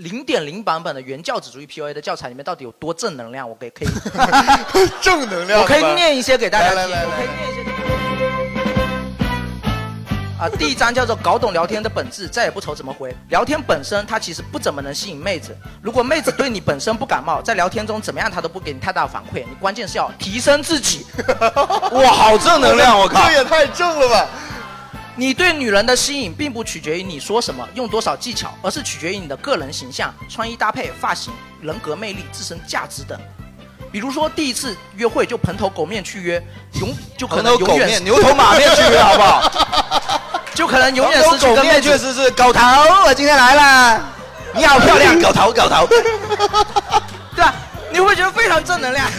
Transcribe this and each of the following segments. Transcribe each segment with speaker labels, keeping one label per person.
Speaker 1: 零点零版本的原教旨主义 PUA 的教材里面到底有多正能量？我给可以，
Speaker 2: 正能量的吧
Speaker 1: 我可以念一些给大家听。
Speaker 2: 来来来
Speaker 1: 我可以念一些。啊，第一章叫做“搞懂聊天的本质，再也不愁怎么回”。聊天本身它其实不怎么能吸引妹子，如果妹子对你本身不感冒，在聊天中怎么样她都不给你太大反馈。你关键是要提升自己。哇，好正能量！我靠，
Speaker 2: 这也太正了吧！
Speaker 1: 你对女人的吸引并不取决于你说什么、用多少技巧，而是取决于你的个人形象、穿衣搭配、发型、人格魅力、自身价值等。比如说，第一次约会就蓬头狗面去约，永就可能
Speaker 3: 蓬头狗
Speaker 1: 永远
Speaker 3: 面牛头马面去约好不好？
Speaker 1: 就可能永远
Speaker 3: 狗
Speaker 1: 失去
Speaker 3: 狗
Speaker 1: 跟妹
Speaker 3: 面
Speaker 1: 子
Speaker 3: 确实是狗头，我今天来啦，你好漂亮，狗头狗 头。
Speaker 1: 对吧？你会觉得非常正能量。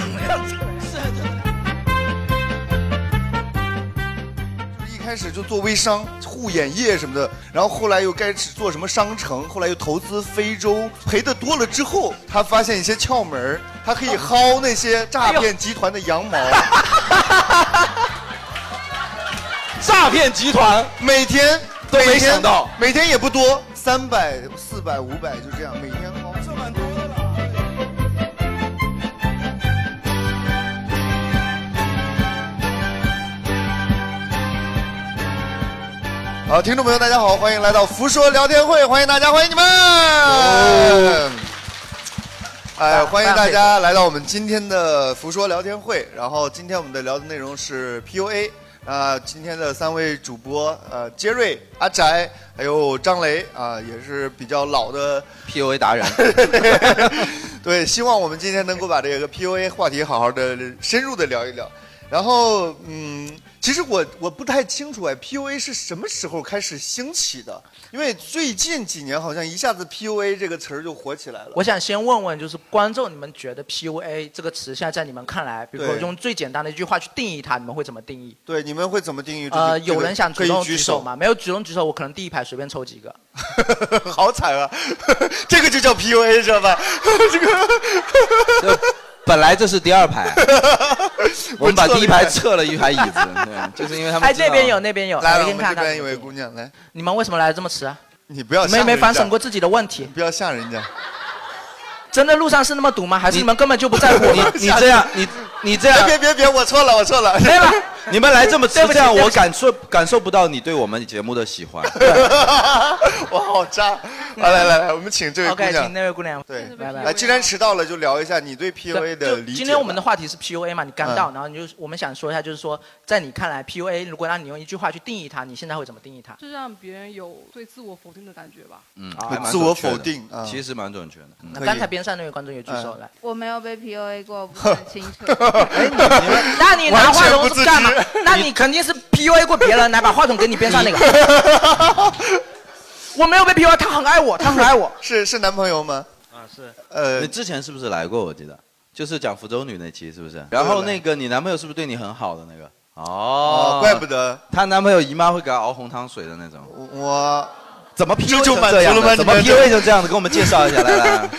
Speaker 2: 一开始就做微商、护眼业什么的，然后后来又开始做什么商城，后来又投资非洲，赔的多了之后，他发现一些窍门儿，他可以薅那些诈骗集团的羊毛。
Speaker 3: 诈骗集团
Speaker 2: 每天
Speaker 3: 都没想到，
Speaker 2: 每天也不多，三百、四百、五百就这样，每天薅。这蛮多的了。好，听众朋友，大家好，欢迎来到福说聊天会，欢迎大家，欢迎你们。哎，欢迎大家来到我们今天的福说聊天会。然后今天我们的聊的内容是 PUA。啊、今天的三位主播，呃，杰瑞、阿宅，还有张雷啊、也是比较老的
Speaker 3: PUA 达人，
Speaker 2: 对，希望我们今天能够把这个 PUA 话题好好的、深入的聊一聊。然后，嗯，其实我我不太清楚哎，PUA 是什么时候开始兴起的？因为最近几年好像一下子 PUA 这个词儿就火起来了。
Speaker 1: 我想先问问，就是观众，你们觉得 PUA 这个词现在在你们看来，比如说
Speaker 2: 对
Speaker 1: 用最简单的一句话去定义它，你们会怎么定义？
Speaker 2: 对，你们会怎么定义这个？
Speaker 1: 呃，
Speaker 2: 这个
Speaker 1: 有人想
Speaker 2: 可
Speaker 1: 主
Speaker 2: 以
Speaker 1: 动
Speaker 2: 举
Speaker 1: 举
Speaker 2: 手
Speaker 1: 手？吗？没有主动举手，我可能第一排随便抽几个。
Speaker 2: 好惨啊！ 这个就叫 PUA 知道吧？ 这个
Speaker 3: 本来这是第二排， 我们把第一排撤了一排椅子，对，就是因为他们
Speaker 1: 哎，
Speaker 3: 知道
Speaker 1: 那边有，那边有，
Speaker 2: 来了，
Speaker 1: 我
Speaker 2: 我
Speaker 1: 先
Speaker 2: 们这
Speaker 1: 看看
Speaker 2: 边有位姑娘来，
Speaker 1: 你们为什么来的这么迟啊？
Speaker 2: 你不要
Speaker 1: 你们
Speaker 2: 吓
Speaker 1: 有没有
Speaker 2: 人家
Speaker 1: 反省过，自己的问题？
Speaker 2: 不要吓人家。
Speaker 1: 真的路上是那么堵吗？还是你们根本就不在乎我们？
Speaker 3: 你这样，你你这
Speaker 2: 别
Speaker 3: 样，
Speaker 2: 别别别，我错了，我 错了。
Speaker 1: 没了，
Speaker 3: 你们来这么迟
Speaker 1: 对不，
Speaker 3: 这
Speaker 1: 起
Speaker 3: 样
Speaker 1: 对
Speaker 3: 我
Speaker 1: 不起呃
Speaker 3: 感受感受不到你对我们节目的喜欢。
Speaker 2: 我好渣！来来来来，我们请这位姑
Speaker 1: 嗯 OK，
Speaker 2: 娘
Speaker 1: 请。那位姑娘。
Speaker 2: 啊对，哎
Speaker 1: 拜拜
Speaker 2: 来，既然迟到了，就聊一下你对 PUA 的
Speaker 1: 就
Speaker 2: 理解吧。嗯
Speaker 1: 今天我们的话题是 PUA 嘛，你刚到，然后你就我们想说一下，就是说，在你看来，PUA 如果让你用一句话去定义它，你现在会怎么定义它？
Speaker 4: 就让别人有对自我否定的感觉吧。
Speaker 3: 嗯
Speaker 1: 啊
Speaker 3: 还蛮
Speaker 2: 自我
Speaker 3: 准确的
Speaker 2: 否定啊
Speaker 3: 其实蛮准确的。嗯
Speaker 1: 那刚才边上那位观众有举手
Speaker 2: 嗯
Speaker 1: 来，
Speaker 5: 我没有被 PUA 过，不是很清 楚。
Speaker 1: 那哎你拿话筒 是干嘛
Speaker 2: 完全？
Speaker 1: 那你肯定是 PUA 过别人，来把话筒给你边上那个。 我没有被 PUA，他很爱我，他很爱我。
Speaker 2: 是是男朋友吗？
Speaker 6: 啊，是
Speaker 2: 呃
Speaker 3: 你，之前是不是来过？我记得就是讲福州女那期，是不是？然后那个你男朋友是不是对你很好的那个？哦
Speaker 2: 哦，，怪不得
Speaker 3: 她男朋友姨妈会给她熬红糖水的那种。
Speaker 2: 我
Speaker 3: 怎么 PUA
Speaker 2: 就
Speaker 3: 成
Speaker 2: 满足
Speaker 3: 这样
Speaker 2: 了吗
Speaker 3: 的？怎么
Speaker 2: 你们这
Speaker 3: PUA 成这样的？给我们介绍一下，来 来。来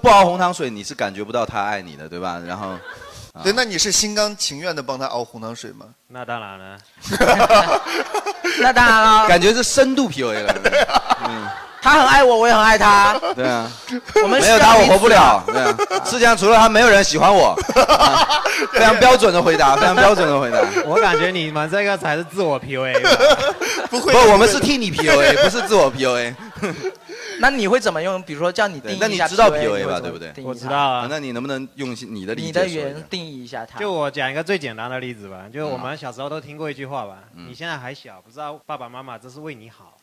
Speaker 3: 不熬红糖水，你是感觉不到她爱你的，对吧？然后 啊
Speaker 2: 对，那你是心甘情愿的帮他熬红糖水 吗？
Speaker 6: 那当然了，
Speaker 1: 那当然了，
Speaker 3: 感觉是啊深度 PUA 了，嗯，
Speaker 1: 他很爱我，我也很爱他。
Speaker 3: 对啊，
Speaker 1: 我
Speaker 3: 没
Speaker 1: 们需要
Speaker 3: 有她我
Speaker 1: 彼此
Speaker 3: 活不了，对啊。世界上除了她，没有人喜欢 我，啊非常标准的回啊答，非常标准的回答。
Speaker 6: 我感觉你们这个才是自我 PUA 吧。
Speaker 2: 不会，
Speaker 3: 不，我们是替你 PUA，不是自我 PUA。
Speaker 1: 那你会怎么用？比如说叫你定义一下
Speaker 3: 对那你知道
Speaker 1: PUA
Speaker 3: PUA 吧
Speaker 1: 你会怎么
Speaker 3: 对不对
Speaker 1: 定义它
Speaker 6: 我知道。啊，
Speaker 3: 那你能不能用你的理解
Speaker 1: 你
Speaker 3: 说
Speaker 1: 的
Speaker 3: 一下？
Speaker 1: 原定义一下它。
Speaker 6: 就我讲一个最简单的例子吧，就是我们小时候都听过一句话吧，你现在还小，不知道爸爸妈妈这是为你好。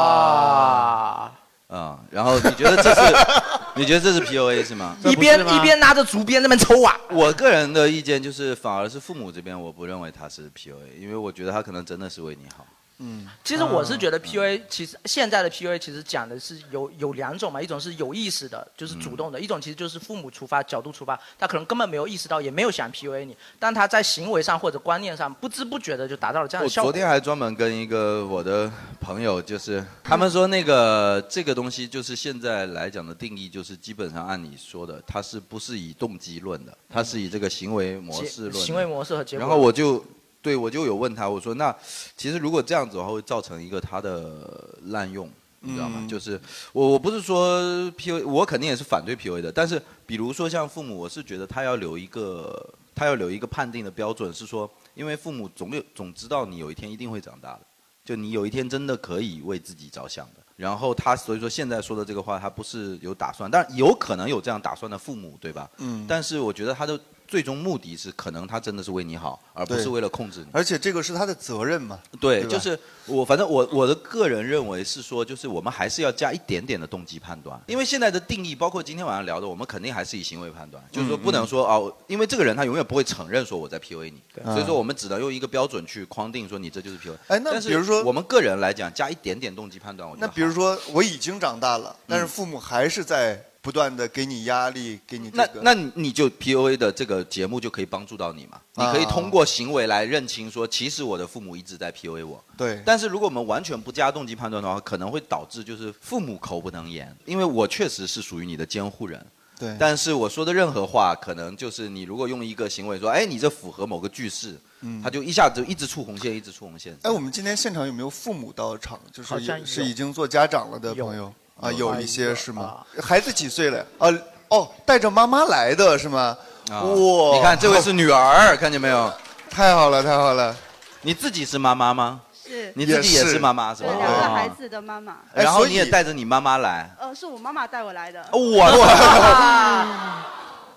Speaker 1: 啊，
Speaker 3: 啊、然后你觉得这是， 你觉得这是 PUA 是吗？
Speaker 1: 一边一边拿着竹鞭那边抽啊。
Speaker 3: 我个人的意见就是，反而是父母这边，我不认为他是 PUA，因为我觉得他可能真的是为你好。
Speaker 2: 嗯，
Speaker 1: 其实我是觉得
Speaker 3: 啊
Speaker 1: PUA，其实现在的 PUA 其实讲的是有有两种嘛，一种是有意识的，就是主动的；
Speaker 3: 嗯
Speaker 1: 一种其实就是父母出发角度出发，他可能根本没有意识到，也没有想 PUA 你，但他在行为上或者观念上不知不觉的就达到了这样
Speaker 3: 我
Speaker 1: 的
Speaker 3: 哦
Speaker 1: 效
Speaker 3: 昨
Speaker 1: 果。
Speaker 3: 天还专门跟一个我的朋友，就是他们说那个这个东西，就是现在来讲的定义，就是基本上按你说的，它是不是以动机论的，它是以这个行为模
Speaker 1: 结
Speaker 3: 式论的。
Speaker 1: 行为模式和结果。
Speaker 3: 然后我就对我就有问他，我说那其实如果这样子的话，会造成一个他的滥用，你知道
Speaker 2: 嗯
Speaker 3: 吗？就是我我不是说 P U，我肯定也是反对 P U A 的，但是比如说像父母，我是觉得他要留一个他要留一个判定的标准，是说，因为父母总有总知道你有一天一定会长大的，就你有一天真的可以为自己着想的。然后他所以说现在说的这个话，他不是有打算，但有可能有这样打算的父母，对吧？
Speaker 2: 嗯
Speaker 3: 但是我觉得他的最终目的是，可能他真的是为你好，而不
Speaker 2: 对
Speaker 3: 是为了控制你。
Speaker 2: 而且这个是他的责任嘛。
Speaker 3: 对，
Speaker 2: 对吧
Speaker 3: 就是我，反正我我的个人认为是说，就是我们还是要加一点点的动机判断，因为现在的定义，包括今天晚上聊的，我们肯定还是以行为判断，就是
Speaker 2: 嗯
Speaker 3: 说不能说哦，因为这个人他永远不会承认说我在 PUA 你，
Speaker 2: 对嗯
Speaker 3: 所以说我们只能用一个标准去框定说你这就是 PUA。
Speaker 2: 哎那
Speaker 3: 但是
Speaker 2: 比如说
Speaker 3: 我们个人来讲，加一点点动机判断，我觉
Speaker 2: 那
Speaker 3: 得
Speaker 2: 比如
Speaker 3: 嗯
Speaker 2: 说我已经长大了，但是父母还是在不断的给你压力，给你这
Speaker 3: 那
Speaker 2: 个。
Speaker 3: 那你你就 PUA 的这个节目就可以帮助到你嘛？你
Speaker 2: 啊
Speaker 3: 可以通过行为来认清说，其实我的父母一直在 PUA 我。
Speaker 2: 对
Speaker 3: 但是如果我们完全不加动机判断的话，可能会导致就是父母口不能言，因为我确实是属于你的监护人。
Speaker 2: 对
Speaker 3: 但是我说的任何话，可能就是你如果用一个行为说，哎，你这符合某个句式，
Speaker 2: 嗯
Speaker 3: 他就一下子就一直触红线，一直触红线。
Speaker 2: 哎，我们今天现场有没有父母到场？就
Speaker 3: 好
Speaker 2: 是
Speaker 3: 像
Speaker 2: 有
Speaker 3: 有
Speaker 2: 是已经做家长了的朋友啊，
Speaker 3: 有
Speaker 2: 有
Speaker 3: 吧
Speaker 2: 一
Speaker 3: 有
Speaker 2: 些是吗？孩子几岁了？啊哦，带着妈妈来的是吗？
Speaker 3: 啊
Speaker 2: 哇，
Speaker 3: 你看这位是女儿，看见没有？
Speaker 2: 太好了，太好了。
Speaker 3: 你自己是妈妈吗？
Speaker 5: 是
Speaker 3: 你自己也是妈妈是吧
Speaker 5: 我？两个
Speaker 3: 哦
Speaker 5: 孩子的妈妈。
Speaker 3: 然后你也带着你妈妈来。
Speaker 5: 呃，是我妈妈带我来的。
Speaker 3: 我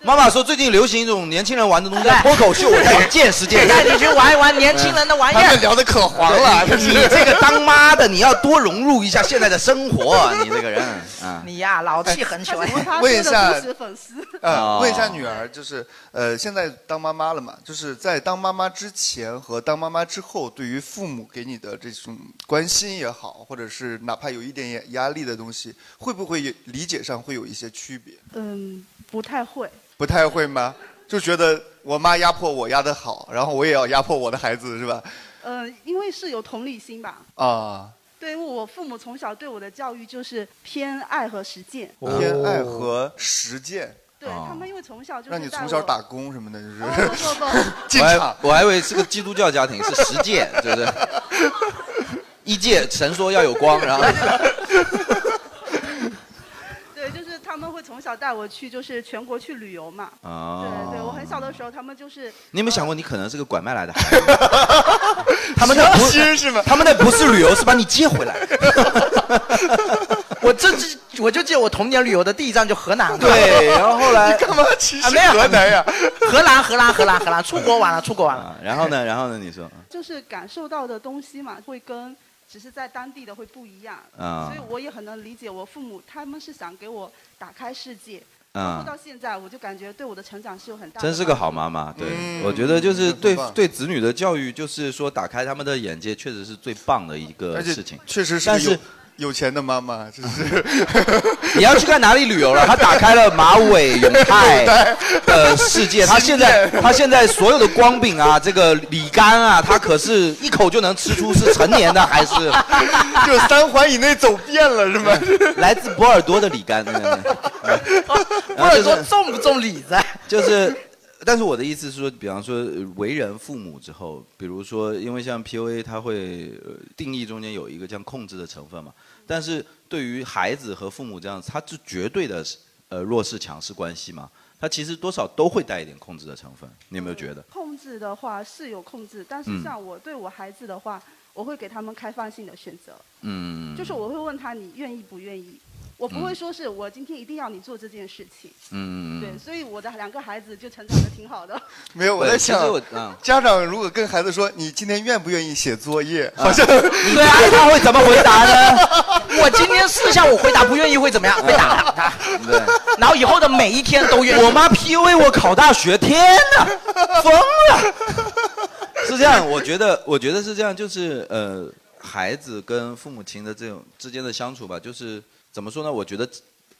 Speaker 3: 妈妈说最近流行一种年轻人玩的东西，叫脱口秀，我想见识哎见识。
Speaker 1: 带你去玩一玩年轻人的玩意儿他们聊
Speaker 2: 得可
Speaker 1: 黄了
Speaker 3: 对
Speaker 1: 这是
Speaker 3: 你这个当妈的，你要多融入一下现在的生活啊，你这 个人啊。
Speaker 1: 你呀，老气横秋。
Speaker 2: 问一下
Speaker 5: 粉丝
Speaker 2: 呃，
Speaker 3: 哦
Speaker 2: 问一下女儿，就是呃，现在当妈妈了嘛，就是在当妈妈之前和当妈妈之后，对于父母给你的这种关心也好，或者是哪怕有一点点压力的东西，会不会有理解上会有一些区别？
Speaker 5: 嗯，不太会。
Speaker 2: 不太会吗？就觉得我妈压迫我压得好，然后我也要压迫我的孩子，是吧？
Speaker 5: 呃，因为是有同理心吧。
Speaker 2: 啊，
Speaker 5: 对，因为我父母从小对我的教育就是偏爱和实践。
Speaker 2: 哦偏爱和实践，
Speaker 5: 对、
Speaker 3: 哦
Speaker 5: 他们，因为从小就是
Speaker 2: 让你
Speaker 5: 带
Speaker 2: 从小
Speaker 5: 我哦
Speaker 2: 打工什么的，就是。
Speaker 5: 不不不，
Speaker 2: 进
Speaker 3: 我还
Speaker 2: 场
Speaker 3: 我还以为是个基督教家庭，是十戒，对不对？一戒神说要有光，然后
Speaker 5: 对，就是他们会从小带我去，就是全国去旅游嘛。
Speaker 2: 啊
Speaker 5: 对对，我
Speaker 3: 哦，
Speaker 5: 很小的时候，他们就是
Speaker 3: 你有没有想过你可能是个拐卖来的孩子？ 他们那不
Speaker 2: 是是吗？
Speaker 3: 他们那不是旅游，是把你接回来。
Speaker 1: 我这这，我就记得我童年旅游的第一站就河南。
Speaker 3: 对然后 后来
Speaker 2: 干嘛歧视
Speaker 1: 啊没有
Speaker 2: 河南 呀？
Speaker 1: 荷兰，荷兰，荷兰，荷兰，出国玩了，出国玩了。
Speaker 3: 然后呢？然后呢？你说，
Speaker 5: 就是感受到的东西嘛，会跟只是在当地的会不一样。
Speaker 3: 啊
Speaker 5: 所以我也很能理解我父母，他们是想给我打开世界。
Speaker 3: 啊
Speaker 5: 包括到现在，我就感觉对我的成长是有很大的。
Speaker 3: 真是个好妈妈，对，
Speaker 5: 嗯
Speaker 3: 我觉得就是
Speaker 5: 很
Speaker 3: 对
Speaker 5: 棒
Speaker 3: 对子女的教育，就是说打开他们的眼界，确实是最棒的一个
Speaker 2: 而且
Speaker 3: 事情。
Speaker 2: 确实是
Speaker 3: 但
Speaker 2: 个有
Speaker 3: 是
Speaker 2: 有钱的妈妈，就是
Speaker 3: 你要去看哪里旅游了？他打开了马尾、永泰的 世界，他现在他现在所有的光饼啊， 这个李干啊，他可是一口就能吃出是成年的还是
Speaker 2: 就三环以内走遍了是吗？
Speaker 3: 来自波尔多的李干。嗯对对对
Speaker 1: 或者说重不重礼 子？啊
Speaker 3: 就是，但是我的意思是说，比方说呃为人父母之后，比如说，因为像 PUA 它会、呃定义中间有一个这样控制的成分嘛，但是对于孩子和父母这样，它是绝对的呃弱势强势关系嘛，它其实多少都会带一点控制的成分，你有没有觉得？
Speaker 5: 控制的话是有控制，但是
Speaker 3: 嗯
Speaker 5: 像我对我孩子的话，我会给他们开放性的选择，
Speaker 3: 嗯，
Speaker 5: 就是我会问他你愿意不愿意，我不会说是我今天一定要你做这件事情。
Speaker 3: 嗯
Speaker 5: 对，所以我的两个孩子就成长的挺好的。
Speaker 2: 没有，我
Speaker 3: 对
Speaker 2: 在
Speaker 3: 其实
Speaker 2: 想
Speaker 3: 我嗯，
Speaker 2: 家长如果跟孩子说你今天愿不愿意写作业，好像
Speaker 1: 对啊，
Speaker 3: 他会怎么回答呢？
Speaker 1: 我今天试一下，我回答不愿意会怎么样？会打 他。
Speaker 3: 对。
Speaker 1: 然后以后的每一天都愿意。
Speaker 3: 我妈 PUA 我 考大学，天哪，疯了！ 是这样，我觉得，我觉得是这样，就是呃，孩子跟父母亲的这种之间的相处吧，就是怎么说呢？我觉得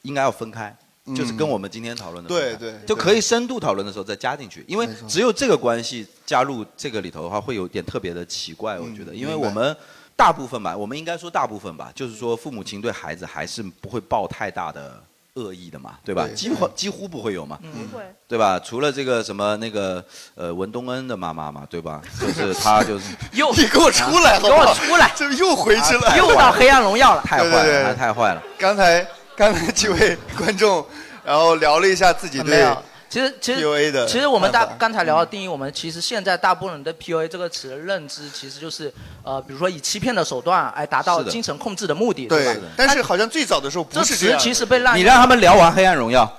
Speaker 3: 应该要分开。就是跟我们今天讨论的分开
Speaker 2: 嗯对对
Speaker 3: 就可以深度讨论的时候再加进去，因为只有这个关系加入这个里头的话，会有点特别的奇怪，我觉得，因为
Speaker 2: 嗯明白
Speaker 3: 我们大部分吧，我们应该说大部分吧，就是说父母亲对孩子还是不会抱太大的恶意的嘛，对吧？
Speaker 2: 对
Speaker 3: 几乎几乎不会有嘛，
Speaker 5: 嗯不会
Speaker 3: 对吧？除了这个什么那个呃文东恩的妈妈嘛，对吧？就是她就是
Speaker 1: 又
Speaker 2: 你给我出来好不好
Speaker 1: 给我 出来，
Speaker 2: 这又回去了，
Speaker 1: 又到黑暗荣耀了，
Speaker 3: 太 坏
Speaker 2: 对对对
Speaker 3: 了，她太坏了。
Speaker 2: 刚才刚才几位观众，然后聊了一下自己
Speaker 1: 没
Speaker 2: 对
Speaker 1: 有。其实其
Speaker 2: PUA 的
Speaker 1: 实其实我们大
Speaker 2: 看法嗯
Speaker 1: 刚才聊到定义，我们其实现在大部分人对 PUA 这个词的认知，其实就是呃，比如说以欺骗的手段来达到
Speaker 3: 是的
Speaker 1: 精神控制的目的，
Speaker 2: 对
Speaker 1: 吧？
Speaker 2: 但是好像最早的时候不
Speaker 1: 这
Speaker 2: 是这
Speaker 1: 词
Speaker 2: 样的。
Speaker 1: 其实被滥
Speaker 3: 你
Speaker 1: 用，
Speaker 3: 让他们聊完啊《黑暗荣耀》，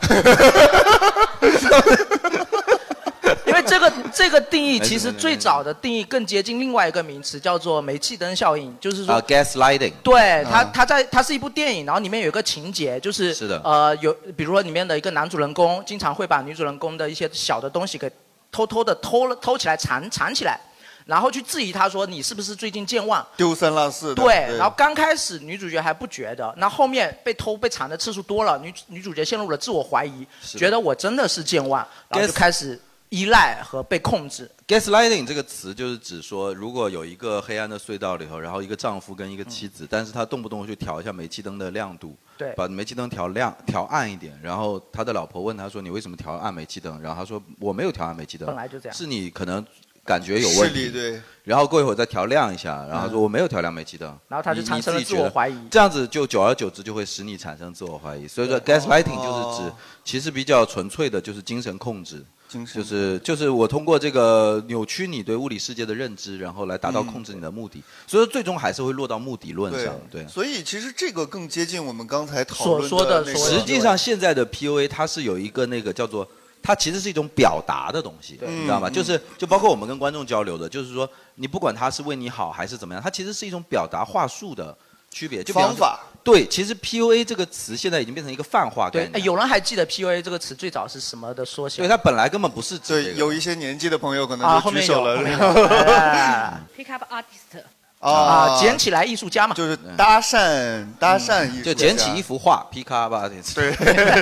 Speaker 1: 因为这个这个定义
Speaker 3: 没事
Speaker 1: 其实
Speaker 3: 没事
Speaker 1: 最早的定义更接近另外一个名词，叫做煤气灯效应，就是说
Speaker 3: 啊，gaslighting，
Speaker 1: 对他
Speaker 2: 嗯，
Speaker 1: 他在他是一部电影，然后里面有一个情节，就是
Speaker 3: 啊是的
Speaker 1: 呃，有比如说里面的一个男主人公经常会把女主人公的一些小的东西给偷偷的偷了偷起来藏藏起来，然后去质疑他说你是不是最近健忘？
Speaker 2: 丢三落四的。
Speaker 1: 对，然后刚开始女主角还不觉得，那后面被偷被藏的次数多了，女女主角陷入了自我怀疑，
Speaker 3: 是的
Speaker 1: 觉得我真的是健忘，然后就
Speaker 3: Guess-
Speaker 1: 开始依赖和被控制。
Speaker 3: gaslighting 这个词就是指说，如果有一个黑暗的隧道里头，然后一个丈夫跟一个妻子，但是他动不动去调一下煤气灯的亮度，
Speaker 1: 对
Speaker 3: 把煤气灯调亮、调暗一点，然后他的老婆问他说：“你为什么调暗煤气灯？”然后他说：“我没有调暗煤气灯，
Speaker 1: 本来就这样
Speaker 3: 是你可能感觉有
Speaker 2: 视
Speaker 3: 问
Speaker 2: 力
Speaker 3: 题。”
Speaker 2: 对，
Speaker 3: 然后过一会儿再调亮一下，然后说我没有调亮煤气灯，
Speaker 1: 嗯然后他就
Speaker 3: 你
Speaker 1: 产生了
Speaker 3: 你己
Speaker 1: 自我
Speaker 3: 觉得
Speaker 1: 怀疑
Speaker 3: 这样子就久而久之就会使你产生自我怀疑。所以说 gaslighting 就是指
Speaker 2: 哦，
Speaker 3: 其实比较纯粹的就是精神控制，
Speaker 2: 精神
Speaker 3: 就是就是我通过这个扭曲你对物理世界的认知，然后来达到控制你的目的，所以说最终还是会落到目的论
Speaker 2: 对
Speaker 3: 上。对，
Speaker 2: 所以其实这个更接近我们刚才讨
Speaker 1: 所
Speaker 2: 论
Speaker 1: 说的
Speaker 2: 那个
Speaker 1: 所
Speaker 3: 实际上现在的 PUA 它是有一个那个叫做，它其实是一种表达的东西，你知道吗？
Speaker 2: 嗯
Speaker 3: 就是就包括我们跟观众交流的，就是说你不管他是为你好还是怎么样，它其实是一种表达话术的区别，就比方
Speaker 2: 方
Speaker 3: 说。
Speaker 2: 法，
Speaker 3: 对，其实 PUA 这个词现在已经变成一个泛化概
Speaker 1: 对，哎
Speaker 3: 念，
Speaker 1: 有人还记得 PUA 这个词最早是什么的缩写
Speaker 3: 对？它本来根本不是指这
Speaker 2: 对
Speaker 3: 个。
Speaker 2: 有一些年纪的朋友可
Speaker 1: 啊，
Speaker 2: 能就
Speaker 1: 后
Speaker 2: 举
Speaker 1: 面
Speaker 2: 手
Speaker 1: 有，
Speaker 2: 了啊
Speaker 1: 后面
Speaker 2: 然
Speaker 1: 有
Speaker 2: 后，
Speaker 1: 哎
Speaker 7: ，pick up artist，
Speaker 2: 哦
Speaker 1: 啊，捡起来艺术家嘛，
Speaker 2: 就是搭讪搭讪艺术家，
Speaker 3: 嗯就捡起一幅画，皮卡吧，这次
Speaker 2: 对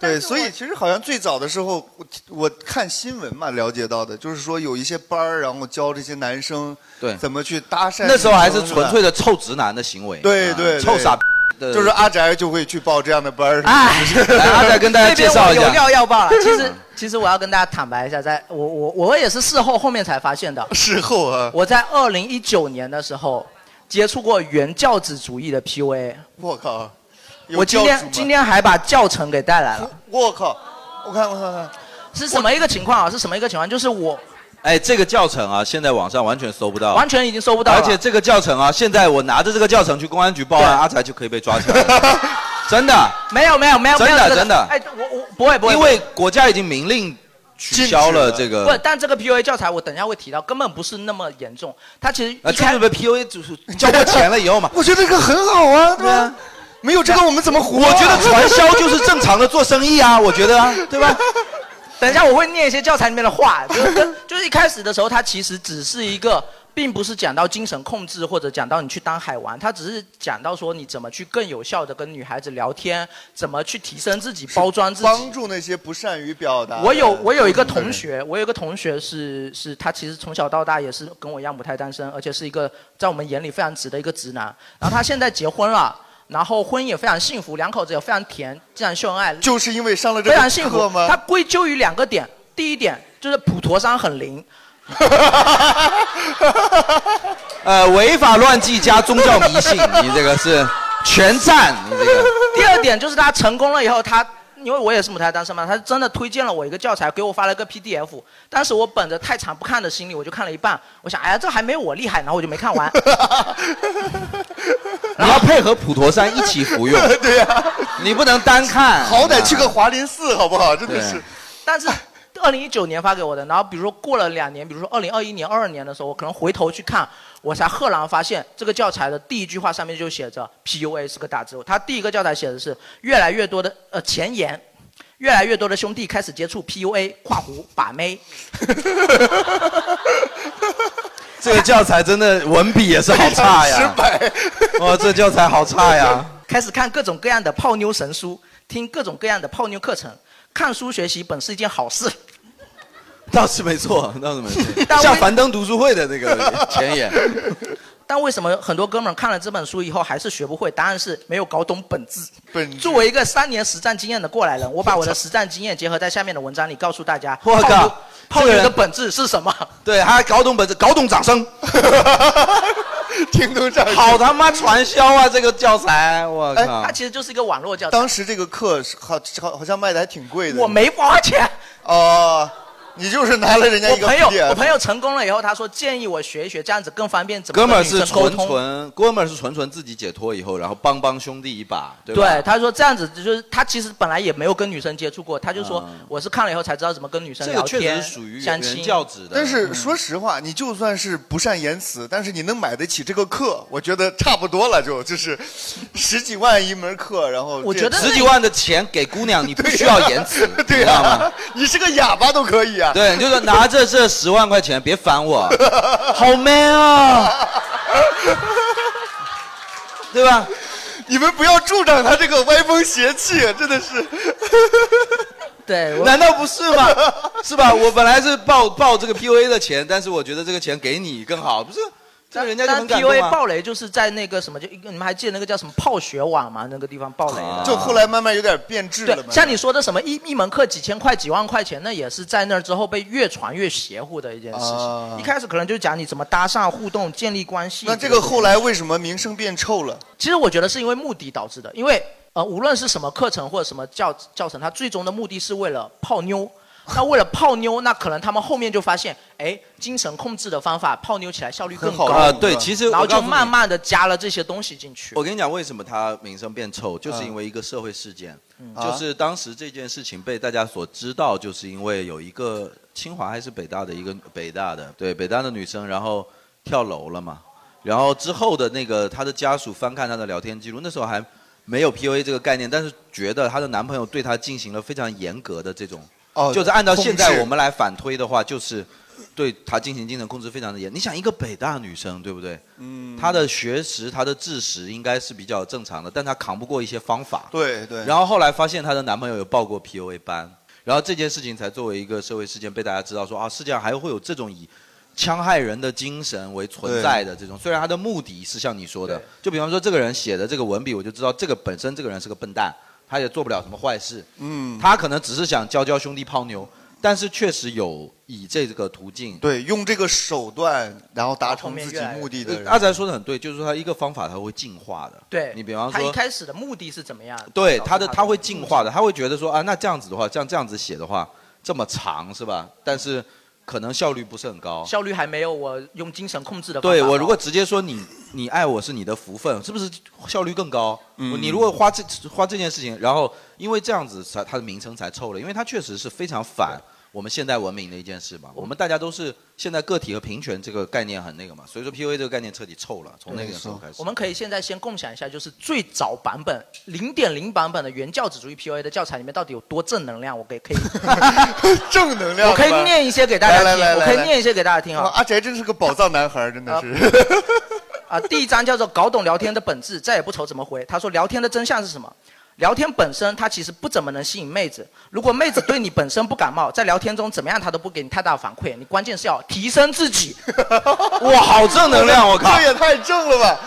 Speaker 5: 但
Speaker 2: 对，
Speaker 5: 是
Speaker 2: 所以
Speaker 5: 我
Speaker 2: 其实好像最早的时候，我我看新闻嘛了解到的，就是说有一些班儿，然后教这些男生
Speaker 3: 对
Speaker 2: 怎么去搭讪。
Speaker 3: 那时候还是纯粹
Speaker 2: 的，
Speaker 3: 的臭直男的行为，
Speaker 2: 对
Speaker 3: 啊
Speaker 2: 对对
Speaker 3: 臭傻逼的，
Speaker 2: 就是阿宅就会去报这样的班儿。
Speaker 1: 哎，
Speaker 3: 来阿仔跟大家
Speaker 1: 那
Speaker 3: 介
Speaker 1: 边
Speaker 3: 绍
Speaker 2: 哎
Speaker 1: 我
Speaker 3: 一
Speaker 1: 有
Speaker 3: 下，
Speaker 1: 料要爆了。其实，其实我要跟大家坦白一下，在我我我也是事后后面才发现的，
Speaker 2: 事后啊，
Speaker 1: 我在二零一九年的时候接触过原教旨主义的 PUA，
Speaker 2: 我靠！有
Speaker 1: 我今
Speaker 2: 教主
Speaker 1: 天
Speaker 2: 吗
Speaker 1: 今，天还把教程给带来 了，
Speaker 2: 我靠！我看我看我看，
Speaker 1: 是什么一个情况啊？是什么一个情况？就是我
Speaker 3: 哎，这个教程啊，现在网上完全搜不到，
Speaker 1: 完全已经收不到了，
Speaker 3: 而且这个教程啊，现在我拿着这个教程去公安局报
Speaker 1: 对
Speaker 3: 案，阿仔就可以被抓起来 了，真的，
Speaker 1: 没有哎没有没有没有
Speaker 3: 真的
Speaker 1: 这个
Speaker 3: 真的
Speaker 1: 哎，我我不会不会，
Speaker 3: 因为国家已经明令取消了这
Speaker 1: 不会
Speaker 3: 个，，
Speaker 1: 但这个 PUA 教材我等一下会提到，根本不是那么严重，它其实
Speaker 3: 呃，
Speaker 1: 一
Speaker 3: 就
Speaker 1: 开
Speaker 3: 是被 PUA 就是交过钱了以后嘛，
Speaker 2: 我觉得这个很好啊，对
Speaker 3: 对啊
Speaker 2: 吧？没有这个我们怎么活啊？
Speaker 3: 我觉得传销就是正常的做生意啊，我觉得啊，对吧？
Speaker 1: 等一下，我会念一些教材里面的话，就是跟 就是一开始的时候，它其实只是一个，并不是讲到精神控制或者讲到你去当海王，它只是讲到说你怎么去更有效的跟女孩子聊天，怎么去提升自己，包装自己
Speaker 2: 帮。助那些不善于表达的。
Speaker 1: 我有我有一个同学，我有一个同学是是他其实从小到大也是跟我一样母胎单身，而且是一个在我们眼里非常直的一个直男。然后他现在结婚了，然后婚姻也非常幸福，两口子也非常甜，既然秀恩爱，
Speaker 2: 就是因为上了这
Speaker 1: 非
Speaker 2: 个
Speaker 1: 常 幸
Speaker 2: 课
Speaker 1: 福。
Speaker 2: 吗？
Speaker 1: 它归咎于两个点，第一点就是普陀山很灵，
Speaker 3: 呃，违法乱纪加宗教迷 信，你这个是全占，你这个
Speaker 1: 第二点就是他成功了以后，他因为我也是母胎单身嘛，他真的推荐了我一个教材，给我发了个 PDF。当时我本着太长不看的心理，我就看了一半，我想哎呀这还没我厉害，然后我就没看完。
Speaker 3: 你要配合普陀山一起服 用，
Speaker 2: 对呀、
Speaker 1: 啊
Speaker 3: 你不能单看，
Speaker 2: 好歹去个华林寺好不好？真的是
Speaker 3: 对
Speaker 1: 但是二零一九年发给我的，然后比如说过了两年，比如说二零二一年、二二年的时候，我可能回头去看，我才赫然发现这个教材的第一句话上面就写着 PUA 是个大字。它第一个教材写的是越来越多的呃前言。越来越多的兄弟开始接触 PUA（ 跨湖把妹
Speaker 3: 这个教材真的文笔也是好差 呀，哇，这教材好差呀，），
Speaker 1: 开始看各种各样的泡妞神书，听各种各样的泡妞课程。看书学习本是一件好事，
Speaker 3: 倒是没错，倒是没错，
Speaker 1: 但我
Speaker 3: 像樊登读书会的那个前言，
Speaker 1: 但为什么很多哥们儿看了这本书以后还是学不会？答案是没有搞懂本质。
Speaker 2: 本
Speaker 1: 作为一个三年实战经验的过来人，我把我的实战经验结合在下面的文章里告诉大家。
Speaker 3: 我靠
Speaker 1: 泡妞，泡
Speaker 3: 这个
Speaker 1: 妞
Speaker 3: 人
Speaker 1: 的本质是什么？
Speaker 3: 对，他搞懂本质，搞懂掌声，
Speaker 2: 听懂掌声
Speaker 3: 好他妈传销啊！这个教材，我
Speaker 2: 哎
Speaker 3: 靠
Speaker 1: 它！其实就是一个网络教材。
Speaker 2: 当时这个课是好好好像卖的还挺贵的。
Speaker 1: 我没花钱。
Speaker 2: 哦，你就是拿了人家
Speaker 1: 我
Speaker 2: 一个
Speaker 1: 朋友，我
Speaker 2: PDF
Speaker 1: 朋友成功了以后，他说建议我学一学，这样子更方便怎么
Speaker 3: 哥们儿
Speaker 1: 跟女
Speaker 3: 是
Speaker 1: 生沟
Speaker 3: 纯
Speaker 1: 通。
Speaker 3: 纯，哥们儿是纯纯自己解脱以后，然后帮帮兄弟一把，对吧？
Speaker 1: 对，他说这样子就是他其实本来也没有跟女生接触过，他就说我是看了以后才知道怎么跟女
Speaker 3: 啊
Speaker 1: 生
Speaker 3: 这
Speaker 1: 聊
Speaker 3: 个
Speaker 1: 天、
Speaker 3: 确实属于
Speaker 1: 相
Speaker 3: 原
Speaker 1: 亲
Speaker 3: 教旨的。嗯
Speaker 2: 但是说实话，你就算是不善言辞，但是你能买得起这个课，我觉得差不多了就，就是十几万一门课，然后
Speaker 1: 我
Speaker 2: 这
Speaker 1: 觉得
Speaker 3: 十几万的钱给姑娘，你不需要言辞，
Speaker 2: 对
Speaker 3: 你知道吗？
Speaker 2: 啊，你是个哑巴都可以啊。
Speaker 3: 对，你就说 拿着这十万块钱，别烦我，好 man 啊，对吧？
Speaker 2: 你们不要助长他这个歪风邪气，真的是。
Speaker 1: 对，我
Speaker 3: 难道不是吗？ 是吧？我本来是报报这个 PUA 的钱，但是我觉得这个钱给你更好，不是？这人家就
Speaker 1: 但
Speaker 3: 很感动
Speaker 1: PUA
Speaker 3: 啊。
Speaker 1: 暴雷就是在那个什么，就一个你们还记得那个叫什么泡雪网吗？那个地方暴雷的。
Speaker 2: 就后来慢慢有点变质了
Speaker 1: 对
Speaker 2: 嘛。，
Speaker 1: 像你说的什么一一门课几千块、几万块钱，那也是在那儿之后被越传越邪乎的一件事
Speaker 2: 啊
Speaker 1: 情。一开始可能就讲你怎么搭讪、互动、建立关系。
Speaker 2: 那这个后来为什么名声变臭了？
Speaker 1: 其实我觉得是因为目的导致的，因为呃，无论是什么课程或者什么教教程，它最终的目的是为了泡妞。那为了泡妞，那可能他们后面就发现，哎，精神控制的方法泡妞起来效率更高
Speaker 2: 很好
Speaker 3: 啊、对，其实
Speaker 1: 然后
Speaker 3: 我告
Speaker 1: 就
Speaker 3: 诉你
Speaker 1: 慢慢的加了这些东西进去。
Speaker 3: 我跟你讲，为什么他名声变臭，
Speaker 2: 嗯
Speaker 3: 就是因为一个社会事件，
Speaker 2: 啊
Speaker 3: 就是当时这件事情被大家所知道，就是因为有一个清华还是北大的一个北大的对北大的女生，然后跳楼了嘛，然后之后的那个她的家属翻看她的聊天记录，那时候还没有 PUA 这个概念，但是觉得她的男朋友对她进行了非常严格的这种，
Speaker 2: 哦
Speaker 3: 就是按照现
Speaker 2: 控
Speaker 3: 在
Speaker 2: 制
Speaker 3: 我们来反推的话，就是。对她进行精神控制非常的严。你想一个北大女生，对不对？嗯，她的学识、她的知识应该是比较正常的，但她扛不过一些方法。
Speaker 2: 对对。
Speaker 3: 然后后来发现她的男朋友有报过 PUA 班，然后这件事情才作为一个社会事件被大家知道说，啊，世界上还会有这种以戕害人的精神为存在的这种。虽然他的目的是像你说的，就比方说这个人写的这个文笔，我就知道这个本身这个人是个笨蛋，他也做不了什么坏事。
Speaker 2: 嗯，
Speaker 3: 他可能只是想教教兄弟泡妞，但是确实有以这个途径
Speaker 2: 对，用这个手段，然后达
Speaker 1: 后
Speaker 2: 成
Speaker 1: 面
Speaker 2: 自己
Speaker 1: 越来越
Speaker 2: 目的的人。
Speaker 3: 呃阿宅说的很对，就是说他一个方法他会进化的。
Speaker 1: 对
Speaker 3: 你比方
Speaker 1: 他一
Speaker 3: 说，
Speaker 1: 开始的目的是怎么样？
Speaker 3: 对
Speaker 1: 导致
Speaker 3: 他的
Speaker 1: 的
Speaker 3: 他会进化的，他会觉得说啊，那这样子的话，像这样子写的话，这么长是吧？但是可能效率不是很高。
Speaker 1: 效率还没有我用精神控制的方法
Speaker 3: 对
Speaker 1: 高
Speaker 3: 我如果直接说你你爱我是你的福分，是不是效率更高？
Speaker 2: 嗯
Speaker 3: 你如果花这花这件事情，然后因为这样子才他的名称才臭了，因为他确实是非常反我们现代文明的一件事嘛。我们大家都是现在个体和平权这个概念很那个嘛，所以说 PUA 这个概念彻底臭了，从那个时候开始
Speaker 1: 我。们可以现在先共享一下，就是最早版本零点零版本的原教旨主义 PUA 的教材里面到底有多正能量？我给可以，
Speaker 2: 正能量。
Speaker 1: 我可以
Speaker 2: 是吧。
Speaker 1: 念一些给大家
Speaker 2: 来来
Speaker 1: 听，
Speaker 2: 来
Speaker 1: 我
Speaker 2: 来
Speaker 1: 可以
Speaker 2: 来
Speaker 1: 念一些给大家听
Speaker 2: 哇
Speaker 1: 啊。
Speaker 2: 阿宅真是个宝藏男孩，真的
Speaker 1: 啊
Speaker 2: 是。
Speaker 1: 啊，第一章叫做“搞懂聊天的本质，再也不愁怎么回”。他说，聊天的真相是什么？聊天本身，它其实不怎么能吸引妹子。如果妹子对你本身不感冒，在聊天中怎么样，她都不给你太大反馈。你关键是要提升 自己。
Speaker 3: 哇，好正能量，我靠！
Speaker 2: 这也太正了吧！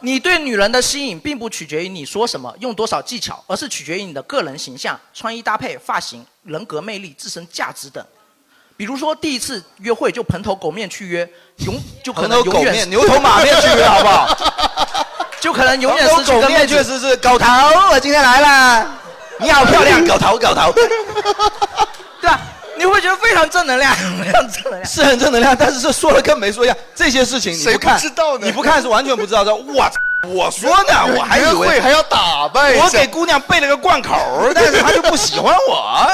Speaker 1: 你对女人的吸引并不取决于你说什么、用多少技巧，而是取决于你的个人形象、穿衣搭配、发型、人格魅力、自身价值等。比如说，第一次约会就蓬头狗面去约，永就可
Speaker 3: 可
Speaker 1: 能
Speaker 3: 能
Speaker 1: 永
Speaker 3: 狗
Speaker 1: 远
Speaker 3: 面、 牛头马面去约好不好？
Speaker 1: 就可能永
Speaker 3: 牛
Speaker 1: 远
Speaker 3: 头
Speaker 1: 失去
Speaker 3: 狗
Speaker 1: 跟妹
Speaker 3: 面确
Speaker 1: 子。
Speaker 3: 实是狗头，我今天来啦，你好漂亮，狗头狗头，
Speaker 1: 对吧？你会觉得非常正能量，非常正能量。
Speaker 3: 是很正能量，但是是说了跟没说一样，这些事情你
Speaker 2: 谁不
Speaker 3: 看，
Speaker 2: 知道呢
Speaker 3: 你不看是完全不知道的。我操我说 呢，我还
Speaker 2: 约
Speaker 3: 以
Speaker 2: 会
Speaker 3: 为
Speaker 2: 还要打扮一下。
Speaker 3: 我给姑娘备了个罐口， 但是她就不喜欢 我，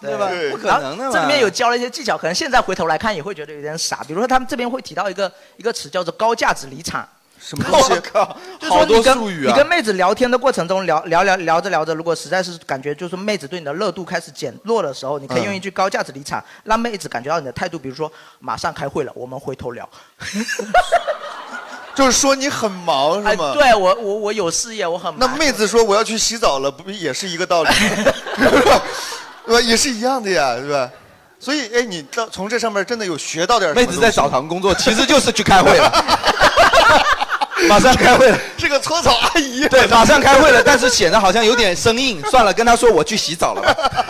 Speaker 3: 对吧？
Speaker 2: 对
Speaker 3: 不可
Speaker 1: 然
Speaker 3: 能的
Speaker 1: 后
Speaker 3: 嘛。
Speaker 1: 这里面有教了一些技巧，可能现在回头来看也会觉得有点傻。比如说他们这边会提到一个一个词叫做高价值离场，
Speaker 2: 什么东
Speaker 3: 我
Speaker 2: 西？
Speaker 3: 靠，
Speaker 1: 就是说
Speaker 3: 好多
Speaker 1: 你跟
Speaker 3: 术语啊
Speaker 1: 你！跟妹子聊天的过程中聊聊聊聊着聊着，如果实在是感觉就是妹子对你的热度开始减弱的时候，你可以用一句高价值离场，让妹子感觉到你的态度。比如说马上开会了，我们回头聊。
Speaker 2: 就是说你很忙
Speaker 1: 哎，
Speaker 2: 是吗？。
Speaker 1: 对我我我有事业，我很
Speaker 2: 那
Speaker 1: 忙。
Speaker 2: 妹子说我要去洗澡了，不也是一个道理 吗？对吧？也是一样的呀，对吧？所以，哎，你到从这上面真的有学到点什么
Speaker 3: 妹
Speaker 2: 东西
Speaker 3: 子在澡堂工作，其实就是去开会了。马上开会了。
Speaker 2: 这个搓澡阿姨，
Speaker 3: 对，马上开会了，但是显得好像有点生硬。算了，跟他说我去洗 澡了吧。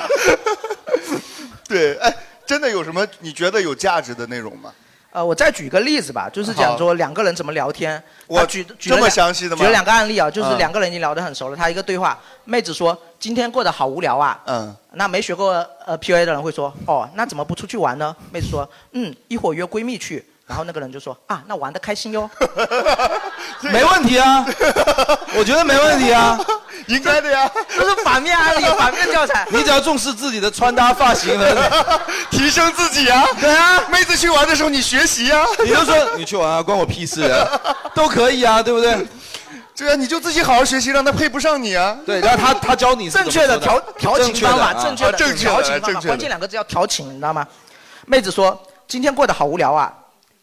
Speaker 2: 对，哎，真的有什么你觉得有价值的内容吗？
Speaker 1: 呃，我再举一个例子吧，就是讲说两个人怎么聊天。
Speaker 2: 我
Speaker 1: 他举举
Speaker 2: 这
Speaker 1: 了
Speaker 2: 么
Speaker 1: 两
Speaker 2: 详细的吗
Speaker 1: 举了两个案例啊，就是
Speaker 2: 嗯
Speaker 1: 两个人已经聊得很熟了，他一个对话，妹子说今天过得好无聊啊。
Speaker 2: 嗯。
Speaker 1: 那没学过呃 PUA 的人会说，哦，那怎么不出去玩呢？妹子说，嗯，一会儿约闺蜜去。然后那个人就说啊，那玩的开心哟。
Speaker 3: 没问题啊，我觉得没问题啊，
Speaker 2: 应该的呀。
Speaker 1: 这是反面案例，反面教材。
Speaker 3: 你只要重视自己的穿搭、发型和，
Speaker 2: 提升自己啊。
Speaker 3: 对啊，
Speaker 2: 妹子去玩的时候你学习啊。
Speaker 3: 你就说你去玩啊，关我屁事啊，都可以啊，对不对？
Speaker 2: 对啊，你就自己好好学习，让他配不上你啊。
Speaker 3: 对，然后他他教你是
Speaker 1: 正确的
Speaker 3: 怎么说
Speaker 1: 调
Speaker 3: 的
Speaker 1: 调情方法，正
Speaker 3: 正
Speaker 1: 确
Speaker 3: 确的
Speaker 1: 的
Speaker 2: 啊正确的
Speaker 1: 调情方
Speaker 2: 正确
Speaker 1: 法，
Speaker 2: 的
Speaker 1: 关键两个字叫调情，你知道吗？妹子说今天过得好无聊啊，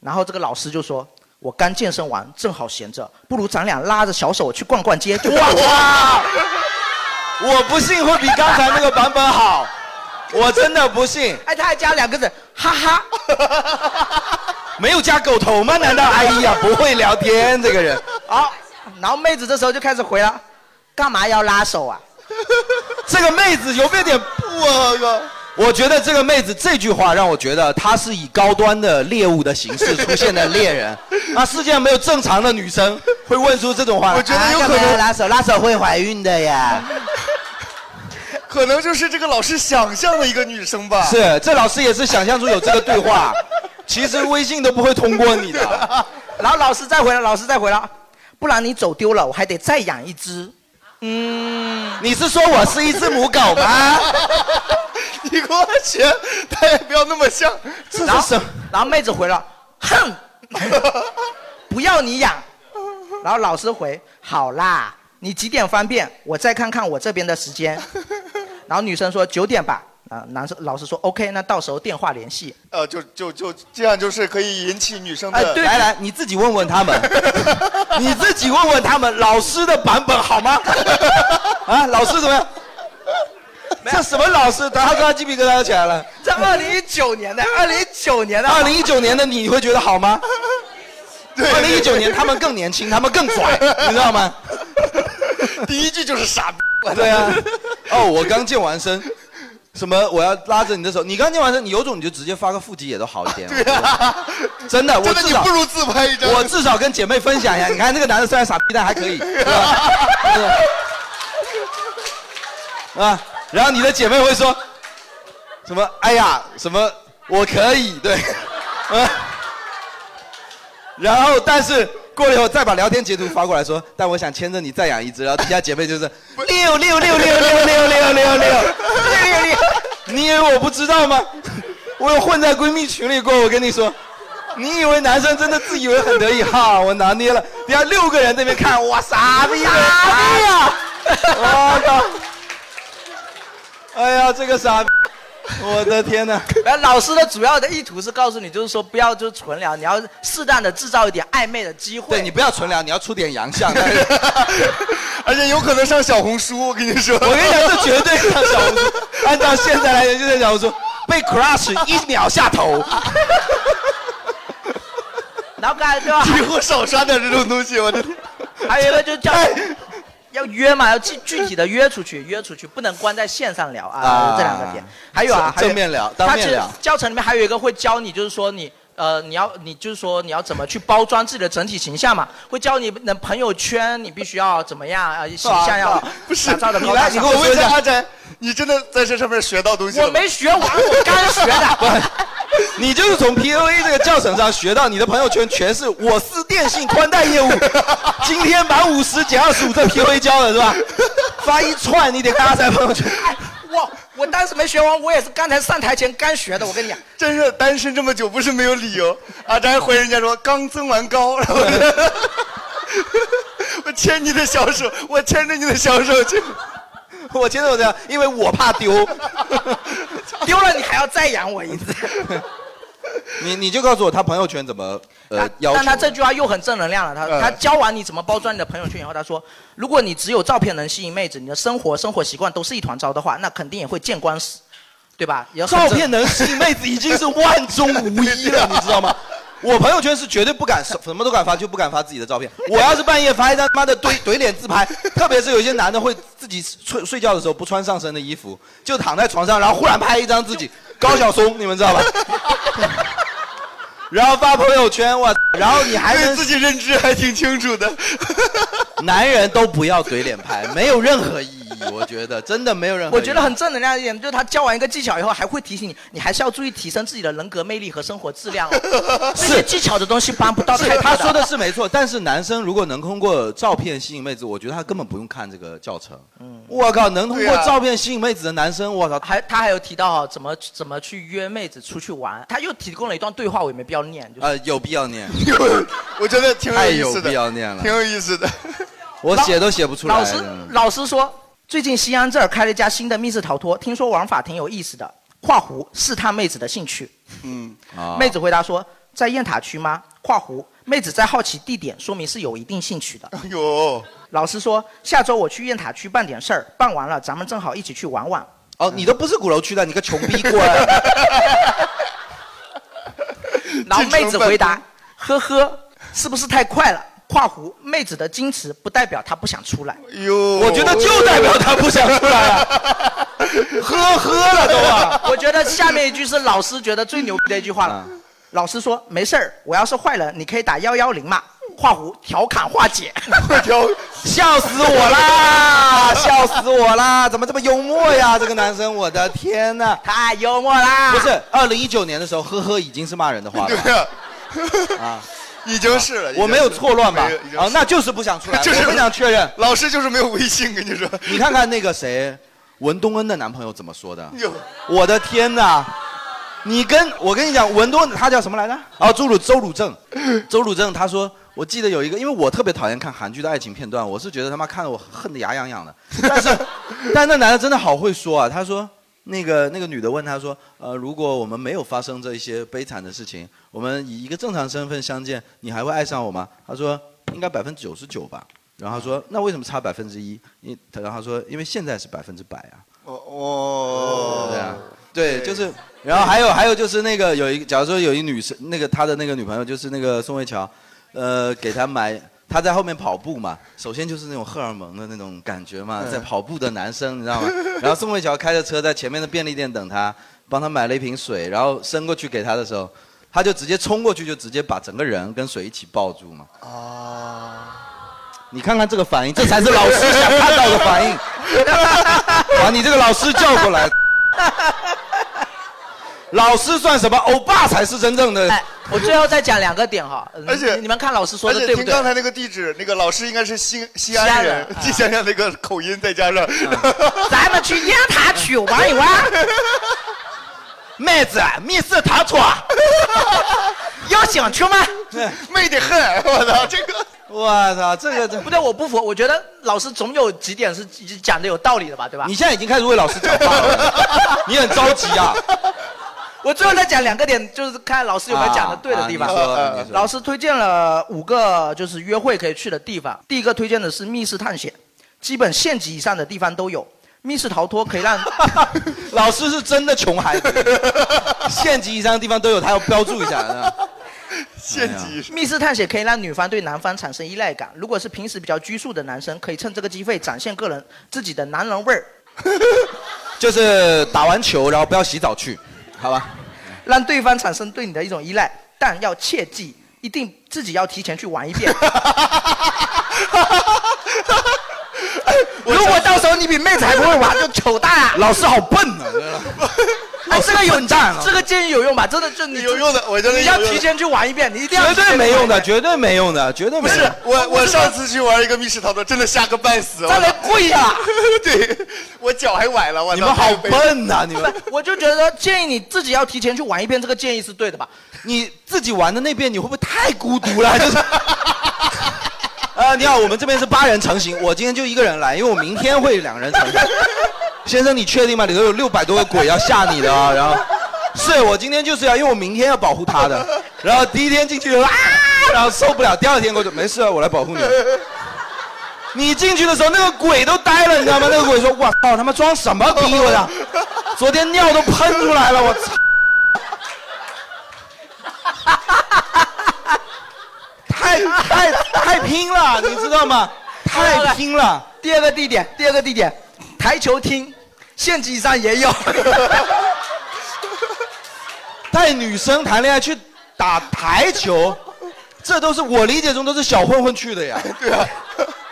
Speaker 1: 然后这个老师就说。我刚健身完，正好闲着，不如咱俩拉着小手去逛逛街。哇，
Speaker 3: 我不信会比刚才那个版本好，我真的不信，
Speaker 1: 哎，他还加两个字，哈哈。
Speaker 3: 没有加狗头吗？难道哎呀不会聊天这个人？
Speaker 1: 好，然后妹子这时候就开始回了，干嘛要拉手啊？
Speaker 3: 这个妹子有没有点？
Speaker 2: 我靠，
Speaker 3: 我觉得这个妹子这句话让我觉得她是以高端的猎物的形式出现的 猎人。啊，世界上没有正常的女生会问出这种话。
Speaker 2: 我觉得有
Speaker 1: 啊
Speaker 2: 可
Speaker 1: 干嘛要
Speaker 2: 能，
Speaker 1: 拉手，拉手会怀孕的呀。
Speaker 2: 可能就是这个老师想象的一个女生吧。
Speaker 3: 是，这老师也是想象出有这个对话，其实微信都不会通过你的。
Speaker 1: 然后老师再回了，老师再回了，不然你走丢了，我还得再养一只。
Speaker 2: 嗯
Speaker 3: 你是说我是一只母狗 吗？
Speaker 2: 你给我学，他也不要那么像。
Speaker 3: 这
Speaker 1: 然
Speaker 3: 是
Speaker 1: 后
Speaker 3: 什么？
Speaker 1: 然后妹子回了，哼， 不要你养。然后老师回，好啦，你几点方便？我再看看我这边的时间。然后女生说九点吧。啊，男生老师说 OK，那到时候电话联系。
Speaker 2: 呃，就就就这样，就是可以引起女生的。
Speaker 1: 哎对
Speaker 3: 来来，你自己问问他 们，你自己问问他们，老师的版本好吗？啊，老师怎么样？这什么老师？他刚刚鸡皮疙瘩都起来了。
Speaker 1: 这二零一九年的，二零一九年的，
Speaker 3: 二零一九年的你会觉得好吗？
Speaker 2: 对
Speaker 3: 二零一九年他们更年轻，他们更 拽，你知道吗？
Speaker 2: 第一句就是傻逼。
Speaker 3: 对啊，哦，我刚健完身，什么我要拉着你的手，你刚健完身，你有种你就直接发个腹肌也都好一点。对啊， 真的，我
Speaker 2: 真的，
Speaker 3: 至
Speaker 2: 你
Speaker 3: 少
Speaker 2: 不如自拍一张。
Speaker 3: 我至少跟姐妹 分享一下，你看那个男的虽然傻逼，但还可以，对吧？对吧啊，然后你的姐妹会说什么？哎呀，什么我可以对， 啊，然后但是过了以后再把聊天截图发过来说，但我想牵着你再养一只，然后底下姐妹就是六六六六六六六六六六六六，你以为我不知道吗？我有混在闺蜜群里过，我跟你说。你以为男生真的自以为很得意哈？我拿捏了，底下六个人在那边看，哇，傻逼，傻逼啊呀！我靠！哎呀，这个傻逼，我的天 哪！
Speaker 1: 然哎后老师的主要的意图是告诉你，就是说不要就是纯聊，你要适当的制造一点暧昧的机会。
Speaker 3: 对你不要纯聊，你要出点洋 相。但是
Speaker 2: 而且有可能上小红书，我跟你说。
Speaker 3: 我跟你讲，这绝对像小红书，按照现在来讲，就像小红书被 crush 一秒下头。
Speaker 1: 然后刚才 对吧？
Speaker 2: 以后少刷点这种东西，我的哎天。
Speaker 1: 还有一个就是叫要约嘛，要具具体的约出去， 约出去，不能光在线上聊啊，
Speaker 3: 啊
Speaker 1: 这两个点。还有啊，
Speaker 3: 正
Speaker 1: 还有
Speaker 3: 正面聊当面
Speaker 1: 它其实
Speaker 3: 聊
Speaker 1: 教程里面还有一个会教你，就是说你。呃，你要你就是说你要怎么去包装自己的整体形象嘛？会教你的朋友圈，你必须要怎么样啊？形象要
Speaker 2: 不是
Speaker 1: 打造的
Speaker 2: 你
Speaker 1: 高大
Speaker 2: 来，
Speaker 1: 上哎
Speaker 2: 你给我问一下阿宅，你真的在这上面学到东西了
Speaker 1: 我
Speaker 2: 吗？
Speaker 1: 没学完，我刚学的。
Speaker 3: 你就是从 PUA 这个教程上学到，你的朋友圈全是我司电信宽带 业务，今天满五十减二十五，这 PUA 教的是吧？发一串，你得看他在朋友圈。
Speaker 1: 哎，我我当时没学完，我也是刚才上台前刚学的。我跟你讲，
Speaker 2: 真是单身这么久不是没有理由。阿宅回人家说刚增完高，然 后我牵你的小手，我牵着你的小手去。
Speaker 3: 我接着我这样，因为我怕丢。
Speaker 1: 丢了你还要再养我一次。
Speaker 3: 你你就告诉我他朋友圈怎么呃 要求
Speaker 1: 但他这句话又很正能量了。他、
Speaker 2: 嗯
Speaker 1: 他教完你怎么包装你的朋友圈以后，他说，如果你只有照片能吸引妹子，你的生活生活习惯都是一团糟的话，那肯定也会见光死，对吧？也很
Speaker 3: 照
Speaker 1: 正
Speaker 3: 片能吸引妹子已经是万中无一了，你知道吗？我朋友圈是绝对不敢什什么都敢发，就不敢发自己的照 片。我要是半夜发一张妈的怼怼脸自拍，特别是有一些男的会自己睡睡觉的时候不穿上身的衣服，就躺在床上，然后忽然拍一张自己高晓松，你们知道 吧？然后发朋友圈，我，然后你还对自己认知还挺清楚的。 男人都不要怼脸拍，没有任何意义，我觉得真的没有任何意义。
Speaker 1: 我觉得很正能量一点，就是他教完一个技巧以后，还会提醒你，你还是要注意提升自己的人格魅力和生活质 量 哦。这些技巧的东西帮不到
Speaker 3: 是
Speaker 1: 太多
Speaker 3: 他说的是没错，但是男生如果能通过照片吸引妹子，我觉得他根本不用看这个教程。嗯，我靠，能通
Speaker 1: 对
Speaker 3: 过
Speaker 1: 啊
Speaker 3: 照片吸引妹子的男生，我操，
Speaker 1: 还他还有提到啊怎么怎么去约妹子出去玩，他又提供了一段对话，我也没必要念。就是
Speaker 3: 呃，有必要念，
Speaker 2: 我觉得挺
Speaker 3: 太
Speaker 2: 有意
Speaker 3: 有
Speaker 2: 思
Speaker 3: 必
Speaker 2: 的，
Speaker 3: 哎要念了，
Speaker 2: 挺有意思的。
Speaker 3: 我写都写不出来。
Speaker 1: 老师老师说，最近西安这儿开了一家新的密室逃脱，听说玩法挺有意思的。（括弧试探妹子的兴趣）
Speaker 2: 嗯，
Speaker 3: 啊
Speaker 1: 妹子回答说在雁塔区吗？（括弧妹子在好奇地点，说明是有一定兴趣的。
Speaker 2: 哎呦，
Speaker 1: 老师说下周我去雁塔区办点事儿，办完了咱们正好一起去玩玩。
Speaker 3: 哦，你都不是鼓楼区的，你个穷逼过来。
Speaker 1: 然后妹子回答：“呵呵，是不是太快了？”（括弧妹子的矜持不代表她不想出来。
Speaker 2: 哟，
Speaker 3: 我觉得就代表他不想出来了，呵呵了都啊。
Speaker 1: 我觉得下面一句是老师觉得最牛逼的一句话了。老师说：“没事儿，我要是坏人，你可以打幺幺零嘛。”（括弧调侃化解。
Speaker 2: 调
Speaker 3: 笑死我 啦！笑死我啦！怎么这么幽默呀？这个男生，我的天呐，
Speaker 1: 太幽默啦！
Speaker 3: 不 是，二零一九年的时候，呵呵已经是骂人的话了。
Speaker 2: 对啊，
Speaker 3: 啊，
Speaker 2: 已经是了。已经
Speaker 3: 我没有错乱吧
Speaker 2: 没有已经？是
Speaker 3: 啊，那就是不想出来，
Speaker 2: 就是
Speaker 3: 我不想确认。
Speaker 2: 老师就是没有微信，跟你说。
Speaker 3: 你看看那个谁，文东恩的男朋友怎么说的？
Speaker 2: 哟，
Speaker 3: 我的天呐！你跟我跟你讲，文多他叫什么来着？哦，周鲁周鲁正，周鲁正他说，我记得有一个，因为我特别讨厌看韩剧的爱情片段，我是觉得他妈看得我恨得牙痒痒的。但是，但那男的真的好会说啊，他说那个那个女的问他说，呃，如果我们没有发生这一些悲惨的事情，我们以一个正常身份相见，你还会爱上我吗？他说应该百分之九十九吧。然后他说那为什么差百分之一？因然后他说因为现在是百分之百啊。
Speaker 2: 哦，
Speaker 3: 对啊，对，就是，然后还有还有就是那个有一，假如说有一女生，那个他的那个女朋友就是那个宋慧乔，呃，给他买，他在后面跑步嘛，首先就是那种荷尔蒙的那种感觉嘛，
Speaker 2: 嗯
Speaker 3: 在跑步的男生你知道吗？ 然后宋慧乔开着车在前面的便利店等他，帮他买了一瓶水，然后伸过去给他的时候，他就直接冲过去，就直接把整个人跟水一起抱住嘛。你看看这个反应，这才是老师想看到的反应。 把你这个老师叫过来，老师算什么？欧巴才是真正的。
Speaker 1: 哎我最后再讲两个点哈，嗯
Speaker 2: 而且
Speaker 1: 你们看老师说
Speaker 2: 而
Speaker 1: 的
Speaker 2: 且
Speaker 1: 对不
Speaker 2: 听
Speaker 1: 对？
Speaker 2: 刚才那个地址，那个老师应该是西 西
Speaker 1: 西
Speaker 2: 安
Speaker 1: 安
Speaker 2: 人
Speaker 1: 人，啊嗯
Speaker 2: 你想想那个口音，再加上，
Speaker 1: 咱们去雁塔区玩一玩。
Speaker 3: 妹子，密室逃脱，
Speaker 1: 啊 有兴 趣吗？
Speaker 2: 媚得很，我操，这个
Speaker 3: 我操，这个这
Speaker 1: 不，对，我不服。我觉得老师总有几点是讲的有道理的吧，对吧
Speaker 3: 你？现在已经开始为老师讲话了， 你很着急啊？
Speaker 1: 我最后再讲两个点，就是看老师有没有讲的对的地方。
Speaker 3: 啊啊你说你说
Speaker 1: 老师推荐了五个就是约会可以去的地方，第一个推荐的是密室探险，基本县级以上的地方都有。密室逃脱可以让
Speaker 3: 老师是真的穷孩子，县级以上的地方都有，他要标注一下。是吧
Speaker 2: 县级
Speaker 1: 密室探险可以让女方对男方产生依赖感。如果是平时比较拘束的男生，可以趁这个机会展现个人自己的男人味儿，
Speaker 3: 就是打完球，然后不要洗澡去，好吧？
Speaker 1: 让对方产生对你的一种依赖。但要切记，一定自己要提前去玩一遍。 如果到时候你比妹子还不会玩，就糗大了。
Speaker 3: 老师好笨啊！
Speaker 1: 哎，这个有
Speaker 3: 笨蛋啊
Speaker 1: 这个建议有用吧？真的，就你
Speaker 2: 有用的，我觉得
Speaker 1: 你要
Speaker 2: 有用的
Speaker 1: 提。前去玩一遍，你一定要
Speaker 3: 绝对没用的，
Speaker 1: 绝
Speaker 3: 绝对没用的，绝对
Speaker 2: 不
Speaker 3: 没用
Speaker 2: 是
Speaker 3: 的。
Speaker 2: 我，我上次去玩一个密室逃脱，真的吓个半死。
Speaker 1: 再
Speaker 2: 我
Speaker 1: 来跪下。
Speaker 2: 对我脚还崴了，我操
Speaker 3: 你们好笨呐、你 们，
Speaker 1: 我就觉得建议你自己要提前去玩一遍，这个建议是对的吧？
Speaker 3: 你自己玩的那边，你会不会太孤独 了？就是，呃，你好，我们这边是八人成型，我今天就一个人来，因为我明天会两人 成型。先生，你确定吗？里头有六百多个鬼要吓你的 啊！然后，是我今天就是要，因为我明天要保护他的。然后第一天进去啊，然后受不了，第二天过去没事啊，我来保护你。你进去的时候，那个鬼都呆了，你知道吗？那个鬼说：“我操，他妈装什么逼我的，昨天尿都喷出来了，我操！”太太太拼了，你知道吗？ 太拼了。
Speaker 1: 第二个地点，第二个地点，台球厅，县级以上 也有。
Speaker 3: 带女生谈恋爱去打台球，这都是我理解中都是小混混去的呀。 对啊，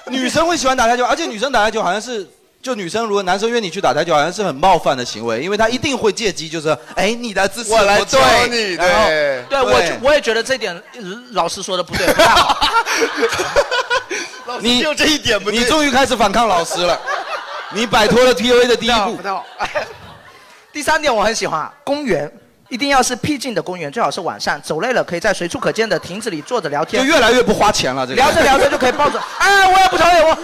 Speaker 3: 女生会喜欢打台球，而且女生打台球好像是。就女生，如果男生约你去打台球，好像是很冒犯的行为，因为他一定会借机就是，哎，你的姿势
Speaker 1: 我来
Speaker 3: 不对
Speaker 1: 教你
Speaker 3: 然后
Speaker 1: 对对我觉我也觉得这点老师说的不对，不太好。
Speaker 3: 你
Speaker 1: 就这一点不对
Speaker 3: 你终于开始反抗老师了， 你摆脱了 PUA 的第一步。
Speaker 1: 第三点我很喜欢啊，公园一定要是僻静的公园，最好是晚上，走累了可以在随处可见的亭子里坐着聊天，
Speaker 3: 就越来越不花钱了这个
Speaker 1: 聊着聊着就可以抱着，哎，我也不同意，我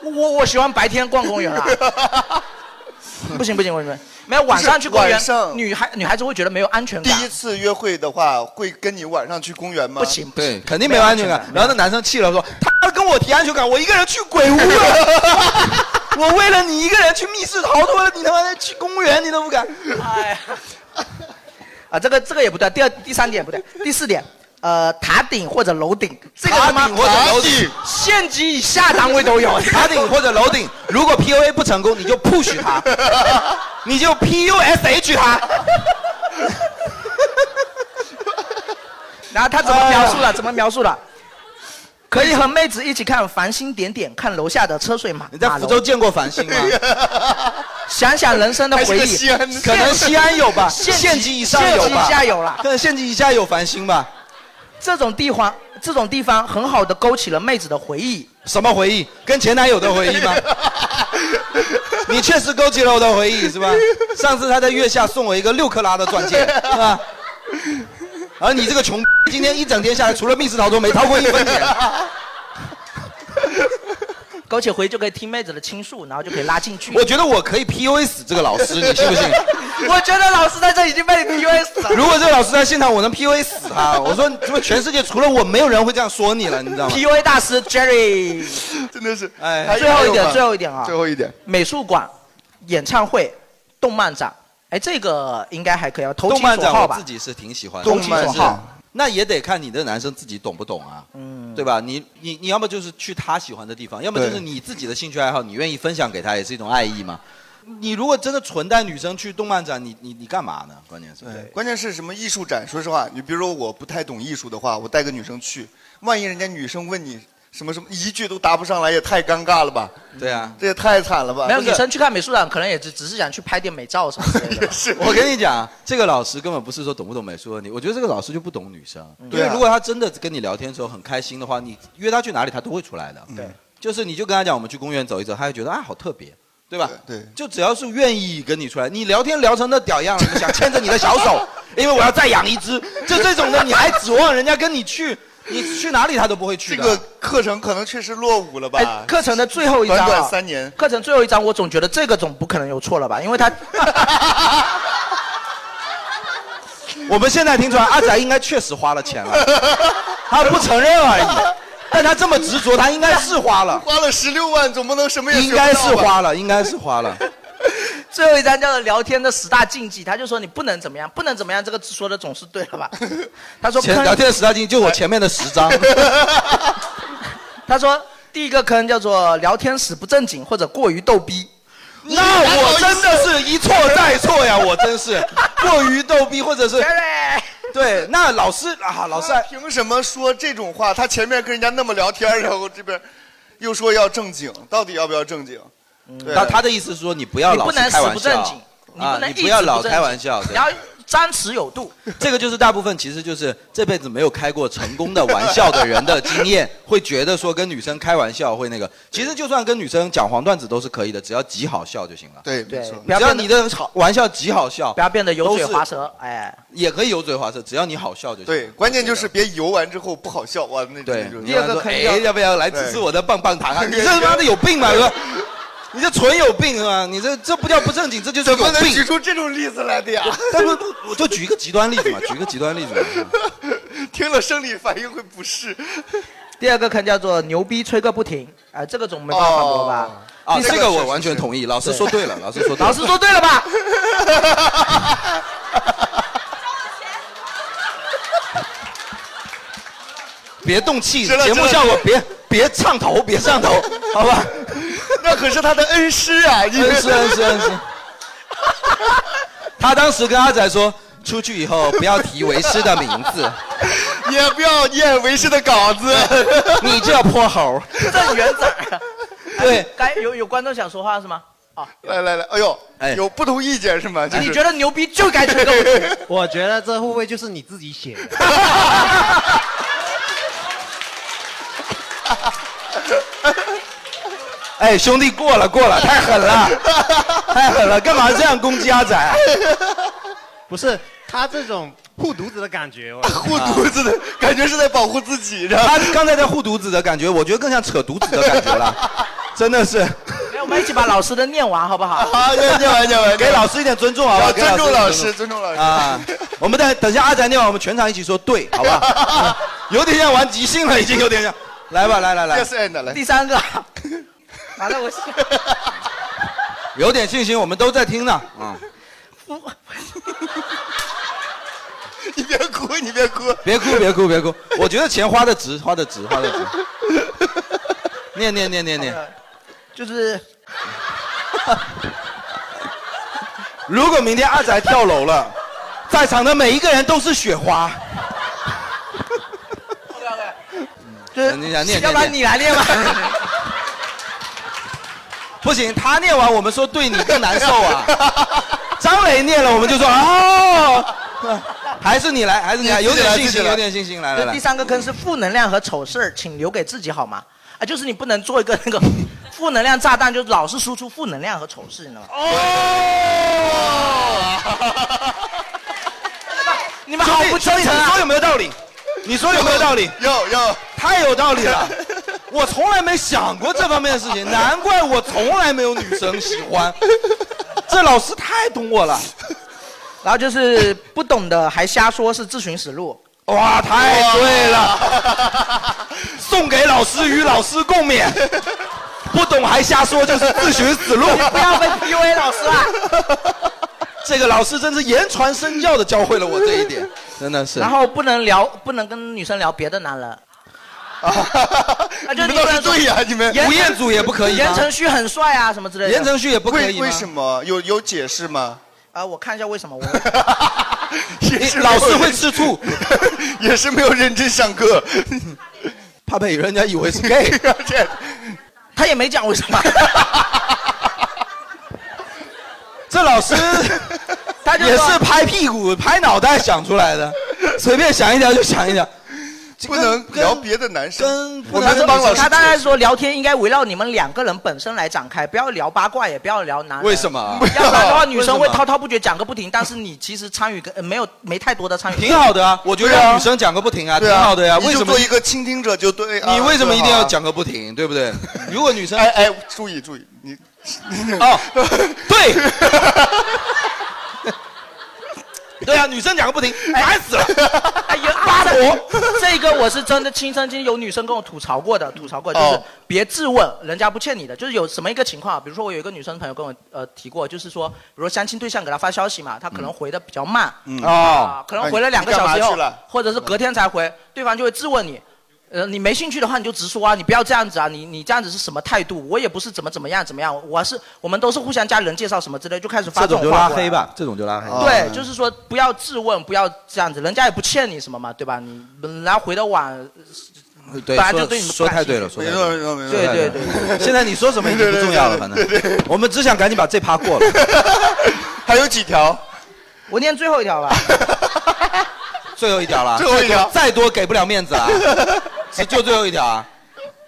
Speaker 1: 我我喜欢白天逛公 园啊。不行不行不行，没有晚上去公园
Speaker 2: 晚，上
Speaker 1: 女孩女孩子会觉得没有安全感。
Speaker 2: 第一次约会的话，会跟你晚上去公园吗？
Speaker 1: 不 行不行
Speaker 3: 对肯定没有安全感。然后那男生气了说：“他跟我提安全感，我一个人去鬼屋了，我为了你一个人去密室逃脱了，你他妈的去公园你都不敢。”
Speaker 1: 哎啊，这个这个也不对，第二第三点不对，第四点，呃，塔顶或者楼顶，这个他妈
Speaker 3: 塔顶或者楼顶，
Speaker 1: 县级以下单位都有，
Speaker 3: 塔顶或者楼顶。如果 PUA 不成功，你就 push 他，你就 PUSH 他。
Speaker 1: 然后他怎么描述
Speaker 3: 哎
Speaker 1: 了？怎么描述了？可以和妹子一起看繁星点点，看楼下的车水马。你
Speaker 3: 在福州见过繁星吗？
Speaker 1: 想想人生的回忆，
Speaker 3: 可能西安有吧，县
Speaker 1: 县
Speaker 3: 级以上有吧，
Speaker 1: 县级以下有了。
Speaker 3: 可能县级以下有繁星吧。
Speaker 1: 这种地方，这种地方很好的勾起了妹子的回忆。
Speaker 3: 什么回忆？跟前男友的回忆吗？你确实勾起了我的回忆，是吧？上次他在月下送我一个六克拉的钻戒，是吧？而你这个穷，今天一整天下来，除了密室逃脱，没掏过一分钱。
Speaker 1: 勾起回忆就可以听妹子的倾诉，然后就可以拉进去。
Speaker 3: 我觉得我可以 PUA 死这个老师，你信不信？
Speaker 1: 我觉得老师在这已经被 PUA 死了。
Speaker 3: 如果这个老师在现场，我能 PUA 死他。我说，怎么全世界除了我，没有人会这样说你了，你知道吗？
Speaker 1: PUA 大师 Jerry，
Speaker 2: 真的是。
Speaker 3: 哎
Speaker 1: 最后
Speaker 2: 还
Speaker 1: 一
Speaker 2: 有
Speaker 1: 点，
Speaker 2: 吗
Speaker 1: 最后一点啊，
Speaker 2: 最后一点，
Speaker 1: 美术馆、演唱会、动漫展，哎，这个应该还可以啊，投
Speaker 3: 动
Speaker 1: 其
Speaker 3: 漫
Speaker 1: 所
Speaker 3: 展
Speaker 1: 好
Speaker 3: 我
Speaker 1: 吧
Speaker 3: 自。己是挺喜欢的，
Speaker 1: 投其所好。
Speaker 3: 那也得看你的男生自己懂不懂啊， 嗯，对吧？你你你要么就是去他喜欢的地方，要么就是
Speaker 2: 对
Speaker 3: 你自己的兴趣爱好，你愿意分享给他，也是一种爱意嘛。你如果真的纯带女生去动漫展，你你你干嘛呢？关键是，
Speaker 2: 关键是什么艺术展？说实话，你比如说我不太懂艺术的话，我带个女生去，万一人家女生问你什么什么，一句都答不上来，也太尴尬了吧？
Speaker 3: 对啊，
Speaker 2: 这也太惨了吧？
Speaker 1: 没有
Speaker 2: 不是
Speaker 1: 女生去看美术展，可能也只只是想去拍点美照什么之 类的吧。
Speaker 2: 是
Speaker 3: 我跟你讲，这个老师根本不是说懂不懂美术问题，我觉得这个老师就不懂女生。因
Speaker 2: 对
Speaker 3: 为
Speaker 2: 啊
Speaker 3: 如果他真的跟你聊天的时候很开心的话，你约他去哪里，他都会出来
Speaker 2: 嗯
Speaker 3: 的。
Speaker 1: 对，
Speaker 3: 就是你就跟他讲，我们去公园走一走，他会觉得啊，好特别，对吧？
Speaker 2: 对对
Speaker 3: 就只要是愿意跟你出来，你聊天聊成那屌样了，你想牵着你的小 手，因为我要再养一只，就这种的，你还指望人家跟你去？你去哪里他都不会去
Speaker 2: 这
Speaker 3: 的。
Speaker 2: 个课程可能确实落伍了吧
Speaker 1: 哎？课程的最后一章、啊，
Speaker 2: 短短三 年，
Speaker 1: 课程最后一章，我总觉得这个总不可能有错了吧？因为他
Speaker 3: 我们现在听出来，阿仔应该确实花了钱了， 他不承认而已。但他这么执着，他应该是花 了，
Speaker 2: 花了十六万，总不能什么也学
Speaker 3: 应
Speaker 2: 不到吧
Speaker 3: 该是花了，应该是花了。
Speaker 1: 最后一章叫做聊天的十大禁忌，他就说你不能怎么样，不能怎么样，这个说的总是对 了吧？他 说
Speaker 3: 前
Speaker 1: 坑
Speaker 3: 聊天的十大禁忌就我前面的十张，
Speaker 1: 他说第一个坑叫做聊天时不正经或者过于逗逼。
Speaker 3: 那我真的是一错再错 呀，我真是过于逗逼，或者是
Speaker 1: Jerry，
Speaker 3: 对。那老师啊，老师还
Speaker 2: 凭什么说这种话？他前面跟人家那么聊天，然后这边又说要正经，到底要不要正经？对
Speaker 3: 嗯他他的意思是说你不要
Speaker 1: 你
Speaker 3: 老
Speaker 1: 不
Speaker 3: 是
Speaker 1: 能
Speaker 3: 开
Speaker 1: 死
Speaker 3: 玩
Speaker 1: 不正
Speaker 3: 笑
Speaker 1: 经，你
Speaker 3: 啊
Speaker 1: 不能一直
Speaker 3: 你不要老
Speaker 1: 不正
Speaker 3: 开
Speaker 1: 经
Speaker 3: 玩笑，啊对
Speaker 1: 然后张弛有度。
Speaker 3: 这个就是大部分其实就是这辈子没有开过成功的玩笑的人的经 验，会觉得说跟女生开玩笑会那个。其实就算跟女生讲黄段子都是可以的，只要极好笑就行了。
Speaker 2: 对，没
Speaker 1: 对
Speaker 2: 错，。
Speaker 1: 不要
Speaker 3: 只要
Speaker 1: 变得
Speaker 3: 你的好玩笑极好笑，
Speaker 1: 不要变得油嘴
Speaker 3: 都是
Speaker 1: 滑舌，哎，
Speaker 3: 也可以油嘴滑舌，只要你好笑就行。
Speaker 2: 对，关键就是别游完之后不好笑哇，那
Speaker 3: 对
Speaker 2: 那。种
Speaker 3: 你要
Speaker 1: 第二个
Speaker 3: 说
Speaker 1: 坑
Speaker 3: 哎
Speaker 1: 叫，
Speaker 3: 要不要来吃吃我的棒棒糖啊？你这他妈的有病 吧？哥，你这纯有病是吧？你这这不叫不正经，这就是有
Speaker 2: 怎么能举
Speaker 3: 病。
Speaker 2: 出这种例子来 的呀？
Speaker 3: 但不，我就举一个极端例子 嘛，举一个极端例子嘛。
Speaker 2: 听了生理反应会不 适。
Speaker 1: 第二个坑叫做牛逼吹个不停，哎，这个总
Speaker 2: 哦
Speaker 1: 没办法反驳吧？
Speaker 3: 啊，
Speaker 1: 第四
Speaker 3: 这个我完全同意，老师说对 了，老师说对了。
Speaker 1: 老师说对了吧？
Speaker 3: 别动气，
Speaker 2: 知道
Speaker 3: 节
Speaker 2: 知道
Speaker 3: 目效果别别上头，别上头，好吧？
Speaker 2: 那可是他的恩师啊，你
Speaker 3: 恩师恩师恩师。啊他当时跟阿仔说，出去以后不要提为师的名字，
Speaker 2: 也不要念为师的稿子，
Speaker 3: 你这 泼猴。
Speaker 1: 这园长啊。
Speaker 3: 对，
Speaker 1: 该有有观众想说话是吗？
Speaker 2: 来来来，哎呦，
Speaker 3: 哎
Speaker 2: 有不同意见是吗？就是
Speaker 1: 你觉得牛逼就该 吹个 舞。
Speaker 6: 我觉得这会不会就是你自己写的？
Speaker 3: 哎，兄弟，过了过了，太狠
Speaker 2: 啊
Speaker 3: 了，太狠了，干嘛这样攻击阿仔？
Speaker 6: 不是他这种护犊子的感觉，我 啊
Speaker 2: 护犊子的感觉是在保护自己，然后
Speaker 3: 他刚才在护犊子的感觉，我觉得更像扯犊子的感觉了，真的是。
Speaker 1: 哎来，我们一起把老师的念完好 不好？
Speaker 2: 啊，念念完念完，
Speaker 3: 给老师一点尊重好不好？
Speaker 2: 要尊重
Speaker 3: 给
Speaker 2: 老
Speaker 3: 一点
Speaker 2: 师，尊重老师
Speaker 3: 啊！我们等等一下阿宅念完，我们全场一起说对，好吧？啊 有点像玩即兴了，已经有点像。来吧，来来来
Speaker 2: ，yes，and 来
Speaker 1: 第，三个，完了我笑。
Speaker 3: 有点信心，我们都在听呢。嗯，
Speaker 2: 你别哭，你别哭，
Speaker 3: 别哭，别哭，别哭。我觉得钱花的值，花的值，花的值。念念念念念，
Speaker 1: 就是
Speaker 3: 如果明天阿宅跳楼了，在场的每一个人都是雪花。
Speaker 2: 啊
Speaker 3: 嗯
Speaker 1: 就是，
Speaker 3: 你想念
Speaker 1: 要不
Speaker 3: 念念
Speaker 1: 然你来念吧。
Speaker 3: 不行，他念完我们说对你更难受啊。张磊念了，我们就说哦，还是你来，还是你来，
Speaker 2: 你
Speaker 3: 有
Speaker 2: 自己
Speaker 3: 点
Speaker 2: 来
Speaker 3: 信
Speaker 2: 自己
Speaker 3: 心，
Speaker 2: 来
Speaker 3: 有点信心，来来
Speaker 1: 就
Speaker 3: 来
Speaker 1: 第。三个坑是负能量和丑事儿，请留给自己好吗？啊，就是你不能做一个那个负能量炸弹，就老是输出负能量和丑事，你知道吗？
Speaker 2: 哦，
Speaker 3: 你们好不真诚啊！你说有没有道理？你说有没有道理？
Speaker 2: 要要，
Speaker 3: 太有道理了！我从来没想过这方面的事情，难怪我从来没有女生喜欢。这老师太懂我了，
Speaker 1: 然后就是不懂的还瞎说是自寻死路。
Speaker 3: 哇，太对了！送给老师与老师共勉，不懂还瞎说就是自寻死路。
Speaker 1: 不要被 PUA 老师啊！
Speaker 3: 这个老师真是言传身教的教会了我这一点，真的是。
Speaker 1: 然后不能聊，不能跟女生聊别的男人。
Speaker 2: 啊
Speaker 1: 就
Speaker 2: 你
Speaker 1: 你
Speaker 2: 们倒
Speaker 1: 不
Speaker 2: 是
Speaker 1: 能说
Speaker 2: 对呀，你们
Speaker 1: 言
Speaker 3: 吴彦祖也不可以
Speaker 1: 言
Speaker 3: 吗？
Speaker 1: 承旭很帅啊，什么之类的。
Speaker 3: 言承旭也不可
Speaker 2: 为
Speaker 3: 以吗？
Speaker 2: 为什么有有解释吗？
Speaker 1: 啊，我看一下为什么我
Speaker 2: 也
Speaker 3: 你
Speaker 2: 是
Speaker 3: 老师
Speaker 2: 没有
Speaker 3: 会吃醋，
Speaker 2: 也是没有认真上课，
Speaker 3: 怕被人家以为是 gay。
Speaker 2: 这
Speaker 1: 他也没讲为什么，
Speaker 3: 这老师
Speaker 1: 他就
Speaker 3: 也
Speaker 1: 说
Speaker 3: 是拍屁股、拍脑袋想出来的，随便想一条就想一条。
Speaker 2: 不能
Speaker 3: 跟
Speaker 2: 聊别的男生
Speaker 3: 跟，
Speaker 2: 我
Speaker 3: 不
Speaker 2: 们
Speaker 3: 能
Speaker 2: 帮老师
Speaker 1: 他大概说聊天应该围绕你们两个人本身来展开，不要聊八卦，也不要聊男人。
Speaker 3: 为什么 啊？
Speaker 1: 要不然的话，女
Speaker 3: 为什
Speaker 1: 生
Speaker 3: 么
Speaker 1: 会滔滔不绝讲个不停，但是你其实参与跟、呃没有没太多的参与。
Speaker 3: 挺好的啊，我觉得
Speaker 2: 对啊
Speaker 3: 让女生讲个不停啊，
Speaker 2: 对
Speaker 3: 挺
Speaker 2: 啊，
Speaker 3: 好的呀。
Speaker 2: 你
Speaker 3: 为
Speaker 2: 就
Speaker 3: 什么
Speaker 2: 做一个倾听者就对啊？
Speaker 3: 你为什么一定要
Speaker 2: 对啊？
Speaker 3: 讲个不停，对不对？如果女生
Speaker 2: 哎哎，注意注意，你
Speaker 3: 哦，对， 对啊，女生讲个不停，烦死了。
Speaker 1: 哎 呀，八婆，这个我是真的亲身经历，有女生跟我吐槽过的，吐槽过就是
Speaker 2: 哦
Speaker 1: 别质问，人家不欠你的。就是有什么一个情况啊，比如说我有一个女生朋友跟我呃提过，就是说，比如说相亲对象给她发消息嘛，她可能回的比较慢，
Speaker 3: 嗯哦，
Speaker 1: 啊，可能回了两个小
Speaker 2: 哎
Speaker 1: 时
Speaker 2: 你
Speaker 1: 以
Speaker 2: 干嘛
Speaker 1: 后
Speaker 2: 去了，
Speaker 1: 或者是隔天才回，对方就会质问你。呃，你没兴趣的话，你就直说啊，你不要这样子啊，你你这样子是什么态度？我也不是怎么怎么样怎么样，我是我们都是互相家人介绍什么之类，就开始发这种话过来。
Speaker 3: 吧，这种就拉黑
Speaker 2: 哎
Speaker 1: 对，就是说不要质问，不要这样子，人家也不欠你什么嘛，对吧？你人家回的晚，
Speaker 3: 对，
Speaker 1: 本来就
Speaker 3: 说
Speaker 1: 对你们
Speaker 3: 说
Speaker 1: 不感
Speaker 3: 太
Speaker 1: 兴
Speaker 3: 对
Speaker 1: 趣
Speaker 3: 了，说
Speaker 2: 没
Speaker 3: 太
Speaker 2: 错
Speaker 3: 了
Speaker 2: 没错没错，
Speaker 1: 对对对，
Speaker 3: 现在你说什么已经不重要了，反正我们只想赶紧把这趴过了。
Speaker 2: 还有几条？
Speaker 1: 我念最后一 条吧。
Speaker 3: 最后一条了，
Speaker 2: 最后一条
Speaker 3: 再多给不了面子啊，就就最后一条啊。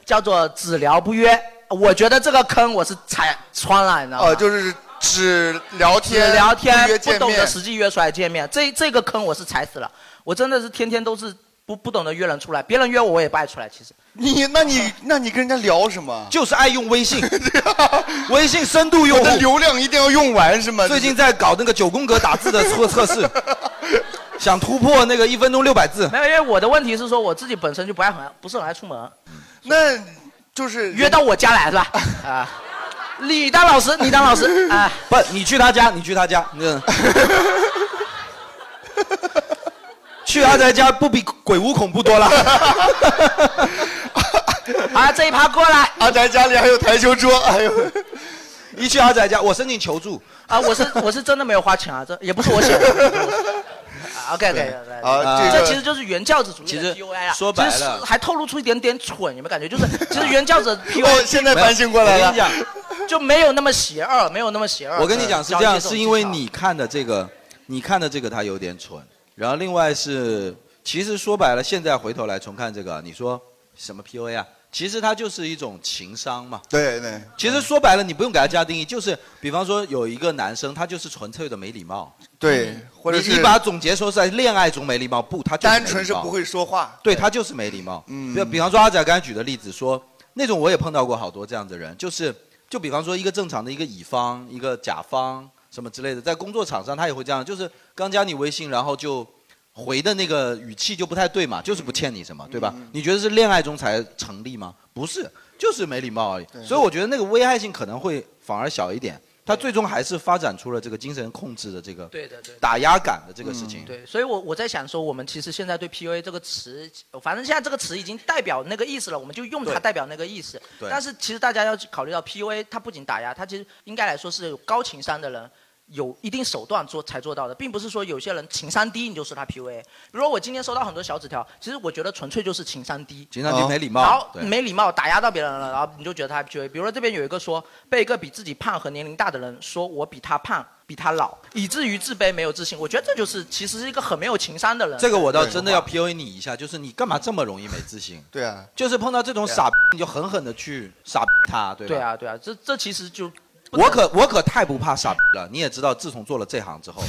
Speaker 1: 叫做只聊不约。我觉得这个坑我是踩穿了，你知道吗？
Speaker 2: 哦，就是只聊
Speaker 1: 只
Speaker 2: 天，
Speaker 1: 聊天
Speaker 2: 不约，
Speaker 1: 不
Speaker 2: 见
Speaker 1: 懂得
Speaker 2: 面，
Speaker 1: 实际约出来见面，这这个坑我是踩死了。我真的是天天都是不不懂得约人出来，别人约我我也不爱出来。其实
Speaker 2: 你那你那你跟人家聊什么？
Speaker 3: 就是爱用微 信，微信深度用
Speaker 2: 我的
Speaker 3: 户。
Speaker 2: 流量一定要用完是吗？
Speaker 3: 最近在搞那个九宫格打字的 测测试，想突破那个一分钟六百字。
Speaker 1: 没有，因为我的问题是说我自己本身就不爱很不是很爱出门，
Speaker 2: 那就是
Speaker 1: 约到我家来是吧？啊，你当老师，你当老师啊，
Speaker 3: 不， 你去他家，你去他家，嗯。去阿宅家不比鬼屋恐怖多了。
Speaker 1: 啊，这一趴过来。
Speaker 2: 阿宅家里还有台球桌，哎呦，
Speaker 3: 一去阿宅家，我申请求助。
Speaker 1: 啊，我是我是真的没有花钱啊，这也不是我写的。OK OK，
Speaker 3: 啊这
Speaker 1: 这
Speaker 3: 个
Speaker 1: 其实就是原教旨主义的 PUA 啊。
Speaker 3: 说白了
Speaker 1: 其实还透露出一点点蠢，有没有感觉？就是其实原教旨
Speaker 2: 哦
Speaker 1: PUA
Speaker 2: 现在反省过来了。
Speaker 3: 我跟你讲，
Speaker 1: 就没有那么邪恶，没有那么邪
Speaker 2: 啊
Speaker 1: 恶。
Speaker 3: 我跟你讲是这
Speaker 1: 交易
Speaker 2: 呃
Speaker 3: 样，
Speaker 1: 种
Speaker 3: 是因为
Speaker 1: 技巧
Speaker 3: 你看的这个，你看的这个他有点蠢，然后另外是，其实说白了，现在回头来重看这个，你说什么 PUA 啊？其实它就是一种情商嘛。
Speaker 2: 对对，
Speaker 3: 其实说白了，你不用给他加定义，就是比方说有一个男生，他就是纯粹的没礼貌。
Speaker 2: 对，或者
Speaker 3: 你你
Speaker 2: 是
Speaker 3: 把它总结说是在恋爱中没礼貌，不，他就是没礼
Speaker 2: 单
Speaker 3: 貌
Speaker 2: 纯是不会说话。
Speaker 3: 对他就是没礼貌。
Speaker 2: 嗯
Speaker 3: 嗯，比比方说阿仔刚才举的例子说，那种我也碰到过好多这样的人，就是就比方说一个正常的一个乙方，一个甲方什么之类的，在工作场上他也会这样，就是刚加你微信，然后就回的那个语气就不太对嘛，就是不欠你什么，对吧？你觉得是恋爱中才成立吗？不是，就是没礼貌而已。所以我觉得那个危害性可能会反而小一点。他最终还是发展出了这个精神控制的这个
Speaker 1: 对的对的嗯
Speaker 3: 打压感的这个事情。
Speaker 1: 对，所以我我在想说，我们其实现在对 PUA 这个词，反正现在这个词已经代表那个意思了，我们就用它
Speaker 3: 对
Speaker 1: 代表那个意思。
Speaker 3: 对
Speaker 1: 但是其实大家要考虑到 PUA，它不仅打压，它其实应该来说是有高情商的人。有一定手段做才做到的，并不是说有些人情商低你就说他 PUA。比如说我今天收到很多小纸条，其实我觉得纯粹就是情商低，哦
Speaker 3: 情商低没礼貌
Speaker 1: 然后
Speaker 3: 对
Speaker 1: 没礼貌打压到别人了，然后你就觉得他 PUA。比如说这边有一个说被一个比自己胖和年龄大的人说我比他胖比他老，以至于自卑没有自信。我觉得这就是其实是一个很没有情商的人。
Speaker 3: 这个我倒真的要 PUA 你一下，就是你干嘛这么容易没自信？
Speaker 2: 对啊，
Speaker 3: 就是碰到这种傻逼，你就狠狠的去傻逼他，对吧？
Speaker 1: 啊对啊对啊，这这其实就不能
Speaker 3: 我可我可太不怕傻逼了，你也知道，自从做了这行 之后，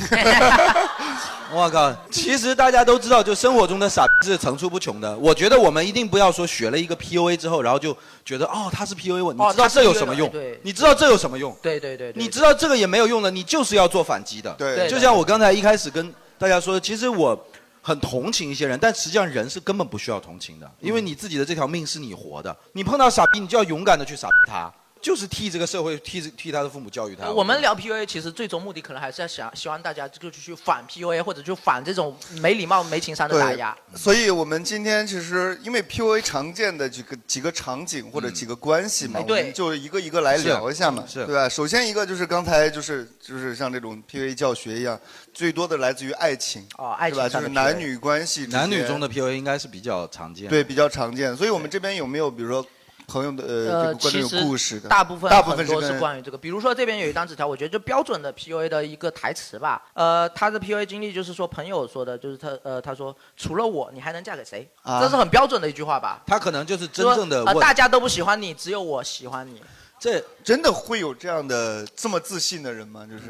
Speaker 3: 我靠，其实大家都知道，就生活中的傻逼是层出不穷的。我觉得我们一定不要说学了一个 PUA 之后，然后就觉得哦他是 PUA 我，你知道
Speaker 1: 他是
Speaker 3: 这有
Speaker 1: PUA
Speaker 3: 什么用
Speaker 1: 我对？
Speaker 3: 你知道这有什么用？
Speaker 1: 对对对对，
Speaker 3: 你知道这个也没有用的，你就是要做反击的。
Speaker 2: 对对
Speaker 3: 就像我刚才一开始跟大家说，其实我很同情一些人，但实际上人是根本不需要同情的，因为你自己的这条命是你活的，你碰到傻逼，你就要勇敢的去傻逼他，就是替这个社会，替替他的父母教育他。
Speaker 1: 我们聊 PUA，其实最终目的可能还是要想希望大家就去反 PUA，或者就反这种没礼貌、没情商的打
Speaker 2: 对
Speaker 1: 压。，
Speaker 2: 嗯所以我们今天其实因为 PUA 常见的几个几个场景或者几个关系嘛，
Speaker 1: 哎
Speaker 2: 我
Speaker 1: 对
Speaker 2: 们就一个一个来聊一下嘛，
Speaker 3: 是是
Speaker 2: 对吧？首先一个就是刚才就是就是像这种 PUA 教学一样，最多的来自于爱情，
Speaker 1: 哦爱情
Speaker 2: 对吧？就
Speaker 1: 上的
Speaker 2: 是
Speaker 1: PUA
Speaker 2: 男女关系之间，
Speaker 3: 男女中的 PUA 应该是比较常见的。
Speaker 2: 对比较常见。所以我们这边有没有比如说朋友的呃这个观众
Speaker 1: 其
Speaker 2: 有
Speaker 1: 实
Speaker 2: 故事的？
Speaker 1: 大部分
Speaker 2: 大部分
Speaker 1: 很多
Speaker 2: 跟
Speaker 1: 是关于这个。比如说这边有一张纸条，我觉得就标准的 PUA 的一个台词吧。呃，他的 PUA 经历就是说朋友说的，就是他呃他说除了我，你还能嫁给谁？
Speaker 2: 啊
Speaker 1: 这是很标准的一句话吧。
Speaker 3: 他可能就是真
Speaker 1: 说
Speaker 3: 正的
Speaker 1: 呃，
Speaker 3: 问，
Speaker 1: 大家都不喜欢你，只有我喜欢你。
Speaker 3: 这
Speaker 2: 真的会有这样的这么自信的人吗？就是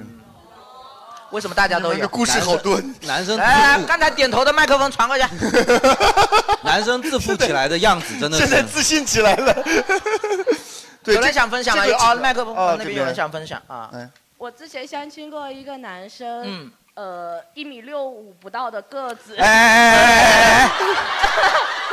Speaker 1: 为什么大家嗯都
Speaker 2: 这个
Speaker 1: 有？
Speaker 2: 故事好多，
Speaker 3: 男生自
Speaker 1: 哎，
Speaker 3: 负，
Speaker 1: 刚才点头的麦克风传过去。
Speaker 3: 男生自负起来的样子真的
Speaker 2: 现在
Speaker 3: 是。
Speaker 2: 自信起来了。对，
Speaker 1: 有人
Speaker 2: 这
Speaker 1: 想分享吗？
Speaker 2: 这个
Speaker 1: 啊，麦克风
Speaker 2: 哦
Speaker 1: 那
Speaker 2: 这
Speaker 1: 边
Speaker 2: 边哎
Speaker 1: 有人想分享啊。
Speaker 8: 我之前相亲过一个男生，
Speaker 1: 嗯
Speaker 8: 呃，一米六五不到的个子，
Speaker 3: 哎哎哎哎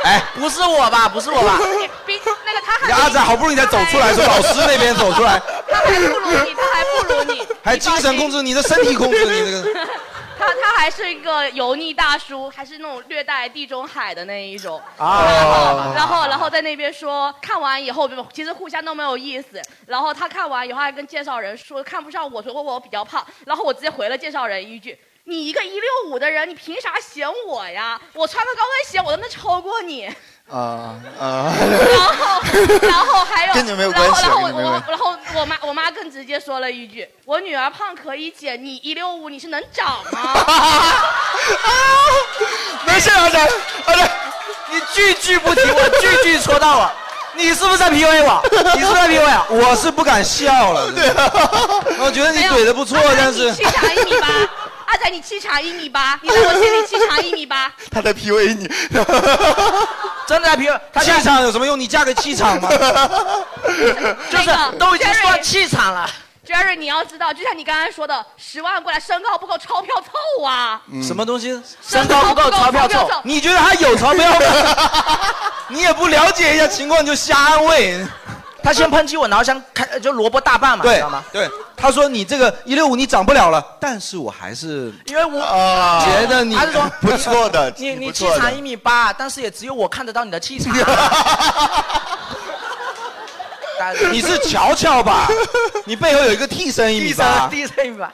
Speaker 3: 哎
Speaker 1: 不是我吧？不是我吧？
Speaker 8: 比那个他
Speaker 3: 哎！
Speaker 8: 还
Speaker 3: 鸭子好不容易才走出来，从老师那边走出来，
Speaker 8: 他还不如你，他还不如你，
Speaker 3: 还
Speaker 8: 你放
Speaker 3: 精神控
Speaker 8: 心，
Speaker 3: 制你的身体控制你这 个。
Speaker 8: 他他还是一个油腻大叔，还是那种略带地中海的那一种。
Speaker 3: 哦
Speaker 1: 啊。
Speaker 8: 然后，然后在那边说看完以后，其实互相都没有意思。然后他看完以后还跟介绍人说看不上我，说我比较胖。然后我直接回了介绍人一句：“你一个一六五的人，你凭啥嫌我呀？我穿个高跟鞋我都能超过你。”
Speaker 2: 啊 啊！
Speaker 8: 然后，然后还有，
Speaker 2: 跟你没有关系啊
Speaker 8: 然后，
Speaker 2: 跟
Speaker 8: 然
Speaker 2: 你没
Speaker 8: 后我
Speaker 2: 有
Speaker 8: 我然后我妈我妈更直接说了一句：“我女儿胖可以减，你一六五你是能长 吗
Speaker 2: 没事，阿仔，阿仔，
Speaker 1: 你句句不提我，句句戳到我。你是不是在 PUA 我？你是不是在 PUA 我？
Speaker 3: 啊我是不敢笑了。对、我觉得？”你
Speaker 8: 没有
Speaker 3: 怼的不错
Speaker 8: 阿，
Speaker 3: 但
Speaker 8: 仔你
Speaker 3: 是
Speaker 8: 气 场一米八，阿仔你气场一米八，你在我心里气场一米八。
Speaker 2: 他在 PUA 你。
Speaker 1: 真的在 PUA，他
Speaker 3: 气
Speaker 1: 现在
Speaker 3: 场有什么用？你嫁给气场吗？
Speaker 1: 就是都已经说气场了。
Speaker 8: Jerry，你要知道，就像你刚刚说的，十万过来，身高不够，钞票凑啊！
Speaker 3: 什么东西？
Speaker 1: 身高不够，钞票
Speaker 8: 钞
Speaker 1: 重。
Speaker 8: 票
Speaker 3: 你 觉得他有钞票吗？你也不了解一下情况就瞎安慰。
Speaker 1: 他先抨击我，然后先开就萝卜大半嘛，你知
Speaker 7: 对
Speaker 1: 道吗？
Speaker 7: 对，他说你这个一六五你长不了啊了，但是我还是
Speaker 1: 因为我、
Speaker 7: 觉得你
Speaker 1: 他是说
Speaker 7: 不错的
Speaker 1: 你
Speaker 7: 你
Speaker 1: 你
Speaker 7: 不
Speaker 1: 气
Speaker 7: 错的
Speaker 1: 场一米八，但是也只有我看得到你的 气场。大家
Speaker 7: 你是乔乔 吧？你背后有一个替身一米八，
Speaker 1: 地上一米八。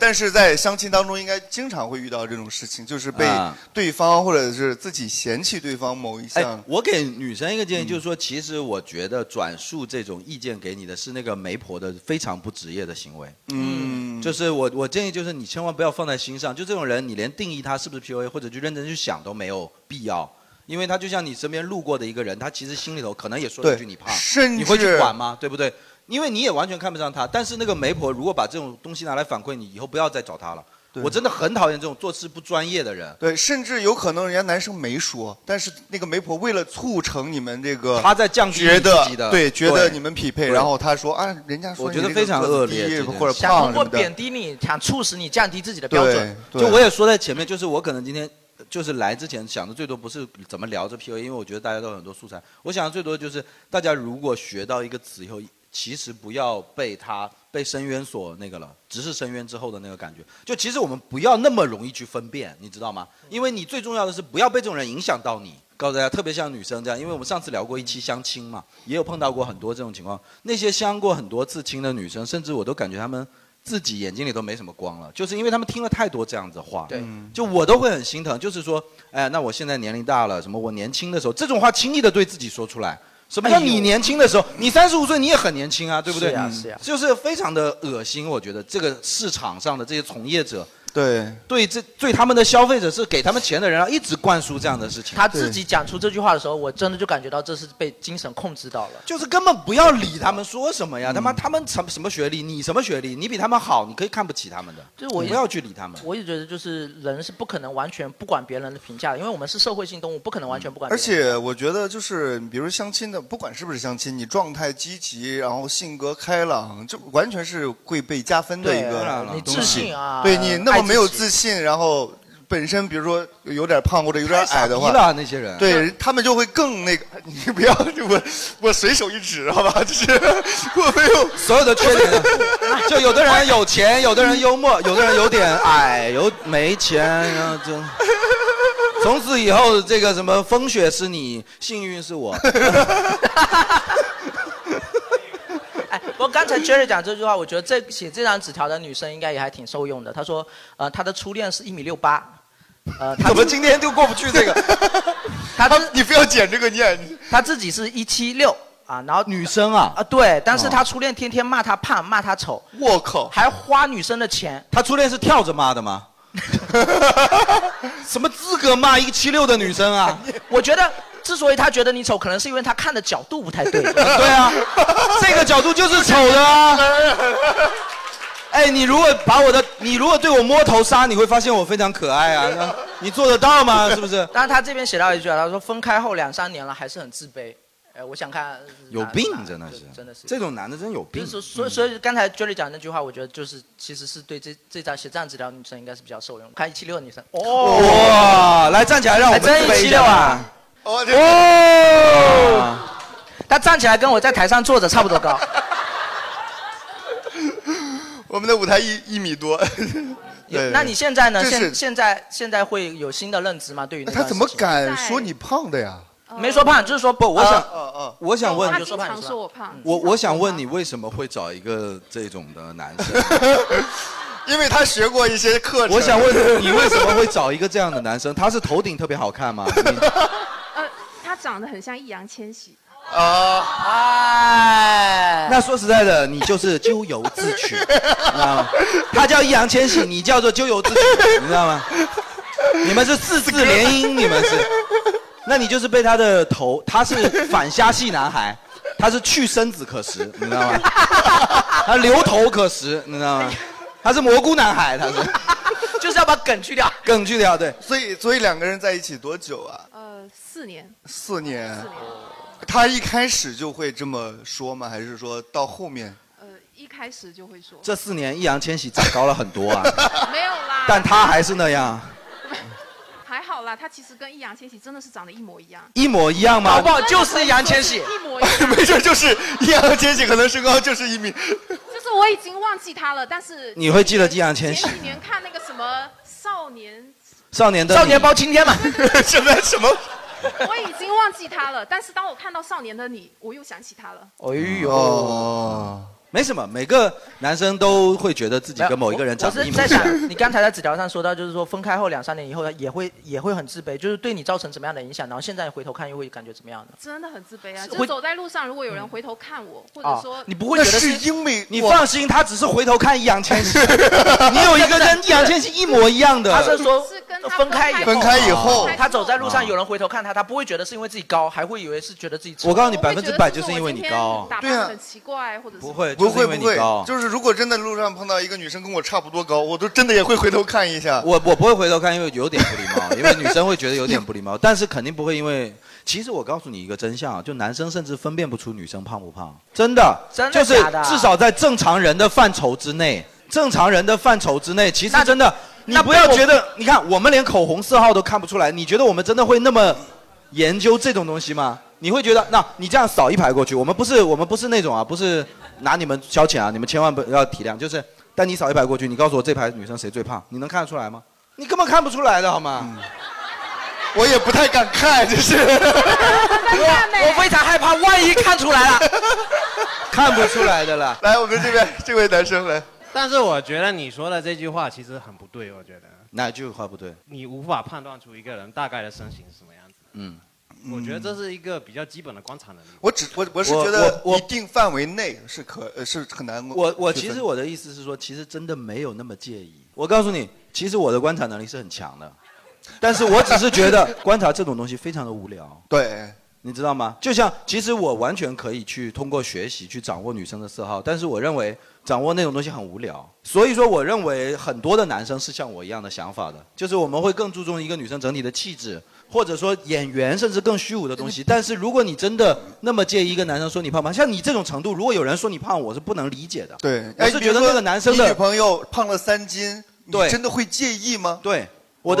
Speaker 2: 但是在相亲当中，应该经常会遇到这种事情，就是被
Speaker 3: 啊
Speaker 2: 对方或者是自己嫌弃对方某一项
Speaker 3: 哎，。我给女生一个
Speaker 7: 嗯
Speaker 3: 建议，就是说，其实我觉得转述这种意见给你的是那个媒婆的非常不职业的行为。
Speaker 2: 嗯
Speaker 3: 嗯，就是我我建议就是你千万不要放在心上，就这种人，你连定义他是不是 PUA 或者去认真去想都没有必要。因为他就像你身边路过的一个人，他其实心里头可能也说了一句
Speaker 2: 对
Speaker 3: 你胖，
Speaker 2: 甚至
Speaker 3: 你会去管吗？对不对？因为你也完全看不上他，但是那个媒婆如果把这种东西拿来反馈你，以后不要再找他了。
Speaker 2: 对
Speaker 3: 我真的很讨厌这种做事不专业的人。
Speaker 2: 对，甚至有可能人家男生没说，但是那个媒婆为了促成你们这个，
Speaker 3: 她在降低
Speaker 2: 觉
Speaker 3: 你
Speaker 2: 得
Speaker 3: 自己的
Speaker 2: 对，觉得
Speaker 3: 对
Speaker 2: 你们匹配，
Speaker 3: 对
Speaker 2: 然后他说啊，人家说
Speaker 3: 我
Speaker 2: 你
Speaker 3: 觉得
Speaker 2: 这个
Speaker 3: 非常
Speaker 2: 个子
Speaker 3: 恶劣
Speaker 2: 低
Speaker 3: 这件
Speaker 2: 或者
Speaker 3: 事
Speaker 1: 想
Speaker 2: 胖
Speaker 1: 通
Speaker 2: 什
Speaker 1: 过
Speaker 2: 么的
Speaker 1: 贬。低你，想促使你降低自己的标准。
Speaker 2: 对
Speaker 3: 就我也说在前面，就是我可能今天呃就是来之前想的最多不是怎么聊这 PUA，因为我觉得大家都有很多素材。我想的最多就是大家如果学到一个词以后，其实不要被它被深渊所那个了，直视深渊之后的那个感觉。就其实我们不要那么容易去分辨，你知道吗？因为你最重要的是不要被这种人影响到你。告诉大家，特别像女生这样，因为我们上次聊过一期相亲嘛，也有碰到过很多这种情况。那些相过很多次亲的女生，甚至我都感觉她们自己眼睛里都没什么光了，就是因为他们听了太多这样子的话。
Speaker 1: 对
Speaker 3: 就我都会很心疼，就是说，哎，那我现在年龄大了，什么我年轻的时候，这种话轻易的对自己说出来。什么
Speaker 1: 哎
Speaker 3: 叫你年轻的时候？你三 十五岁，你也很年轻啊，对不对？
Speaker 1: 是呀是呀
Speaker 3: 就是非常的恶心，我觉得这个市场上的这些从业者，
Speaker 2: 对
Speaker 3: 对这对他们的消费者是给他们钱的人，然后啊一直灌输这样的事情。
Speaker 1: 他自己讲出这句话的时候，我真的就感觉到这是被精神控制到了。
Speaker 3: 就是根本不要理他们说什
Speaker 1: 嗯
Speaker 3: 么呀，他妈他们什么什么学历，你什么学历，你比他们好，你可以看不起他们的，
Speaker 1: 就是我
Speaker 3: 你不要去理他们。
Speaker 1: 我一直觉得，就是人是不可能完全不管别人的评价的，因为我们是社会性动物，不可能完全不管别
Speaker 2: 而
Speaker 1: 人。
Speaker 2: 且我觉得就是，比如相亲的，不管是不是相亲，你状态积极，然后性格开朗，就完全是会被加分的一
Speaker 1: 对当然
Speaker 2: 个
Speaker 1: 了你
Speaker 2: 东
Speaker 1: 自
Speaker 2: 西
Speaker 1: 信啊
Speaker 2: 对你那
Speaker 1: 爱
Speaker 2: 么
Speaker 1: 自
Speaker 2: 没有
Speaker 1: 己
Speaker 2: 自信，然后本身比如说有点胖或者有点矮的话，
Speaker 3: 太傻逼了那些人
Speaker 2: 对他们就会更那个。你不要我我随手一指，好吧？ 就是我没有
Speaker 3: 所有的缺点，啊 就有的人有钱，有的人幽默， 有的人有点矮，有没钱，然后 就。从此以后，这个什么风雪是你，幸运是 我。
Speaker 1: 哎， 不过刚才 Jerry 讲这句话，我觉得这写这张纸条的女生应该也还挺受用的。她说，呃，她的初恋是一米六八，呃，她
Speaker 7: 怎么今天就过不去这个？
Speaker 1: 她自
Speaker 2: 你不要捡这个念。
Speaker 1: 她自己是一七六啊，然后
Speaker 3: 女生啊，
Speaker 1: 啊对，但是她初恋天天骂她胖，骂她丑，
Speaker 2: 我靠！
Speaker 1: 还花女生的钱，
Speaker 3: 她初恋是跳着骂的 吗？什么资格骂一个七六的女生啊？
Speaker 1: 我觉得。之所以她觉得你丑，可能是因为她看的角度不太 对。
Speaker 3: 对啊， 这个角度就是丑的啊。哎，你如果把我的，你如果对我摸头杀，你会发现我非常可爱啊。 那你做得到吗？是不是？
Speaker 1: 但是她这边写到一句啊，她说分开后两三年了，还是很自卑。哎，我想看
Speaker 3: 有
Speaker 1: 哪
Speaker 3: 病
Speaker 1: 哪，
Speaker 3: 真的是，
Speaker 1: 真的是
Speaker 3: 这种男的真有病
Speaker 1: 就是。说，所以所以刚才 Jerry 讲那句话，我觉得就是其实是对这这张写这样子的女生应该是比较受用的。看一七六的女生，哦，
Speaker 7: 哇，来站起来，让我
Speaker 1: 还
Speaker 7: 们自
Speaker 1: 真
Speaker 7: 卑
Speaker 1: 一七
Speaker 7: 下
Speaker 1: 六啊！！
Speaker 2: 哦，
Speaker 7: 哦，
Speaker 1: 她站起来跟我在台上坐着差不多高。
Speaker 2: 我们的舞台一一米多。对
Speaker 1: 那你现在呢？
Speaker 2: 这是
Speaker 1: 现现在现在会有新的认知吗？对于
Speaker 3: 哎
Speaker 1: 那
Speaker 2: 他
Speaker 1: 段
Speaker 2: 怎么
Speaker 1: 事情？
Speaker 2: 敢说你胖的呀？
Speaker 1: 没说胖，就是说呃不，
Speaker 3: 我想，
Speaker 2: 哦哦，
Speaker 3: 我想问
Speaker 4: 他
Speaker 1: 你
Speaker 4: 经
Speaker 1: 就说吧
Speaker 4: 常
Speaker 1: 你说吧
Speaker 4: 说我胖，
Speaker 3: 我我想问你，为什么会找一个这种的男生？
Speaker 2: 因为他学过一些课程。
Speaker 3: 我想问你，为什么会找一个这样的男生？他是头顶特别好看 吗？你
Speaker 9: 呃，他长得很像易烊千玺，呃
Speaker 2: 啊，
Speaker 1: 哎，
Speaker 3: 那说实在的，你就是咎由自 取啊！他叫易烊千玺，你叫做咎由自取，你知道吗？你们是四字联姻，你们是，那你就是被他的头，他是反虾系男孩，他是去生子可食，你知道吗？他留头可食，你知道吗？他是蘑菇男孩，他是
Speaker 1: 就是要把梗去掉。
Speaker 3: 梗去掉，对，
Speaker 2: 所以所以两个人在一起多久啊？
Speaker 9: 呃，四年，
Speaker 2: 四年
Speaker 9: 四。年，
Speaker 2: 他一开始就会这么说吗？还是说到后面？
Speaker 9: 呃，一开始就会说，
Speaker 3: 这四年 易烊千玺长高了很多啊，
Speaker 9: 没有啦，
Speaker 3: 但他还是那样。
Speaker 9: 还好有啦，他其实跟易烊千玺真的是长得一模一样。
Speaker 3: 一模一样吗？
Speaker 9: 好不好就是易烊千玺一模一样没事
Speaker 2: 就是易烊千玺可能身高就是一米。
Speaker 9: 就是我已经忘记他了，但是
Speaker 3: 你会记得易烊千玺
Speaker 9: 前几年看那个什么少年，
Speaker 3: 少年的
Speaker 1: 少年包青天嘛，
Speaker 2: 什么什么？
Speaker 9: 我已经忘记他了，但是当我看到少年的你，我又想起他了。
Speaker 1: 哎
Speaker 3: 呦，哦没什么，每个男生都会觉得自己跟某一个人
Speaker 1: 我
Speaker 3: 长得
Speaker 1: 是
Speaker 3: 一模
Speaker 1: 在
Speaker 3: 一样。
Speaker 1: 想，你刚才在纸条上说到，就是说分开后两三年以后也会也会很自卑，就是对你造成怎么样的影响，然后现在回头看又会感觉怎么样的？
Speaker 9: 真的很自卑啊！
Speaker 1: 是
Speaker 9: 就
Speaker 1: 会
Speaker 9: 走在路上，如果有人回头看我，或
Speaker 1: 啊
Speaker 9: 者说、
Speaker 3: 嗯你不会觉得
Speaker 2: 那是因为
Speaker 3: 你放心，他只是回头看易烊 千玺， 你有一个跟易烊千玺一模一样的。
Speaker 1: 他是说分开以后，
Speaker 3: 分开以后啊
Speaker 1: 他走在路上有人回头看他，他不会觉得是因为自己高，还会以为是觉得自己丑。
Speaker 3: 我告诉你，百分之百 就是因为你高。
Speaker 9: 打扮得很奇怪，或者是
Speaker 3: 不会，
Speaker 2: 不
Speaker 3: 就是
Speaker 2: 会
Speaker 3: 因为
Speaker 2: 不
Speaker 3: 你
Speaker 2: 会
Speaker 3: 高，
Speaker 2: 就是如果真的路上碰到一个女生跟我差不多高，我都真的也会回头看一下。
Speaker 3: 我我不会回头看，因为有点不礼貌，因为女生会觉得有点不礼貌，但 是肯定不会因为。其实我告诉你一个真相啊，就男生甚至分辨不出女生胖不胖，真的，
Speaker 1: 真的
Speaker 3: 就是
Speaker 1: 假的啊
Speaker 3: 至少在正常人的范畴之内，正常人的范畴之内，其实真的，你不要觉得，你看我们连口红色号都看不出来，你觉得我们真的会那么研究这种东西吗？你会觉得，那你这样扫一排过去，我们不是我们不是那种啊，不是拿你们消遣啊，你们千万不要体谅，就是，但你扫一排过去，你告诉我这排女生谁最胖，你能看得出来吗？你根本看不出来的好吗？
Speaker 2: 我也不太敢看，就是
Speaker 3: 啊
Speaker 1: 啊我非常害怕，万一看出来了，
Speaker 3: 看不出来的啦。
Speaker 2: 来，我们这边这位男生来，
Speaker 6: 但是我觉得你说的这句话其实很不对，我觉得
Speaker 3: 哪句话不对？
Speaker 6: 你无法判断出一个人大概的身形是什么样子。
Speaker 3: 嗯，
Speaker 6: 我觉得这是一个比较基本的观察能力。
Speaker 2: 我只我我是觉得一定范围内是可呃是很难。
Speaker 3: 我我其实我的意思是说，其实真的没有那么介意。我告诉你，其实我的观察能力是很强的，但是我只是觉得观察这种东西非常的无聊。
Speaker 2: 对，
Speaker 3: 你知道吗？就像其实我完全可以去通过学习去掌握女生的色号，但是我认为掌握那种东西很无聊。所以说，我认为很多的男生是像我一样的想法的，就是我们会更注重一个女生整体的气质，或者说演员，甚至更虚无的
Speaker 2: 嗯
Speaker 3: 东西。但是如果你真的那么介意一个男生说你胖吗？像你这种程度，如果有人说你胖，我是不能理解的。
Speaker 2: 对，
Speaker 3: 我
Speaker 2: 哎
Speaker 3: 是觉得那个男生
Speaker 2: 你比如说你女
Speaker 3: 的，
Speaker 2: 朋友胖了三斤，你
Speaker 3: 对
Speaker 2: 真的会介意吗？
Speaker 3: 对，
Speaker 6: 我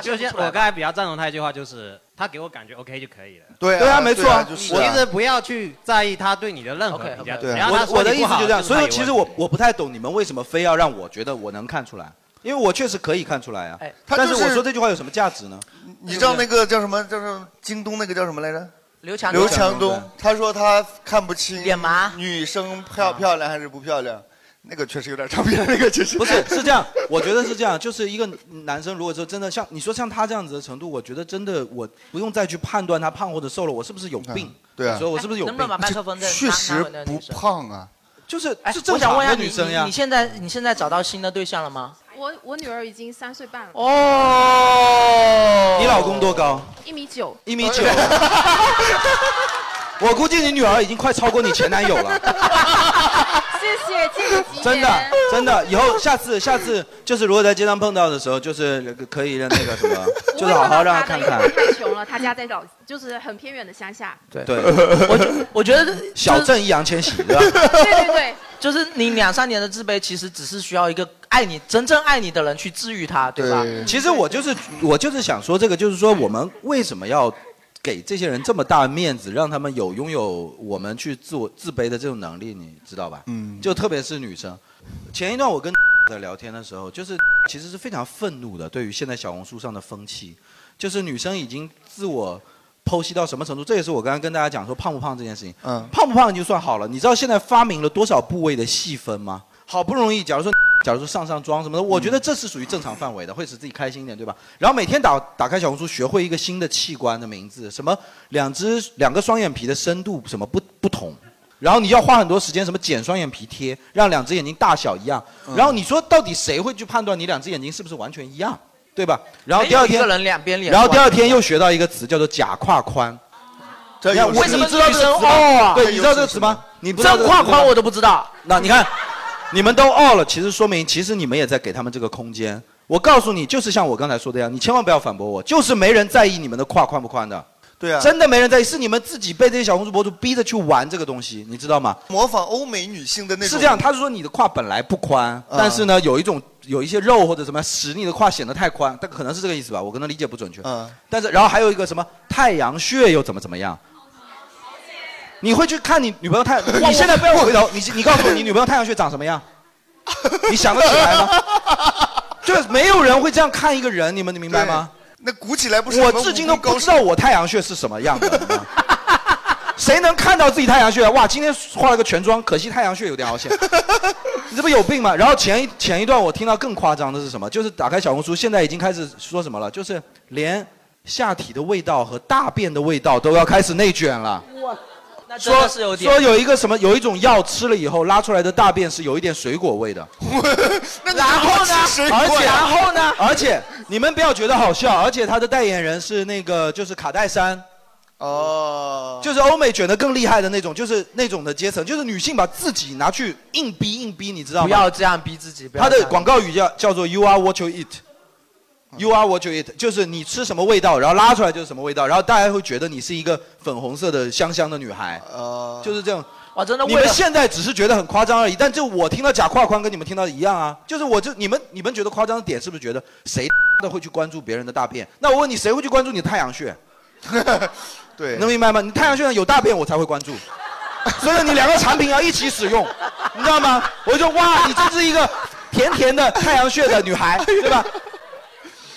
Speaker 6: 就先我刚才比较赞同他一句话，就是他给我感觉 OK 就可以了。
Speaker 3: 对啊对啊没错啊对啊就是啊
Speaker 6: 你其实不要去在意他对你的任何评
Speaker 1: 呃
Speaker 6: 价。只要他说
Speaker 3: 我啊我的
Speaker 6: 你
Speaker 3: 意
Speaker 6: 不
Speaker 3: 思
Speaker 6: 好
Speaker 3: 就这样，
Speaker 6: 是
Speaker 3: 所
Speaker 6: 他
Speaker 3: 以
Speaker 6: 有
Speaker 3: 其实
Speaker 6: 问
Speaker 3: 我我不太懂你们为什么非要让我觉得我能看出来，因为我确实可以看出来啊。
Speaker 1: 哎
Speaker 2: 他
Speaker 3: 但
Speaker 2: 就是
Speaker 3: 我说这句话有什么价值呢？
Speaker 2: 你知道那个叫什么？叫什么？京东那个叫什么来着？
Speaker 1: 刘强
Speaker 2: 刘强东，他说他看不清脸
Speaker 1: 麻，
Speaker 2: 女生漂漂亮还是不漂亮，那个确实有点差别， 那个确实
Speaker 3: 不是是这样，我觉得是这样，就是一个男生如果说真的像你说像他这样子的程度，我觉得真的我不用再去判断他胖或者瘦了，我是不是有病？
Speaker 2: 对啊
Speaker 3: 所以我是不是有病？
Speaker 1: 哎能不能把麦克风再
Speaker 2: 确实
Speaker 1: 拿回来
Speaker 2: 不胖啊。
Speaker 3: 就是
Speaker 1: 哎
Speaker 3: 是，正
Speaker 1: 我想
Speaker 3: 常
Speaker 1: 问一下
Speaker 3: 的
Speaker 1: 你
Speaker 3: 女生
Speaker 1: 你
Speaker 3: 呀
Speaker 1: 你现在你现在找到新的对象了吗？
Speaker 9: 我我女儿已经三岁半了，
Speaker 1: 哦
Speaker 3: 哦你老公多高？
Speaker 9: 一米九，
Speaker 3: 一米九。我估计你女儿已经快超过你前男友了。
Speaker 9: 谢谢，借你吉
Speaker 3: 真的
Speaker 9: 言，
Speaker 3: 真的，以后下次下次就是如果在街上碰到的时候，就是可以让那个什么，就是好好让她看看。
Speaker 9: 太穷了，她家在老，就是很偏远的乡下。
Speaker 1: 对
Speaker 3: 对，
Speaker 1: 我觉我觉得
Speaker 3: 小镇易烊千玺对吧？
Speaker 9: 对对对，
Speaker 1: 就是你两三年的自卑，其实只是需要一个爱你、真正爱你的人去治愈他，对吧？
Speaker 3: 其实我就是我就是想说这个，就是说我们为什么要给这些人这么大面子，让他们有拥有我们去自我自卑的这种能力，你知道吧？嗯，就特别是女生。前一段我跟在聊天的时候，就是其实是非常愤怒的，对于现在小红书上的风气，就是女生已经自我。剖析到什么程度？这也是我刚刚跟大家讲说胖不胖这件事情。嗯，胖不胖就算好了。你知道现在发明了多少部位的细分吗？好不容易，假如说， 假如说上上妆什么
Speaker 1: 嗯
Speaker 3: 的，我觉得这是属于正常范围的，会使自己开心一点，对吧？然后每天打打开小红书，学会一个新的器官的名字，什么两只两个双眼皮的深度什么不不同，然后你要花很多时间，什么剪双眼皮贴，让两只眼睛大小一样。
Speaker 1: 嗯
Speaker 3: 然后你说到底谁会去判断你两只眼睛是不是完全一样，对吧？然后第二
Speaker 1: 没有
Speaker 3: 天
Speaker 1: 一个人两边脸，
Speaker 3: 然后第二天又学到一个词叫做假胯宽。
Speaker 2: 这
Speaker 3: 你
Speaker 1: 有
Speaker 3: 看我
Speaker 1: 什么
Speaker 3: 你知道这个词吗
Speaker 1: 女生哦啊
Speaker 3: 对，
Speaker 1: 这
Speaker 3: 你
Speaker 1: 有
Speaker 3: 知道这个
Speaker 1: 什
Speaker 3: 词
Speaker 1: 么
Speaker 3: 吗？你不知道
Speaker 1: 真胯宽我都
Speaker 3: 不知道。那你看，你们都傲了，其实说明其实你们也在给他们这个空间。我告诉你，就是像我刚才说的一样，你千万不要反驳我，就是没人在意你们的胯宽不宽的。
Speaker 1: 嗯
Speaker 2: 对啊
Speaker 3: 真的没人在意，是你们自己被这些小红书博主逼着去玩这个东西，你知道吗？
Speaker 2: 模仿欧美女性的那种。
Speaker 3: 是这样，啊他是说你的胯本来不宽，但是呢，有一种有一些肉或者什么使你的胯显得太宽，但可能是这个意思吧，我可能理解不准确。
Speaker 2: 嗯，
Speaker 3: 但是然后还有一个什么太阳穴又怎么怎么样。你会去看你女朋友太？
Speaker 2: 我
Speaker 3: 你现在不要回头，你你告诉我你女朋友太阳穴长什么样？你想得起来吗？就是没有人会这样看一个人，你们明白吗？
Speaker 2: 那鼓起来不是
Speaker 3: 我
Speaker 2: 什么
Speaker 3: 至今
Speaker 2: 武
Speaker 3: 都
Speaker 2: 功
Speaker 3: 不
Speaker 2: 高
Speaker 3: 知道我太阳穴是什么样的。你知道吗 谁能看到自己太阳穴？哇，今天化了个全妆，可惜太阳穴有点凹陷。 你这不有病吗？然后前一前一段我听到更夸张的是什么？就是打开小红书，现在已经开始说什么了？就是连下体的味道和大便的味道都要开始内卷了。
Speaker 1: 我那真
Speaker 3: 说
Speaker 1: 的是有点
Speaker 3: 说有一 个什么，有一种药吃了以后拉出来的大便是有一点水果味的。
Speaker 1: 然后呢？
Speaker 3: 而
Speaker 2: 啊
Speaker 3: 且
Speaker 1: 然后呢？
Speaker 3: 而且你们不要觉得好笑，而且他的代言人是那个就是卡戴珊。
Speaker 2: 哦，
Speaker 3: 就是欧美卷的更厉害的那种，就是那种的阶层，就是女性把自己拿去硬逼硬逼，你知道吗？
Speaker 1: 不要这样逼自己。不要
Speaker 3: 他
Speaker 1: 这
Speaker 3: 的
Speaker 1: 样
Speaker 3: 广告语叫叫做 “You are what you eat”。You
Speaker 1: 嗯
Speaker 3: are what you eat，就是你吃什么味道，然后拉出来就是什么味道，然后大家会觉得你是一个粉红色的香香的女孩，
Speaker 1: 哦
Speaker 3: 就是这样。
Speaker 1: 哇，真的
Speaker 3: 你
Speaker 1: 为
Speaker 3: 们
Speaker 1: 了
Speaker 3: 现在只是觉得很夸张而已，但这我听到假胯宽跟你们听到的一样啊，就是我就你们你们觉得夸张的点是不是觉得谁 的会去关注别人的大便？那我问你，谁会去关注你的太阳穴？
Speaker 2: 对，
Speaker 3: 能明白吗？你太阳穴上有大便，我才会关注。所以你两个产品要一起使用，你知道吗？我就哇，你真是一个甜甜的太阳穴的女孩，对吧？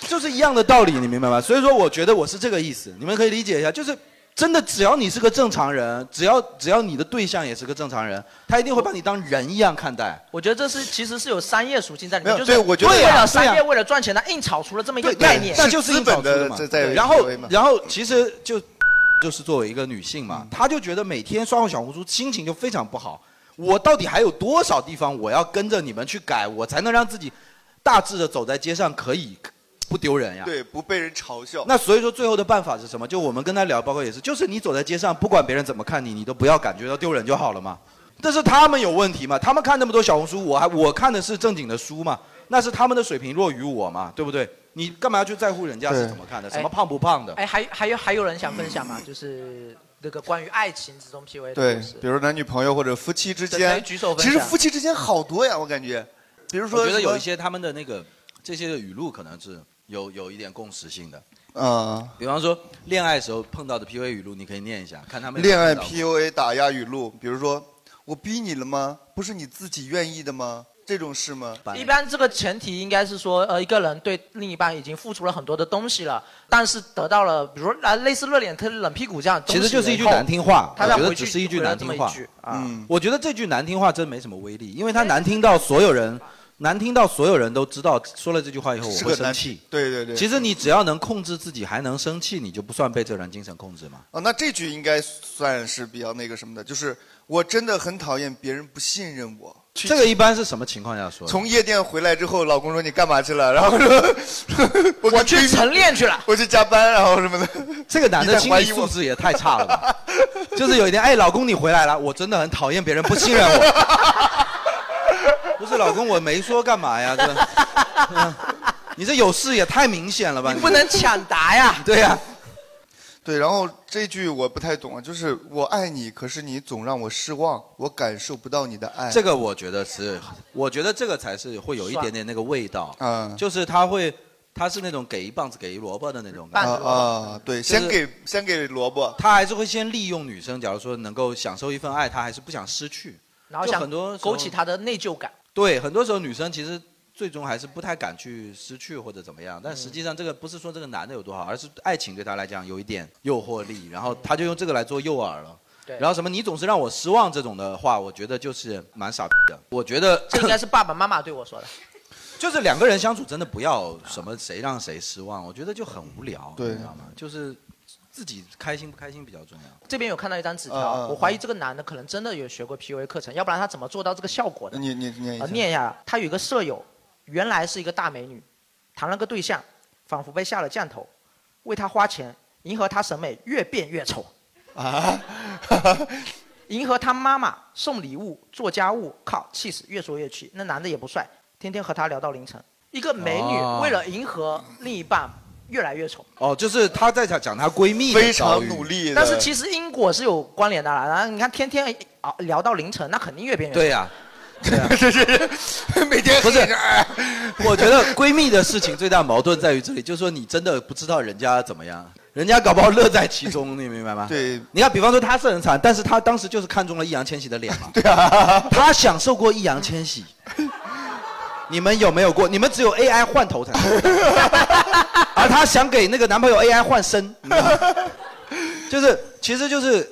Speaker 3: 就是一样的道理，你明白吗？所以说，我觉得我是这个意思，你们可以理解一下。就是真的，只要你是个正常人，只要只要你的对象也是个正常人，他一定会把你当人一样看待。
Speaker 1: 我觉得这是其实是有商业属性在里
Speaker 3: 没
Speaker 1: 面，
Speaker 3: 有
Speaker 1: 就是
Speaker 3: 对我觉得
Speaker 1: 为
Speaker 3: 对啊
Speaker 1: 了商
Speaker 3: 对
Speaker 1: 业
Speaker 3: 啊
Speaker 1: 为了赚钱，他硬炒出了这么一个
Speaker 3: 对，
Speaker 1: 概念，
Speaker 3: 那就是硬找出的嘛。嗯对然后，然后其实就就是作为一个女性嘛，她就觉得每天刷完小红书，心情就非常不好。我到底还有多少地方我要跟着你们去改，我才能让自己大致的走在街上可以不丢人呀？
Speaker 2: 对，不被人嘲笑。
Speaker 3: 那所以说，最后的办法是什么？就我们跟他聊，包括也是，就是你走在街上，不管别人怎么看你，你都不要感觉到丢人就好了嘛。但是他们有问题嘛？他们看那么多小红书，我还我看的是正经的书嘛？那是他们的水平弱于我嘛，对不对？你干嘛要去在乎人家是怎么看的？
Speaker 1: 对
Speaker 3: 什么胖不胖的？
Speaker 1: 哎，还还有还有人想分享吗？就是那个关于爱情之中 PUA 的
Speaker 2: 对
Speaker 1: 故事，
Speaker 2: 比如男女朋友或者夫妻之
Speaker 1: 对可
Speaker 2: 间
Speaker 1: 以举手，分
Speaker 2: 其
Speaker 1: 享
Speaker 2: 实夫妻之间好多呀，我感觉。比如说，
Speaker 10: 我觉得有一些他们的那个这些的语录可能是有有一点共识性的。
Speaker 2: 啊，
Speaker 10: 比方说，恋爱时候碰到的 PUA 语录，你可以念一下，看他们有没有
Speaker 2: 恋爱
Speaker 10: 碰到过
Speaker 2: PUA 打压语录，比如说我逼你了吗？不是你自己愿意的吗？这种事吗？
Speaker 1: 一般这个前提应该是说，呃，一个人对另一半已经付出了很多的东西了，但是得到了，比如说啊，类似热脸贴冷屁股这样的东
Speaker 3: 其
Speaker 1: 西以
Speaker 3: 实
Speaker 1: 后，
Speaker 3: 就是一句难听话，
Speaker 1: 他
Speaker 3: 我
Speaker 1: 再
Speaker 3: 觉得
Speaker 1: 回
Speaker 3: 只
Speaker 1: 去
Speaker 3: 是一句
Speaker 1: 回了
Speaker 3: 难
Speaker 1: 这么
Speaker 3: 听
Speaker 1: 一
Speaker 3: 话
Speaker 1: 句
Speaker 3: 啊
Speaker 1: 啊。
Speaker 2: 嗯
Speaker 3: 我觉得这句难听话真没什么威力，因为他难听到所有人，难听到所有人都知道说了这句话以后我
Speaker 2: 是
Speaker 3: 会
Speaker 2: 个难
Speaker 3: 生气。
Speaker 2: 对对对。
Speaker 3: 其实你只要能控制自己，还能生气，你就不算被这人精神控制嘛。
Speaker 2: 哦，那这句应该算是比较那个什么的，就是我真的很讨厌别人不信任我。
Speaker 3: 这个一般是什么情况下说的？
Speaker 2: 从夜店回来之后，老公说你干嘛去了？然 后说我我去晨
Speaker 1: 练去 了，
Speaker 2: 我去加班，然后什么的。
Speaker 3: 这个男的
Speaker 2: 你
Speaker 3: 心
Speaker 2: 在怀
Speaker 3: 理
Speaker 2: 疑
Speaker 3: 素
Speaker 2: 我
Speaker 3: 质也太差了吧？就是有一天，哎，老公你回来了，我真的很讨厌别人不信任我。不是老公，我没说干嘛呀？这，嗯你这有事也太明显了吧？
Speaker 1: 不能抢答呀。
Speaker 3: 对呀、
Speaker 2: 对，然后这句我不太懂啊，就是我爱你，可是你总让我失望，我感受不到你的爱。
Speaker 3: 这个我觉得是，我觉得这个才是会有一点点那个味道，
Speaker 2: 嗯
Speaker 3: 就是他会，他是那种给一棒子给一萝卜的那种
Speaker 2: 啊
Speaker 3: 感觉。
Speaker 2: 啊，对，
Speaker 3: 就是
Speaker 2: 先给先给萝卜，
Speaker 3: 他还是会先利用女生，假如说能够享受一份爱，他还是不想失去。
Speaker 1: 然后
Speaker 3: 就
Speaker 1: 想
Speaker 3: 很多时候
Speaker 1: 勾起他的内疚感。
Speaker 3: 对，很多时候女生其实最终还是不太敢去失去或者怎么样，但
Speaker 1: 嗯
Speaker 3: 实际上这个不是说这个男的有多好，而是爱情对他来讲有一点诱惑力，然后他就用这个来做诱饵了。
Speaker 1: 对
Speaker 3: 然后什么你总是让我失望这种的话，我觉得就是蛮傻逼的。我觉得
Speaker 1: 这应该是爸爸妈妈对我说的。
Speaker 3: 就是两个人相处真的不要什么谁让谁失望，我觉得就很无聊，
Speaker 2: 对
Speaker 3: 你知道吗？就是自己开心不开心比较重要。
Speaker 1: 这边有看到一张纸条，
Speaker 3: 嗯嗯嗯
Speaker 1: 我怀疑这个男的可能真的有学过 PUA 课程，要不然他怎么做到这个效果的？
Speaker 2: 你你念一
Speaker 3: 啊
Speaker 2: 下
Speaker 1: 呃，念一下，他有一个舍友，原来是一个大美女，谈了个对象，仿佛被下了降头，为他花钱，迎合他审美，越变越丑。
Speaker 2: 啊，
Speaker 1: 迎合他妈妈送礼物、做家务，靠，气死！越说越气。那男的也不帅，天天和她聊到凌晨。一个美女
Speaker 3: 哦
Speaker 1: 为了迎合另一半，
Speaker 11: 越来越丑。
Speaker 3: 哦，就是她在讲讲她闺蜜的
Speaker 2: 非常
Speaker 3: 遭遇
Speaker 2: 努力
Speaker 11: 但是其实因果是有关联的啦。然后你看天天啊聊到凌晨，那肯定越变越丑
Speaker 3: 对啊呀、
Speaker 2: 每天
Speaker 3: 不是， 我觉得闺蜜的事情最大矛盾在于这里，就是说你真的不知道人家怎么样，人家搞不好乐在其中，你明白吗？
Speaker 2: 对。
Speaker 3: 你看，比方说她是很惨，但是她当时就是看中了易烊千玺的脸 嘛。对啊。她享受过易烊千玺。 你们有没有过？你们只有 AI 换头才 能知道。而她想给那个男朋友 AI 换身，你知道吗 就是其实就是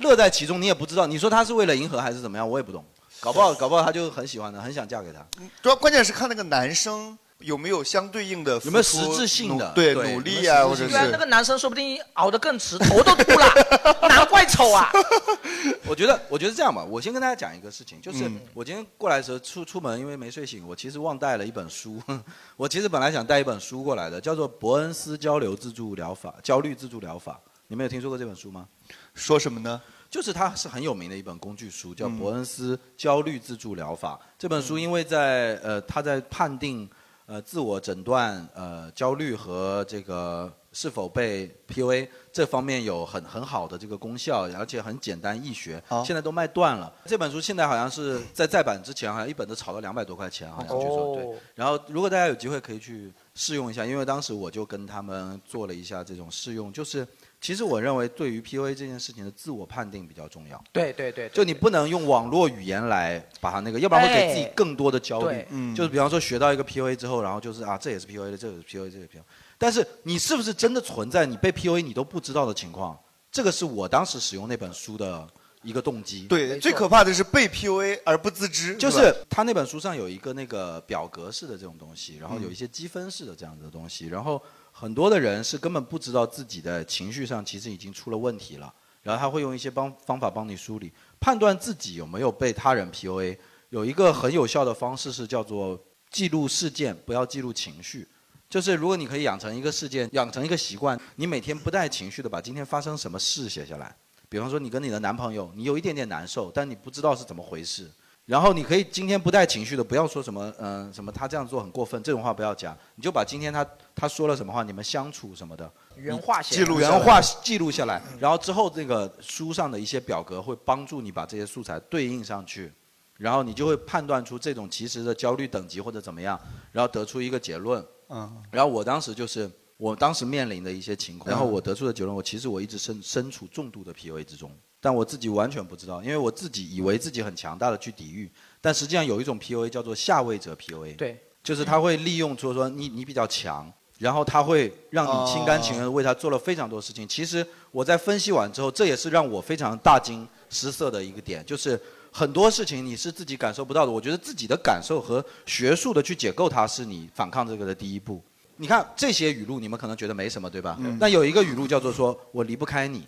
Speaker 3: 乐在其中，你也不知道。你说她是为了迎合还是怎么样，我也不懂。搞不好搞不好她就很喜欢她，很想嫁给他。
Speaker 2: 主要关键是看那个男生有没有相对应的
Speaker 3: 有没有
Speaker 2: 付出
Speaker 3: 实质性的
Speaker 2: 努对
Speaker 3: 对
Speaker 2: 努力啊，
Speaker 3: 有没
Speaker 2: 或
Speaker 3: 有
Speaker 2: 者
Speaker 3: 实质性的
Speaker 2: 是
Speaker 11: 对啊，那个男生说不定熬得更迟，头都秃 了，难怪丑啊。
Speaker 3: 我觉得，我觉得这样吧，我先跟大家讲一个事情，就是
Speaker 11: 嗯
Speaker 3: 我今天过来的时候出出门，因为没睡醒，我其实忘带了一本书。 我其实本来想带一本书过来的，叫做《伯恩斯交流自助疗法》焦虑自助疗法。你们有听说过这本书吗？
Speaker 2: 说什么呢？嗯
Speaker 3: 就是它是很有名的一本工具书，叫《伯恩斯焦虑自助疗法》。这本书因为在呃，它在判定呃自我诊断呃焦虑和这个是否被 PUA 这方面有很很好的这个功效，而且很简单易学，
Speaker 2: 哦
Speaker 3: 现在都卖断了。这本书现在好像是在再版之前，好像一本都炒到两百多块钱，好像据说、
Speaker 11: 哦
Speaker 3: 对。然后如果大家有机会可以去试用一下，因为当时我就跟他们做了一下这种试用，就是其实我认为对于 PUA 这件事情的自我判定比较重要。
Speaker 11: 对对对，哎
Speaker 3: 就你不能用网络语言来把它那个，要不然会给自己更多的焦虑
Speaker 11: 对。
Speaker 3: 嗯，就是比方说学到一个 PUA 之后，然后就是啊，这也是 PUA 的，这也是 PUA，这也是 PUA。但是你是不是真的存在你被 PUA 你都不知道的情况？这个是我当时使用那本书的一个动机。
Speaker 2: 对，最可怕的是被 PUA 而不自知，
Speaker 3: 就
Speaker 2: 吧
Speaker 3: 是他那本书上有一个那个表格式的这种东西，然后有一些积分式的这样子的东西，然后很多的人是根本不知道自己的情绪上其实已经出了问题了，然后他会用一些帮方法帮你梳理，判断自己有没有被他人 PUA。有一个很有效的方式是叫做记录事件，不要记录情绪。就是如果你可以养成一个事件，养成一个习惯，你每天不带情绪的把今天发生什么事写下来。比方说你跟你的男朋友，你有一点点难受，但你不知道是怎么回事。然后你可以今天不带情绪的，不要说什么，嗯、什么他这样做很过分，这种话不要讲，你就把今天他他说了什么话，你们相处什么的，
Speaker 11: 原话写
Speaker 3: 记
Speaker 11: 下来
Speaker 3: 录原话记录下来，然后之后这个书上的一些表格会帮助你把这些素材对应上去，然后你就会判断出这种其实的焦虑等级或者怎么样，然后得出一个结论。
Speaker 2: 嗯，
Speaker 3: 然后我当时就是我当时面临的一些情况，然后我得出的结论，我其实我一直身身处重度的 PUA 之中，但我自己完全不知道，因为我自己以为自己很强大的去抵御，但实际上有一种 PUA 叫做下位者 PUA，
Speaker 11: 对，
Speaker 3: 就是他会利用说说你你比较强。然后他会让你心甘情愿地为他做了非常多事情。其实我在分析完之后，这也是让我非常大惊失色的一个点，就是很多事情你是自己感受不到的。我觉得自己的感受和学术的去解构它，是你反抗这个的第一步。你看这些语录，你们可能觉得没什么，对吧？
Speaker 2: 嗯
Speaker 3: 但有一个语录叫做说“我离不开你”，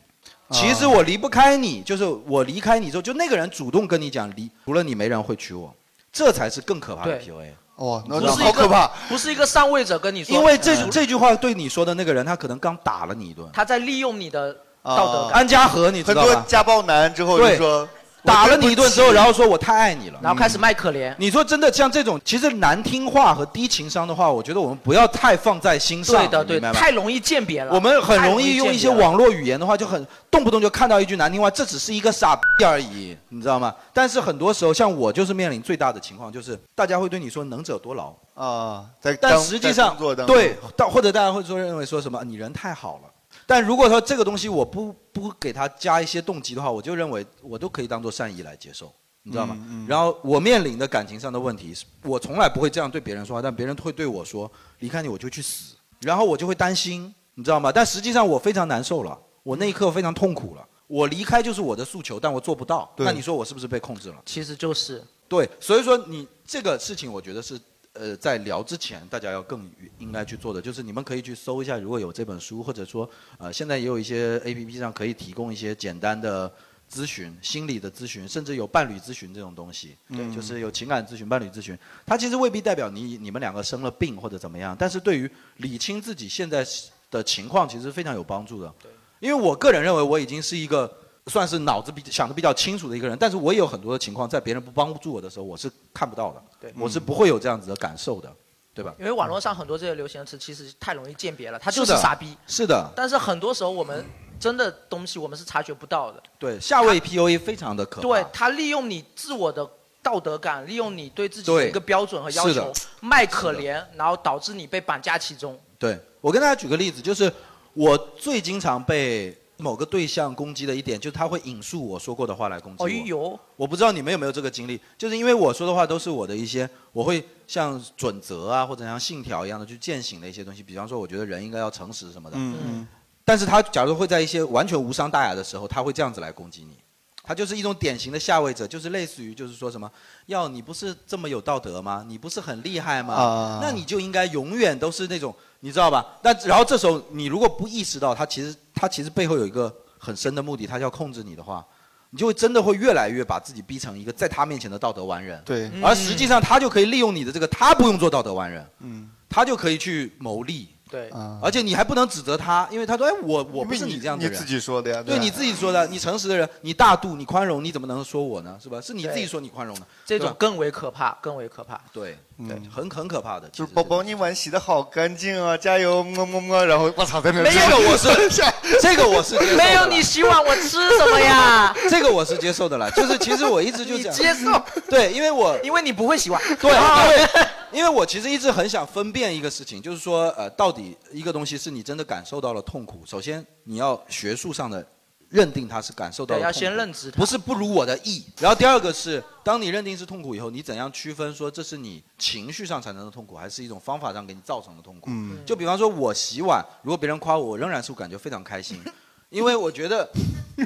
Speaker 3: 其实我离不开你，就是我离开你之后，就那个人主动跟你讲离，除了你没人会娶我，这才是更可怕的
Speaker 11: 对
Speaker 3: PUA。
Speaker 2: 哦，
Speaker 11: 不是一个，不是一个上位者跟你说，
Speaker 3: 因为这
Speaker 11: 嗯
Speaker 3: 这句话对你说的那个人，他可能刚打了你一顿。
Speaker 11: 他在利用你的道德感，
Speaker 3: 安家和你知道
Speaker 2: 啊很
Speaker 3: 吧
Speaker 2: 多？家暴男之后就
Speaker 3: 对
Speaker 2: 说
Speaker 3: 打了你一顿之后，然后说我太爱你了，嗯
Speaker 11: 然后开始卖可怜。
Speaker 3: 你说真的，像这种其实难听话和低情商的话，我觉得我们不要太放在心上，
Speaker 11: 对的，对
Speaker 3: 你明白
Speaker 11: 的，
Speaker 3: 吗
Speaker 11: 太容易鉴别了。
Speaker 3: 我们很容易用一些网
Speaker 11: 络。
Speaker 3: 络语言的话，就很动不动就看到一句难听话，这只是一个傻逼而已，你知道吗？但是很多时候，像我就是面临最大的情况，就是大家会对你说能者多劳，
Speaker 2: 啊，在
Speaker 3: 但
Speaker 2: 当
Speaker 3: 实际上
Speaker 2: 在工作当中
Speaker 3: 对，但或者大家会说认为说什么你人太好了。但如果说这个东西我不不给他加一些动机的话，我就认为我都可以当做善意来接受，你知道吗？
Speaker 2: 嗯嗯
Speaker 3: 然后我面临的感情上的问题，是我从来不会这样对别人说话，但别人会对我说离开你我就去死，然后我就会担心，你知道吗？但实际上我非常难受了，我那一刻非常痛苦了。我离开就是我的诉求，但我做不到，
Speaker 11: 对
Speaker 3: 那你说我是不是被控制了？
Speaker 11: 其实就是
Speaker 3: 对，所以说你这个事情，我觉得是呃，在聊之前大家要更应该去做的，就是你们可以去搜一下，如果有这本书，或者说呃，现在也有一些 A P P 上可以提供一些简单的。咨询心理的咨询，甚至有伴侣咨询这种东西，
Speaker 2: 对
Speaker 1: 嗯
Speaker 3: 对，就是有情感咨询、伴侣咨询，它其实未必代表你你们两个生了病或者怎么样，但是对于理清自己现在的情况，其实非常有帮助的。因为我个人认为我已经是一个算是脑子比想的比较清楚的一个人，但是我也有很多的情况，在别人不帮助我的时候，我是看不到的，
Speaker 11: 对
Speaker 3: 我是不会有这样子的感受的。对吧？
Speaker 1: 因为网络上很多这些流行的词其实太容易鉴别了，它
Speaker 3: 是
Speaker 1: 就
Speaker 3: 的
Speaker 1: 是傻逼。
Speaker 3: 是的，
Speaker 1: 但是很多时候我们真的东西我们是察觉不到的。
Speaker 3: 对，下位 PUA 非常的可怕。
Speaker 1: 对他利用你自我的道德感，利用你对自己的
Speaker 3: 对
Speaker 1: 一个标准和要
Speaker 3: 是的
Speaker 1: 求，卖可怜，然后导致你被绑架其中。
Speaker 3: 对我跟大家举个例子，就是我最经常被某个对象攻击的一点，就是他会引述我说过的话来攻击我。
Speaker 1: 哎呦，
Speaker 3: 我不知道你们有没有这个经历，就是因为我说的话都是我的一些，我会像准则啊，或者像信条一样的去践行的一些东西。比方说，我觉得人应该要诚实什么的。
Speaker 6: 嗯嗯。
Speaker 3: 但是他假如会在一些完全无伤大雅的时候，他会这样子来攻击你。他就是一种典型的下位者，就是类似于就是说什么，要你不是这么有道德吗？你不是很厉害吗？
Speaker 6: 啊
Speaker 3: 那你就应该永远都是那种，你知道吧？那然后这时候你如果不意识到他其实他其实背后有一个很深的目的，他要控制你的话，你就会真的会越来越把自己逼成一个在他面前的道德完人。
Speaker 2: 对
Speaker 3: 而实际上他就可以利用你的这个，他不用做道德完人，
Speaker 2: 嗯，啊
Speaker 3: 他就可以去谋利。
Speaker 1: 对
Speaker 3: 而且你还不能指责他，因为他说：“哎，我我不
Speaker 2: 因为
Speaker 3: 是
Speaker 2: 你
Speaker 3: 这样的人。”
Speaker 2: 你自己说的呀对
Speaker 3: 对
Speaker 2: 吧
Speaker 3: 你自己说的，你诚实的人，你大度，你宽容，你怎么能说我呢？是吧？是你
Speaker 1: 对
Speaker 3: 自己说你宽容的，
Speaker 1: 这
Speaker 3: 对吧
Speaker 1: 种更为可怕，更为可怕。嗯
Speaker 3: 对对，很很可怕的。
Speaker 2: 就是宝宝，你碗洗的好干净啊，加油，么么么。然后我操，在那
Speaker 3: 没有这个我是 这 个我是接受的啦
Speaker 1: 没有哎你洗碗我吃什么呀？
Speaker 3: 这个我是接受的啦，就是其实我一直就
Speaker 1: 你
Speaker 3: 这样
Speaker 1: 接受？
Speaker 3: 对，因为我
Speaker 1: 因为你不会洗碗。
Speaker 3: 对，因 为因为我其实一直很想分辨一个事情，就是说呃，到底一个东西是你真的感受到了痛苦，首先你要学术上的认定它是感受到了痛
Speaker 1: 对，
Speaker 3: 苦，
Speaker 1: 要先认知它。
Speaker 3: 不是不如我的意。然后第二个是，当你认定是痛苦以后，你怎样区分说这是你情绪上产生的痛苦，还是一种方法上给你造成的痛苦？
Speaker 2: 嗯
Speaker 3: 就比方说，我洗碗，如果别人夸我，我仍然是感觉非常开心，因为我觉得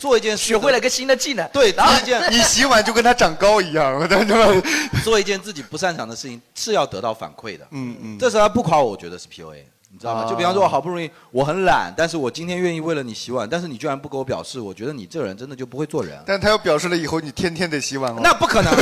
Speaker 3: 做一件事
Speaker 1: 学会了一个新的技能。
Speaker 3: 对，
Speaker 1: 然
Speaker 3: 做
Speaker 1: 后
Speaker 3: 一件
Speaker 2: 你洗碗就跟他长高一样， 我真的。
Speaker 3: 做一件自己不擅长的事情是要得到反馈的。
Speaker 2: 嗯嗯
Speaker 3: 这时候他不夸我，我觉得是 PUA，你知道吗？
Speaker 2: 啊
Speaker 3: 就比方说，我好不容易我很懒，但是我今天愿意为了你洗碗，但是你居然不给我表示，我觉得你这个人真的就不会做人。
Speaker 2: 但他要表示了以后，你天天得洗碗哦。
Speaker 3: 那不可能，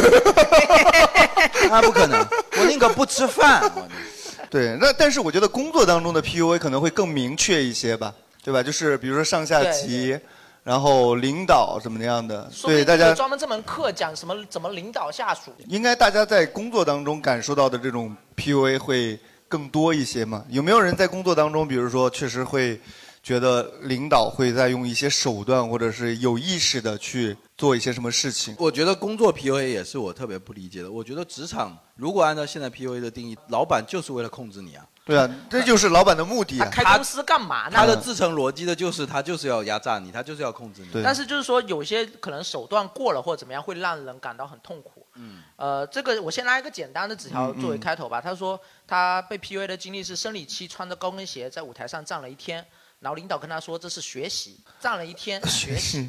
Speaker 3: 那不可能，我宁可不吃饭。
Speaker 2: 对，那但是我觉得工作当中的 PUA 可能会更明确一些吧，对吧？就是比如说上下级，然后领导怎么样的，
Speaker 1: 说不
Speaker 2: 对
Speaker 1: 定
Speaker 2: 大
Speaker 1: 有
Speaker 2: 家
Speaker 1: 专门这门课讲什么怎么领导下属。
Speaker 2: 应该大家在工作当中感受到的这种 PUA 会更多一些嘛？有没有人在工作当中，比如说确实会觉得领导会在用一些手段，或者是有意识的去做一些什么事情？
Speaker 3: 我觉得工作 PUA 也是我特别不理解的。我觉得职场如果按照现在 PUA 的定义，老板就是为了控制你啊。
Speaker 2: 对啊，这就是老板的目的、啊。
Speaker 1: 开公司干嘛
Speaker 2: 嗯
Speaker 1: 呢？
Speaker 3: 他的自成逻辑的就是他就是要压榨你，他就是要控制你。
Speaker 1: 但是就是说，有些可能手段过了或者怎么样，会让人感到很痛苦。
Speaker 3: 嗯，
Speaker 1: 呃，这个我先拿一个简单的纸条
Speaker 3: 嗯嗯
Speaker 1: 作为开头吧。他说他被 PUA 的经历是生理期穿着高跟鞋在舞台上站了一天，然后领导跟他说这是学习，站了 一天学习，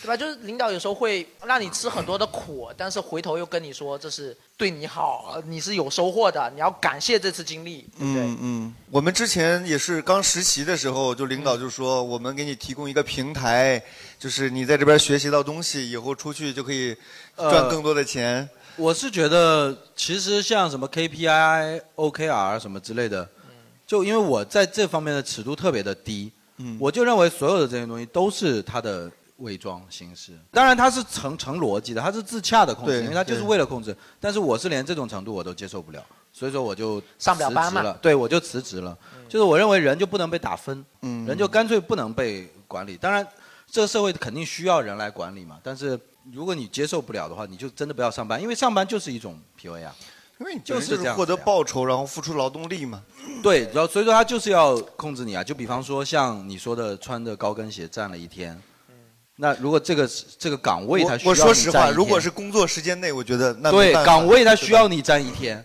Speaker 1: 对吧？就是领导有时候会让你吃很多的苦，但是回头又跟你说这是对你好，你是有收获的，你要感谢这次经历。
Speaker 2: 嗯嗯，我们之前也是刚实习的时候，就领导就说、我们给你提供一个平台，就是你在这边学习到东西，以后出去就可以赚
Speaker 3: 呃
Speaker 2: 更多的钱。
Speaker 3: 我是觉得，其实像什么 KPI、OKR 什么之类的，
Speaker 1: 嗯
Speaker 3: 就因为我在这方面的尺度特别的低，
Speaker 1: 嗯
Speaker 3: 我就认为所有的这些东西都是它的伪装形式。当然，它是成成逻辑的，它是自洽的控制，
Speaker 2: 对
Speaker 3: 因为它就是
Speaker 2: 对
Speaker 3: 为了控制。但是我是连这种程度我都接受不了，所以说我就
Speaker 1: 上不了
Speaker 3: 辞
Speaker 1: 班
Speaker 3: 职
Speaker 1: 嘛嗯
Speaker 3: 了对，我就辞职了。就是我认为人就不能被打分，
Speaker 2: 嗯
Speaker 3: 人就干脆不能被管理。当然，这个社会肯定需要人来管理嘛，但是。如果你接受不了的话，你就真的不要上班，因为上班就是一种 PUA 啊。
Speaker 2: 因为你
Speaker 3: 就是
Speaker 2: 就
Speaker 3: 这
Speaker 2: 是
Speaker 3: 样
Speaker 2: 获得
Speaker 3: 子呀
Speaker 2: 报酬，然后付出劳动力嘛。
Speaker 3: 对，然后所以说他就是要控制你啊。就比方说像你说的，穿着高跟鞋站了一天，那如果这个这个岗位他
Speaker 2: 嗯我
Speaker 3: 需要
Speaker 2: 我说实
Speaker 3: 你站
Speaker 2: 话，
Speaker 3: 一天
Speaker 2: 如果是工作时间内，我觉得那没
Speaker 3: 对
Speaker 2: 办法
Speaker 3: 岗位他需要你站一天，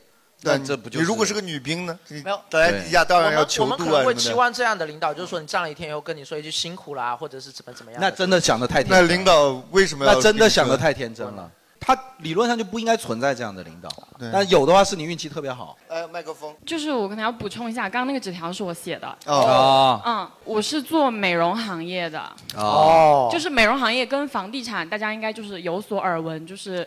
Speaker 2: 对吧
Speaker 3: 那这不就是
Speaker 2: 你如果是个女兵呢？ 没
Speaker 1: 有，
Speaker 2: 大家
Speaker 3: 对
Speaker 2: 底下当然要
Speaker 1: 我
Speaker 2: 求
Speaker 1: 们
Speaker 2: 度
Speaker 1: 可
Speaker 2: 啊什
Speaker 1: 能
Speaker 2: 么
Speaker 1: 会期
Speaker 2: 的。
Speaker 1: 望这样的领导，就是说你站了一天以后跟你说一句辛苦啦，或者是怎么怎么样的。
Speaker 3: 那真的想的太天
Speaker 2: 那
Speaker 3: 真了
Speaker 2: 领导为什么要？
Speaker 3: 那真的想的太天真了。他理论上就不应该存在这样的领导，
Speaker 2: 对
Speaker 3: 但有的话是你运气特别好。
Speaker 2: 呃，麦克风。
Speaker 12: 就是我可能要补充一下，刚刚那个纸条是我写的。
Speaker 3: 哦
Speaker 12: 嗯，我是做美容行业的。
Speaker 2: 哦
Speaker 12: 就是美容行业跟房地产，大家应该就是有所耳闻，就是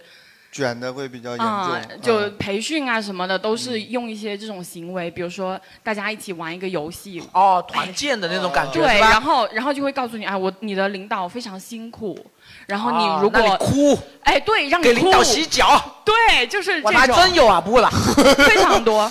Speaker 2: 卷的会比较严
Speaker 12: 啊、
Speaker 2: 重。
Speaker 12: 就
Speaker 2: 嗯
Speaker 12: 培训啊什么的，都是用一些这种行为，比如说大家一起玩一个游戏。
Speaker 1: 哦，团建的那种感觉。
Speaker 12: 对，
Speaker 1: 是吧
Speaker 12: 然后然后就会告诉你，哎，我你的领导非常辛苦，然后你
Speaker 1: 啊
Speaker 12: 如果、
Speaker 1: 那你哭，
Speaker 12: 哎，对，让你
Speaker 1: 给领
Speaker 12: 哭
Speaker 1: 导洗脚，
Speaker 12: 对，就是
Speaker 1: 我
Speaker 12: 这
Speaker 1: 还
Speaker 12: 种，
Speaker 1: 真有啊，不啦。
Speaker 12: 非常多。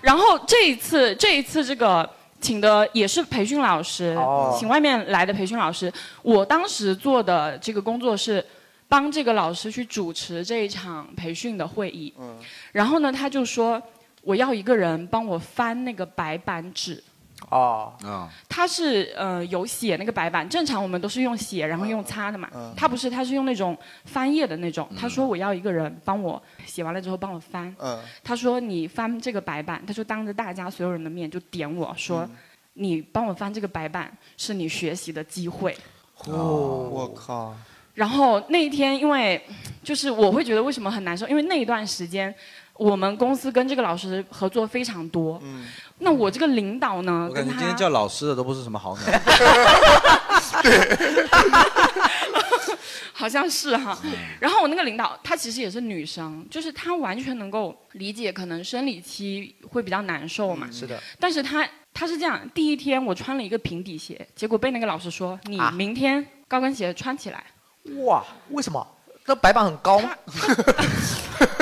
Speaker 12: 然后这一次，这一次这个请的也是培训老师，
Speaker 13: 哦
Speaker 12: 请外面来的培训老师。我当时做的这个工作是帮这个老师去主持这一场培训的会议。
Speaker 2: 嗯
Speaker 12: 然后呢，他就说我要一个人帮我翻那个白板纸。
Speaker 11: 哦，
Speaker 1: 嗯
Speaker 3: 啊，
Speaker 12: 他是呃有写那个白板，正常我们都是用写然后用擦的嘛。
Speaker 2: 嗯
Speaker 12: 他不是，他是用那种翻页的那种。他说我要一个人帮我写完了之后帮我翻。
Speaker 2: 嗯
Speaker 12: 他说你翻这个白板，他就当着大家所有人的面就点我说，
Speaker 3: 嗯
Speaker 12: 你帮我翻这个白板是你学习的机会。
Speaker 2: 哦，我靠！
Speaker 12: 然后那一天，因为就是我会觉得为什么很难受，因为那一段时间我们公司跟这个老师合作非常多。那我这个领导
Speaker 3: 嗯
Speaker 12: 呢，
Speaker 3: 我感
Speaker 12: 跟
Speaker 3: 觉
Speaker 12: 他
Speaker 3: 今天叫老师的都不是什么好鸟。
Speaker 12: 好像是哈、
Speaker 3: 嗯
Speaker 12: 然后我那个领导，她其实也是女生，就是她完全能够理解，可能生理期会比较难受
Speaker 3: 嗯
Speaker 12: 嘛。
Speaker 11: 是的。
Speaker 12: 但是她她是这样，第一天我穿了一个平底鞋，结果被那个老师说你
Speaker 3: 啊
Speaker 12: 明天高跟鞋穿起来。
Speaker 11: 哇，为什么？那白板很高吗？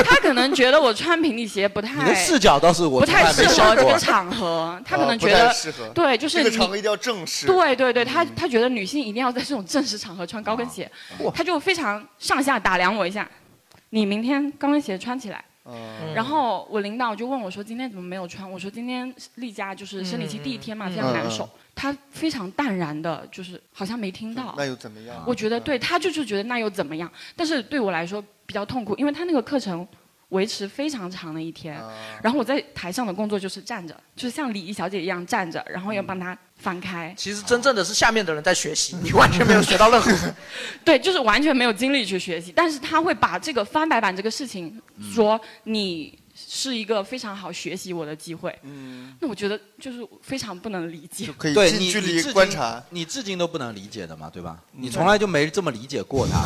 Speaker 12: 她可能觉得我穿平底鞋不
Speaker 3: 你的
Speaker 12: 太
Speaker 3: 视角倒是我
Speaker 12: 不太
Speaker 3: 从来
Speaker 12: 适
Speaker 3: 没
Speaker 12: 合
Speaker 3: 想
Speaker 12: 这
Speaker 3: 过
Speaker 12: 个场合，她可
Speaker 3: 哦
Speaker 12: 能
Speaker 3: 不
Speaker 12: 觉
Speaker 3: 太嗯
Speaker 12: 得
Speaker 3: 适合
Speaker 12: 对，就是
Speaker 2: 这个
Speaker 12: 你
Speaker 2: 场合一定要正式。
Speaker 12: 对对对，她她觉得女性一定要在这种正式场合穿高跟鞋，
Speaker 3: 嗯
Speaker 12: 她就非常上下打量我一下，你明天高跟鞋穿起来。
Speaker 2: 嗯
Speaker 12: 然后我领导就问我说：“今天怎么没有穿？”我说：“今天例假就是生理期第一天嘛，
Speaker 2: 嗯
Speaker 12: 非常难受。
Speaker 2: 嗯
Speaker 12: 他非常淡然的，就是好像没听到。
Speaker 2: 那又怎么样？
Speaker 12: 我觉得对他就是觉得那又怎么样？但是对我来说比较痛苦，因为他那个课程维持非常长的一天，
Speaker 2: 嗯
Speaker 12: 然后我在台上的工作就是站着，就是像礼仪小姐一样站着，然
Speaker 2: 嗯
Speaker 12: 后要帮他翻开。
Speaker 11: 其实真正的是下面的人在学习，你完全没有学到任何。
Speaker 12: 对，就是完全没有精力去学习，但是他会把这个翻白板这个事情说你是一个非常好学习我的机会。
Speaker 2: 嗯，
Speaker 12: 那我觉得就是非常不能理解。
Speaker 3: 对你你至今。你至今都不能理解的嘛，对吧？你从来就没这么理解过他，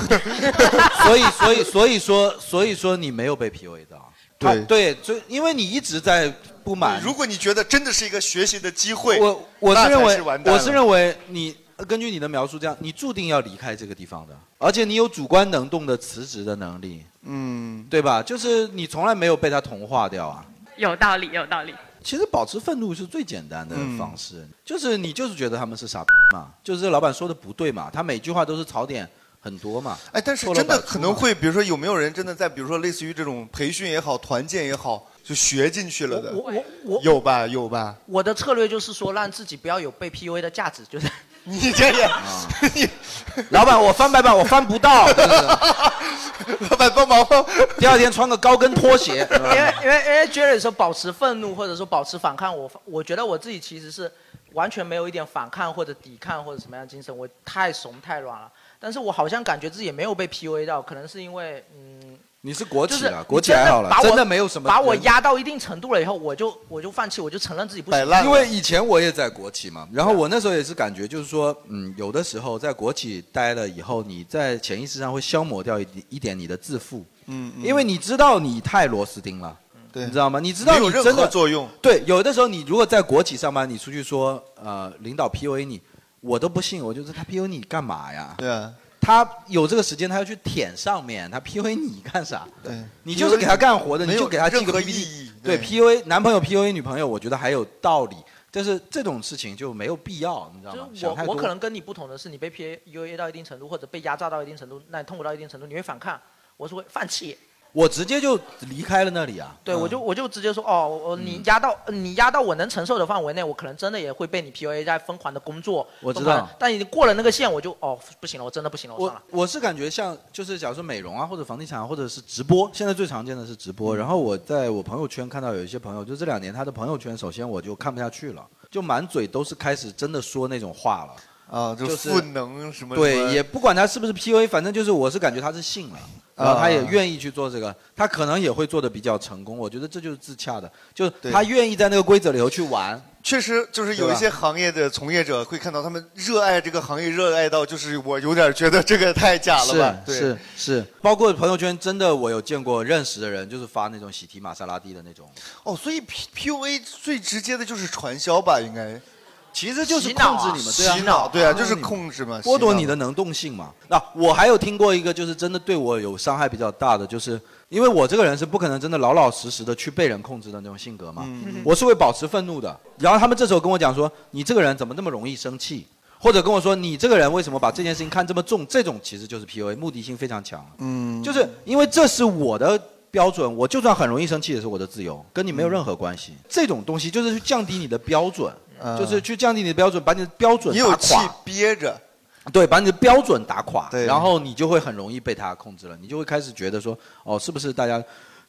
Speaker 3: 所以所以所以说所以说你没有被 PUA 到，他对，所以因为你一直在不满。
Speaker 2: 如果你觉得真的是一个学习的机会，
Speaker 3: 我我
Speaker 2: 那
Speaker 3: 是认
Speaker 2: 才
Speaker 3: 为
Speaker 2: 完蛋
Speaker 3: 我
Speaker 2: 了
Speaker 3: 是认为你呃根据你的描述这样，你注定要离开这个地方的，而且你有主观能动的辞职的能力，
Speaker 2: 嗯，
Speaker 3: 对吧？就是你从来没有被他同化掉啊。
Speaker 12: 有道理，有道理。
Speaker 3: 其实保持愤怒是最简单的
Speaker 12: 嗯
Speaker 3: 方式，就是你就是觉得他们是傻逼嘛，就是老板说的不对嘛，他每句话都是槽点很多嘛。
Speaker 2: 哎，但是
Speaker 3: 错漏
Speaker 2: 真的
Speaker 3: 百出
Speaker 2: 可能
Speaker 3: 嘛
Speaker 2: 会，比如说有没有人真的在，比如说类似于这种培训也好，团建也好，就学进去了的？
Speaker 11: 我我我
Speaker 2: 有吧，有吧。
Speaker 11: 我的策略就是说，让自己不要有被 PUA 的价值，就是
Speaker 2: 你这 也，
Speaker 3: 老板，我翻白板我翻不到，真的
Speaker 2: 是老板帮忙。
Speaker 3: 第二天穿个高跟拖鞋，嗯
Speaker 11: 因为 因为因为 Jerry 说保持愤怒或者说保持反抗，我我觉得我自己其实是完全没有一点反抗或者抵抗或者什么样的精神，我太怂太软了。但是我好像感觉自己也没有被 PUA 到，可能是因为嗯，
Speaker 3: 你是国
Speaker 11: 就
Speaker 3: 企
Speaker 11: 是
Speaker 3: 了，国企还好了
Speaker 11: 把，我
Speaker 3: 真的没有什么
Speaker 11: 把我压到一定程度了以后，我就我就放弃，我就承认自己不行。
Speaker 3: 因为以前我也在国企嘛，然后我那时候也是感觉就是说，嗯，有的时候在国企待了以后，你在潜意识上会消磨掉一一点你的自负，
Speaker 2: 嗯
Speaker 3: 因为你知道你太螺丝钉了。
Speaker 2: 对
Speaker 3: 你知道吗？你知道
Speaker 2: 没有
Speaker 3: 你
Speaker 2: 任
Speaker 3: 真的
Speaker 2: 何作用。
Speaker 3: 对，有的时候你如果在国企上班，你出去说，呃，领导 PUA 你，我都不信，我就是他 PUA 你干嘛呀？
Speaker 2: 对啊，
Speaker 3: 他有这个时间，他要去舔上面，他 PUA 你干啥？
Speaker 2: 对，
Speaker 3: 你就是给他干活的，
Speaker 2: 没
Speaker 3: 你
Speaker 2: 有
Speaker 3: 就给他寄
Speaker 2: 任
Speaker 3: 个
Speaker 2: 何
Speaker 3: PPT
Speaker 2: 意义
Speaker 3: 对
Speaker 2: 对
Speaker 3: PUA 男朋友 PUA 女朋友，我觉得还有道理，但是这种事情就没有必要，你知道吗？
Speaker 11: 就是
Speaker 3: 想
Speaker 11: 我
Speaker 3: 太多
Speaker 11: 我可能跟你不同的是，你被 PUA 到一定程度，或者被压榨到一定程度，那你痛苦到一定程度，你会反抗。我是会放弃，
Speaker 3: 我直接就离开了那里啊。
Speaker 11: 对、
Speaker 3: 嗯
Speaker 11: 我就我就直接说哦，我你压到、你压到我能承受的范围内，我可能真的也会被你 PUA 在疯狂的工作。
Speaker 3: 我知
Speaker 11: 疯狂地
Speaker 3: 道
Speaker 11: 但已经过了那个线，我就哦不行了，我真的不行了，我
Speaker 3: 我
Speaker 11: 算了。
Speaker 3: 我是感觉像就是假如说美容啊，或 者房地产啊，或者是直播，现在最常见的是直
Speaker 2: 嗯
Speaker 3: 播。然后我在我朋友圈看到有一些朋友，就这两年他的朋友圈，首先我就看不下去了，就满嘴都是开始真的说那种话了。
Speaker 2: 啊，就
Speaker 3: 就是
Speaker 2: 赋能什么什么
Speaker 3: 对，也不管他是不是 PUA，反正就是我是感觉他是信了，然
Speaker 2: 啊
Speaker 3: 后他也愿意去做这个，他可能也会做的比较成功。我觉得这就是自洽的，就是他愿意在那个规则里头去玩。
Speaker 2: 确实，就是有一些行业的从业者会看到他们热爱这个行业，热爱到就是我有点觉得这个太假了吧？
Speaker 3: 是
Speaker 2: 对
Speaker 3: 是是，包括朋友圈，真的我有见过认识的人，就是发那种喜提玛莎拉蒂的那种。
Speaker 2: 哦，所以 P P U A 最直接的就是传销吧？应该
Speaker 3: 其实就是
Speaker 1: 洗
Speaker 3: 控
Speaker 1: 脑啊
Speaker 3: 制你们，对啊
Speaker 2: 洗脑对啊
Speaker 3: 控制
Speaker 2: 就是
Speaker 3: 你们
Speaker 2: 控制嘛
Speaker 3: 剥
Speaker 2: 洗脑
Speaker 3: 夺你的能动性嘛。那我还有听过一个，就是真的对我有伤害比较大的，就是因为我这个人是不可能真的老老实实的去被人控制的那种性格嘛，
Speaker 2: 嗯
Speaker 3: 我是会保持愤怒的。然后他们这时候跟我讲说，你这个人怎么那么容易生气？或者跟我说你这个人为什么把这件事情看这么重？这种其实就是 PUA，目的性非常强。
Speaker 2: 嗯，
Speaker 3: 就是因为这是我的标准，我就算很容易生气也是我的自由，跟你没有任何关系。这种东西就是去降低你的标准，
Speaker 2: 嗯
Speaker 3: 就是去降低你的标准，把你的标准
Speaker 2: 你有
Speaker 3: 打
Speaker 2: 气
Speaker 3: 垮，
Speaker 2: 憋着，
Speaker 3: 对，把你的标准打垮，然后你就会很容易被他控制了，你就会开始觉得说，哦，是不是大家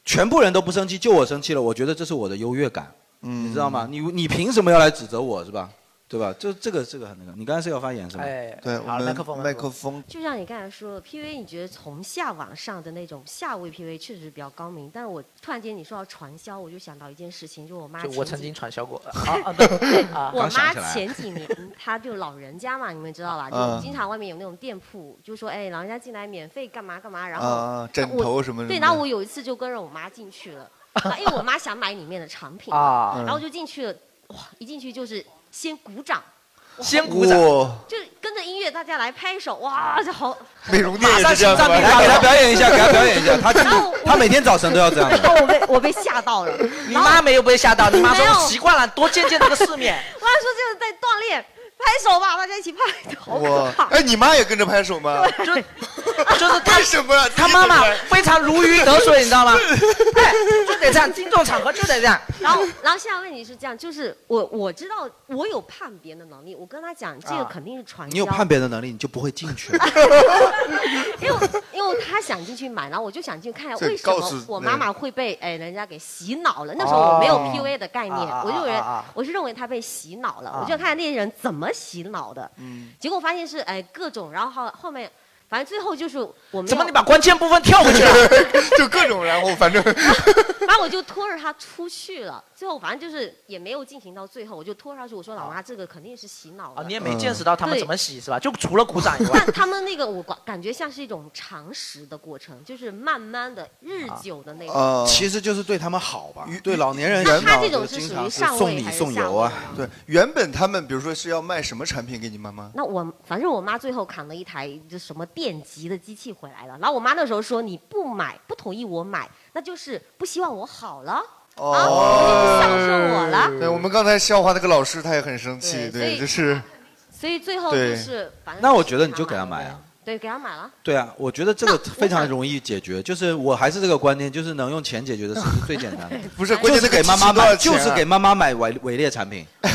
Speaker 3: 全部人都不生气，就我生气了？我觉得这是我的优越感，
Speaker 2: 嗯
Speaker 3: 你知道吗？你你凭什么要来指责我是吧？对吧？就这个这个很那个，你刚才是要发言是吧？
Speaker 1: 哎
Speaker 2: 对我们麦克风
Speaker 13: 就像你刚才说的，PV，你觉得从下往上的那种下位 PV 确实比较高明，但是我突然间你说到传销，我就想到一件事情，就我妈
Speaker 1: 就
Speaker 13: 前
Speaker 1: 我
Speaker 13: 几
Speaker 1: 曾经传销过 啊 啊对啊！
Speaker 13: 我妈前几年，她就老人家嘛，你们知道吧？
Speaker 2: 嗯
Speaker 13: 就经常外面有那种店铺，就说哎，老人家进来免费干嘛干嘛，然后
Speaker 2: 啊枕
Speaker 13: 我
Speaker 2: 头什么什么的
Speaker 13: 对，然后我有一次就跟着我妈进去了，啊因为我妈想买里面的产品嘛
Speaker 2: 啊嗯
Speaker 13: 然后就进去了，哇，一进去就是先鼓掌。哇
Speaker 1: 先鼓掌哇
Speaker 13: 就跟着音乐，大家来拍手，哇，这好！
Speaker 2: 美容店也
Speaker 1: 马上
Speaker 2: 是这样的
Speaker 1: 心
Speaker 2: 吧，
Speaker 1: 脏病发
Speaker 3: 来给他表演一下，给他表演一下，他
Speaker 13: 然 后
Speaker 3: 他每天早晨都要这样的。
Speaker 13: 我被我被吓到了。
Speaker 1: 你妈没有被吓到，你妈说
Speaker 13: 没有
Speaker 1: 习惯了，多见见这个世 面。
Speaker 13: 我还说这是在锻炼，拍手吧，大家一起拍，好可
Speaker 2: 哇
Speaker 13: 怕！，啊
Speaker 2: 哎，你妈也跟着拍手吗？
Speaker 1: 就是他
Speaker 2: 什么啊？
Speaker 1: 他妈妈非常如鱼得水，你知道吗？ 哎，就得这样，敬重场合就得这样。
Speaker 13: 然后，然后现在问题是这样，就是我我知道我有判别的能力，我跟他讲这个肯定是传销，
Speaker 3: 啊你有判别的能力，你就不会进去。
Speaker 13: 因为因为他想进去买，然后我就想进去看一下
Speaker 3: 所以
Speaker 13: 为什
Speaker 3: 告诉
Speaker 13: 么我妈妈会被哎人家给洗脑了。那时候
Speaker 3: 哦
Speaker 13: 我没有 PUA 的概念，
Speaker 3: 啊啊
Speaker 13: 我就认、
Speaker 3: 啊啊啊
Speaker 13: 我是认为他被洗脑了，
Speaker 3: 啊
Speaker 13: 我就看那些人怎么洗脑的。
Speaker 2: 嗯，
Speaker 13: 结果发现是哎各种，然后后后面反正最后就是 我们
Speaker 1: 怎么你把关键部分跳回去了？
Speaker 2: 就各种，然后反正
Speaker 13: 然后我就拖着他出去了，最后反正就是也没有进行到最后，我就拖着他去，我说老妈这个肯定是洗脑了。
Speaker 1: 啊，你也没见识到他们
Speaker 13: 对
Speaker 1: 怎么洗是吧？就除了鼓掌以外
Speaker 13: 但，他们那个我感感觉像是一种常识的过程，就是慢慢的、日
Speaker 1: 啊
Speaker 13: 久的那种。
Speaker 3: 呃
Speaker 2: 呃
Speaker 3: 其实就是对他们好吧，对老年人
Speaker 13: 那
Speaker 3: 也
Speaker 13: 他
Speaker 3: 好
Speaker 13: 这种
Speaker 3: 就是经
Speaker 13: 属于
Speaker 3: 常
Speaker 13: 上位还是下
Speaker 3: 啊
Speaker 13: 位？
Speaker 2: 对，原本他们比如说是要卖什么产品给你妈妈？
Speaker 13: 那我反正我妈最后扛了一台就什么电极的机器回来了，然后我妈那时候说你不买，不同意我买，那就是不希望我好了。
Speaker 2: 哦，
Speaker 13: 上升我了
Speaker 2: 对，我们刚才笑话那个老师，他也很生气，
Speaker 13: 对所
Speaker 2: 对，
Speaker 13: 以
Speaker 2: 就是
Speaker 13: 所以最后就是反正
Speaker 3: 那我觉得你就给他买啊。
Speaker 13: 对给她买了，
Speaker 3: 对啊，我觉得这个非常容易解决，就是我还是这个观念，就是能用钱解决的事是最简单的。
Speaker 2: 不是关
Speaker 3: 就
Speaker 2: 键
Speaker 3: 是
Speaker 2: 那个
Speaker 3: 给妈
Speaker 2: 机器
Speaker 3: 妈
Speaker 2: 多少
Speaker 3: 买，
Speaker 2: 钱
Speaker 3: 就
Speaker 2: 啊
Speaker 3: 是给妈妈买伪伪劣产品。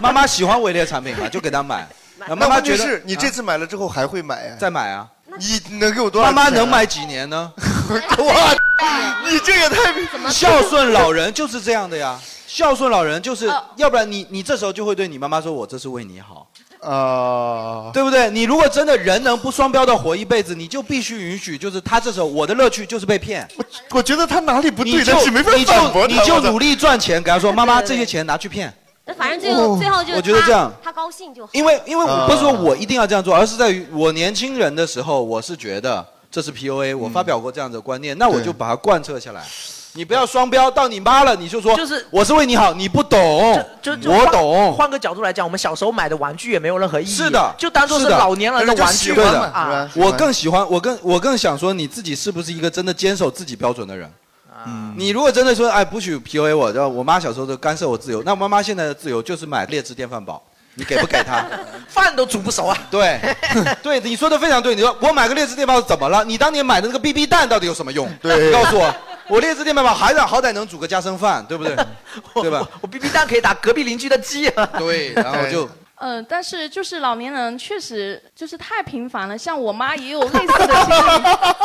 Speaker 3: 妈妈喜欢伪劣产品嘛，就给她买。那妈妈
Speaker 2: 问题
Speaker 3: 觉得啊
Speaker 2: 是你这次买了之后还会买呀？
Speaker 3: 再买啊？
Speaker 2: 你能给我多少钱
Speaker 3: 妈
Speaker 2: 啊？
Speaker 3: 妈能买几年呢？
Speaker 2: 哇，你这也太
Speaker 3: 孝顺老人就是这样的呀，孝顺老人就是，要不然你你这时候就会对你妈妈说，我这是为你好。
Speaker 2: 啊，
Speaker 3: 对不对？你如果真的人能不双标的活一辈子，你就必须允许，就是他这时候我的乐趣就是被骗。
Speaker 2: 我觉得他哪里不
Speaker 3: 你
Speaker 2: 对，
Speaker 3: 就
Speaker 2: 但是没办
Speaker 3: 你
Speaker 2: 法反
Speaker 3: 就
Speaker 2: 驳他
Speaker 3: 你就
Speaker 2: 我操
Speaker 3: 努力赚钱，给他说妈妈这些钱拿去骗。
Speaker 13: 那反正最后、
Speaker 3: 哦
Speaker 13: 最后就是
Speaker 3: 我觉得
Speaker 13: 她
Speaker 3: 这样
Speaker 13: 她高兴就好。
Speaker 3: 因为因为我
Speaker 2: 啊
Speaker 3: 不是说我一定要这样做，而是在于我年轻人的时候，我是觉得这是 PUA，我发表过这样的观念，那我就把它贯彻下来。你不要双标，到你妈了你就说，
Speaker 1: 就是
Speaker 3: 我是为你好，你不懂，
Speaker 1: 就就
Speaker 3: 我
Speaker 1: 换
Speaker 3: 懂。
Speaker 1: 换个角度来讲，我们小时候买的玩具也没有任何意义，
Speaker 3: 是的，
Speaker 1: 就当做
Speaker 3: 是
Speaker 1: 是老年人的玩具
Speaker 3: 对的
Speaker 1: 嘛啊。
Speaker 3: 我更喜欢，我更我更想说，你自己是不是一个真的坚守自己标准的人？
Speaker 1: 嗯，
Speaker 3: 你如果真的说，哎，不许 PUA 我，然后我妈小时候就干涉我自由，那妈妈现在的自由就是买劣质电饭煲，你给不给她？
Speaker 1: 饭都煮不熟啊。
Speaker 3: 对， 对，你说的非常对。你说我买个劣质电饭煲怎么了？你当年买的那个 BB 蛋到底有什么用？
Speaker 2: 对
Speaker 3: 你告诉我，我劣质电饭煲还好好歹能煮个家生饭，对不对？对吧？
Speaker 1: 我 BB 蛋可以打隔壁邻居的鸡啊。
Speaker 3: 对，然 后就
Speaker 9: 嗯、但是就是老年人确实就是太频繁了，像我妈也有类 似的经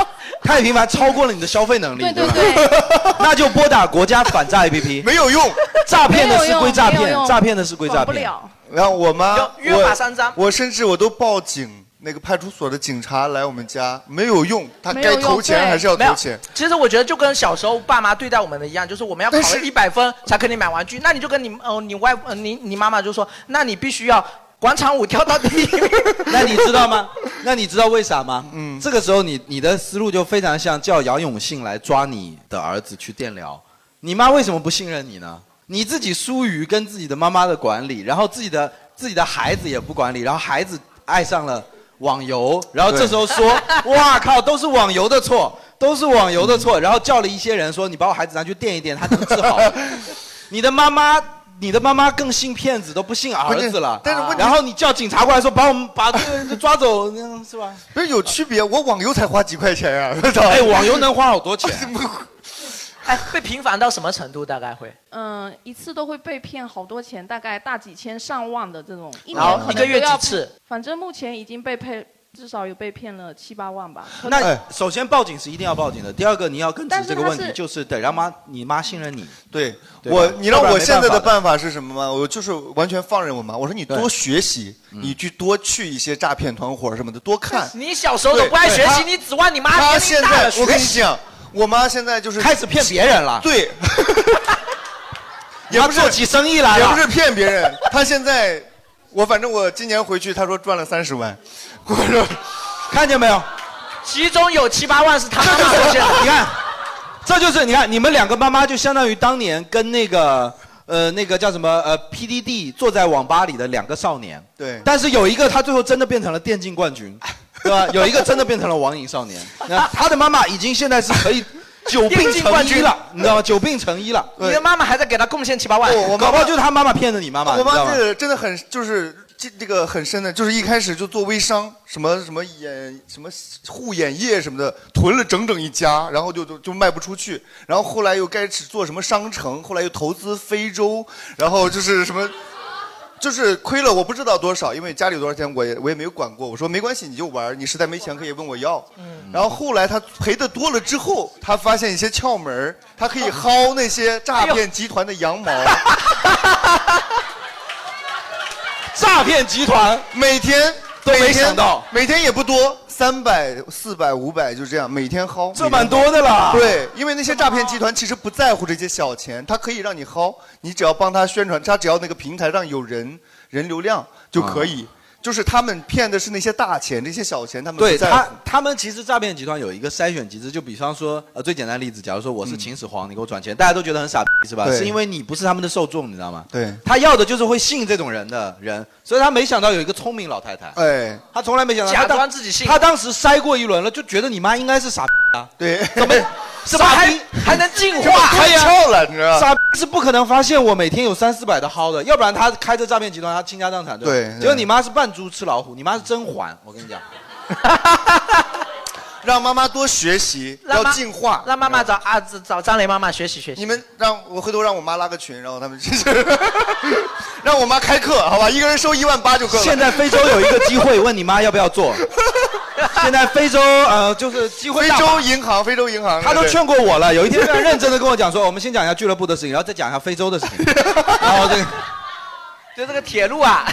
Speaker 9: 历。
Speaker 3: 太频繁，超过了你的消费能力，
Speaker 9: 对对
Speaker 3: 吧？
Speaker 9: 对，
Speaker 3: 那就拨打国家反诈 APP，
Speaker 2: 没有用，
Speaker 3: 诈骗的
Speaker 9: 没有
Speaker 3: 是
Speaker 9: 用
Speaker 3: 归诈
Speaker 9: 没有
Speaker 3: 骗，
Speaker 9: 用
Speaker 3: 诈骗的是归诈
Speaker 9: 管不
Speaker 3: 骗。
Speaker 9: 了
Speaker 2: 然后我妈
Speaker 1: 约
Speaker 2: 我
Speaker 1: 法三章
Speaker 2: 我甚至我都报警，那个派出所的警察来我们家没有用，他该投钱还是要
Speaker 1: 没有
Speaker 2: 投钱。
Speaker 1: 其实我觉得就跟小时候爸妈对待我们的一样，就是我们要考了一百分才给你买玩具，那你就跟你呃你外呃你你妈妈就说，那你必须要广场舞跳到第一名。
Speaker 3: 那你知 道吗？ 那你知道为啥吗？嗯，这个时候你你的思路就非常像叫杨永信来抓你的儿子去电疗，你妈为什么不信任你呢？你自己疏于跟自己的妈妈的管理，然后自己的自己的孩子也不管理，然后孩子爱上了网游，然后这时 候说，哇靠，都是网游的错，都是网游的
Speaker 2: 嗯
Speaker 3: 错，然后叫了一些人说，你把我孩子拿去电一电，他能治 好。你的妈妈。你的妈妈更信骗子，都不信儿子了。
Speaker 2: 但是问题
Speaker 3: 然后你叫警察过来说，把我们把这个人抓走，那样是吧？
Speaker 2: 不是有区别？我网游才花几块钱 啊！我操！
Speaker 3: 哎，网游能花好多钱。
Speaker 1: 哎，被频繁到什么程度？大概会？
Speaker 9: 嗯，一次都会被骗好多钱，大概大几千上万的这种，一
Speaker 1: 然后
Speaker 9: 年可
Speaker 1: 一个
Speaker 9: 能
Speaker 1: 月
Speaker 9: 都要
Speaker 1: 几次？
Speaker 9: 反正目前已经被骗，至少有被骗了七八万吧。可能
Speaker 3: 那首先报警是一定要报警的，第二个你要根治
Speaker 9: 但是
Speaker 3: 这个
Speaker 9: 他
Speaker 3: 问题，
Speaker 9: 是
Speaker 3: 就是得让妈你妈信任你。
Speaker 2: 对
Speaker 3: 对吧
Speaker 2: 我，你知道
Speaker 3: 要不然
Speaker 2: 我
Speaker 3: 没
Speaker 2: 现在的
Speaker 3: 办法
Speaker 2: 办法是什么吗？我就是完全放任我妈。我说你多学习，
Speaker 3: 嗯
Speaker 2: 你去多去一些诈骗团伙什么的，多看。
Speaker 1: 你小时候都
Speaker 2: 对
Speaker 1: 不爱
Speaker 2: 对
Speaker 1: 学习，
Speaker 2: 他
Speaker 1: 你指望你妈
Speaker 2: 她
Speaker 1: 年
Speaker 2: 现
Speaker 1: 龄大
Speaker 2: 在
Speaker 1: 了，学
Speaker 2: 我跟你
Speaker 1: 习
Speaker 2: 讲，我妈现在就是
Speaker 3: 开始骗别人了
Speaker 2: 对，也
Speaker 3: 她
Speaker 2: 不是
Speaker 3: 做起生意来了
Speaker 2: 也不是骗别人。她现在，我反正我今年回去，她说赚了三十万，我说
Speaker 3: 看见没有？
Speaker 1: 其中有七八万是他妈妈
Speaker 3: 这
Speaker 1: 贡
Speaker 3: 就是
Speaker 1: 献的。
Speaker 3: 你看，这就是你看，你们两个妈妈就相当于当年跟那个呃那个叫什么呃 PDD 坐在网吧里的两个少年。
Speaker 2: 对
Speaker 3: 但是有一个他最后真的变成了电竞冠 军，对吧？有一个真的变成了网瘾少年。那他的妈妈已经现在是可 以久病
Speaker 1: 电竞
Speaker 3: 成
Speaker 1: 冠
Speaker 3: 医
Speaker 1: 军
Speaker 3: 了，你知道吗？久病成医了。
Speaker 1: 你的妈妈还在给他贡献七八万，
Speaker 3: 搞不好就是他妈妈骗的你妈妈，
Speaker 2: 我
Speaker 3: 你知道
Speaker 2: 妈
Speaker 3: 吗
Speaker 2: 这？个真的很就是这这个很深的，就是一开始就做微商，什么什么眼什么护眼液什么的，囤了整整一家，然后就就就卖不出去，然后后来又开始做什么商城，后来又投资非洲，然后就是什么。就是亏了，我不知道多少，因为家里有多少钱，我也我也没有管过。我说没关系，你就玩儿，你实在没钱可以问我要。
Speaker 3: 嗯
Speaker 2: 然后后来他赔的多了之后，他发现一些窍门儿他可以薅那些
Speaker 3: 哎
Speaker 2: 诈骗集团的羊毛。
Speaker 3: 诈骗集团
Speaker 2: 每天
Speaker 3: 都没
Speaker 2: 每天
Speaker 3: 想到
Speaker 2: 每天也不多，三百、四百、五百就这样，每天薅，
Speaker 3: 这蛮多的啦
Speaker 2: 对，因为那些诈骗集团其实不在乎这些小钱，他可以让你薅，你只要帮他宣传，他只要那个平台上有人人流量就可以。
Speaker 3: 啊
Speaker 2: 就是他们骗的是那些大钱，这些小钱他们
Speaker 3: 对
Speaker 2: 不在
Speaker 3: 他
Speaker 2: 乎，
Speaker 3: 他们其实诈骗集团有一个筛选机制，就比方说，呃，最简单的例子，假如说我是秦始皇，你给我转钱，大家都觉得很傻逼，是吧？
Speaker 2: 对
Speaker 3: 是因为你不是他们的受众，你知道吗？
Speaker 2: 对，
Speaker 3: 他要的就是会信这种人的人，所以他没想到有一个聪明老太太，
Speaker 2: 哎，
Speaker 3: 他从来没想到，
Speaker 1: 假
Speaker 3: 他当
Speaker 1: 装自己信
Speaker 3: 他当时筛过一轮了，就觉得你妈应该是傻逼啊，
Speaker 2: 对，
Speaker 3: 怎么
Speaker 1: 怎
Speaker 3: 傻
Speaker 1: 么还
Speaker 3: 逼
Speaker 1: 还能进化？
Speaker 3: 对呀
Speaker 2: 跳了你知道吗
Speaker 3: 傻逼是不可能发现我每天有三四百的薅的，要不然他开着诈骗集团，他倾家荡产，吧
Speaker 2: 对
Speaker 3: 结果你妈是扮猪吃老虎，你妈是真还，我跟你讲。
Speaker 2: 让妈妈多学习，
Speaker 1: 让
Speaker 2: 要
Speaker 1: 妈
Speaker 2: 进化。
Speaker 1: 让妈妈找啊找找张雷妈妈学习学习。
Speaker 2: 你们让我回头让我妈拉个群，然后他们就是 让我妈开课，好吧，一个人收一万八就够了。
Speaker 3: 现在非洲有一个机会，问你妈要不 要做。现在非洲呃，就是机会
Speaker 2: 非
Speaker 3: 大
Speaker 2: 洲
Speaker 3: 吧
Speaker 2: 银行，非洲银行，
Speaker 3: 他都
Speaker 2: 对
Speaker 3: 劝过我了。有一天非常认真的跟我讲说，我们先讲一下俱乐部的事情，然后再讲一下非洲的事情。 然后这个
Speaker 1: 就这个铁路啊，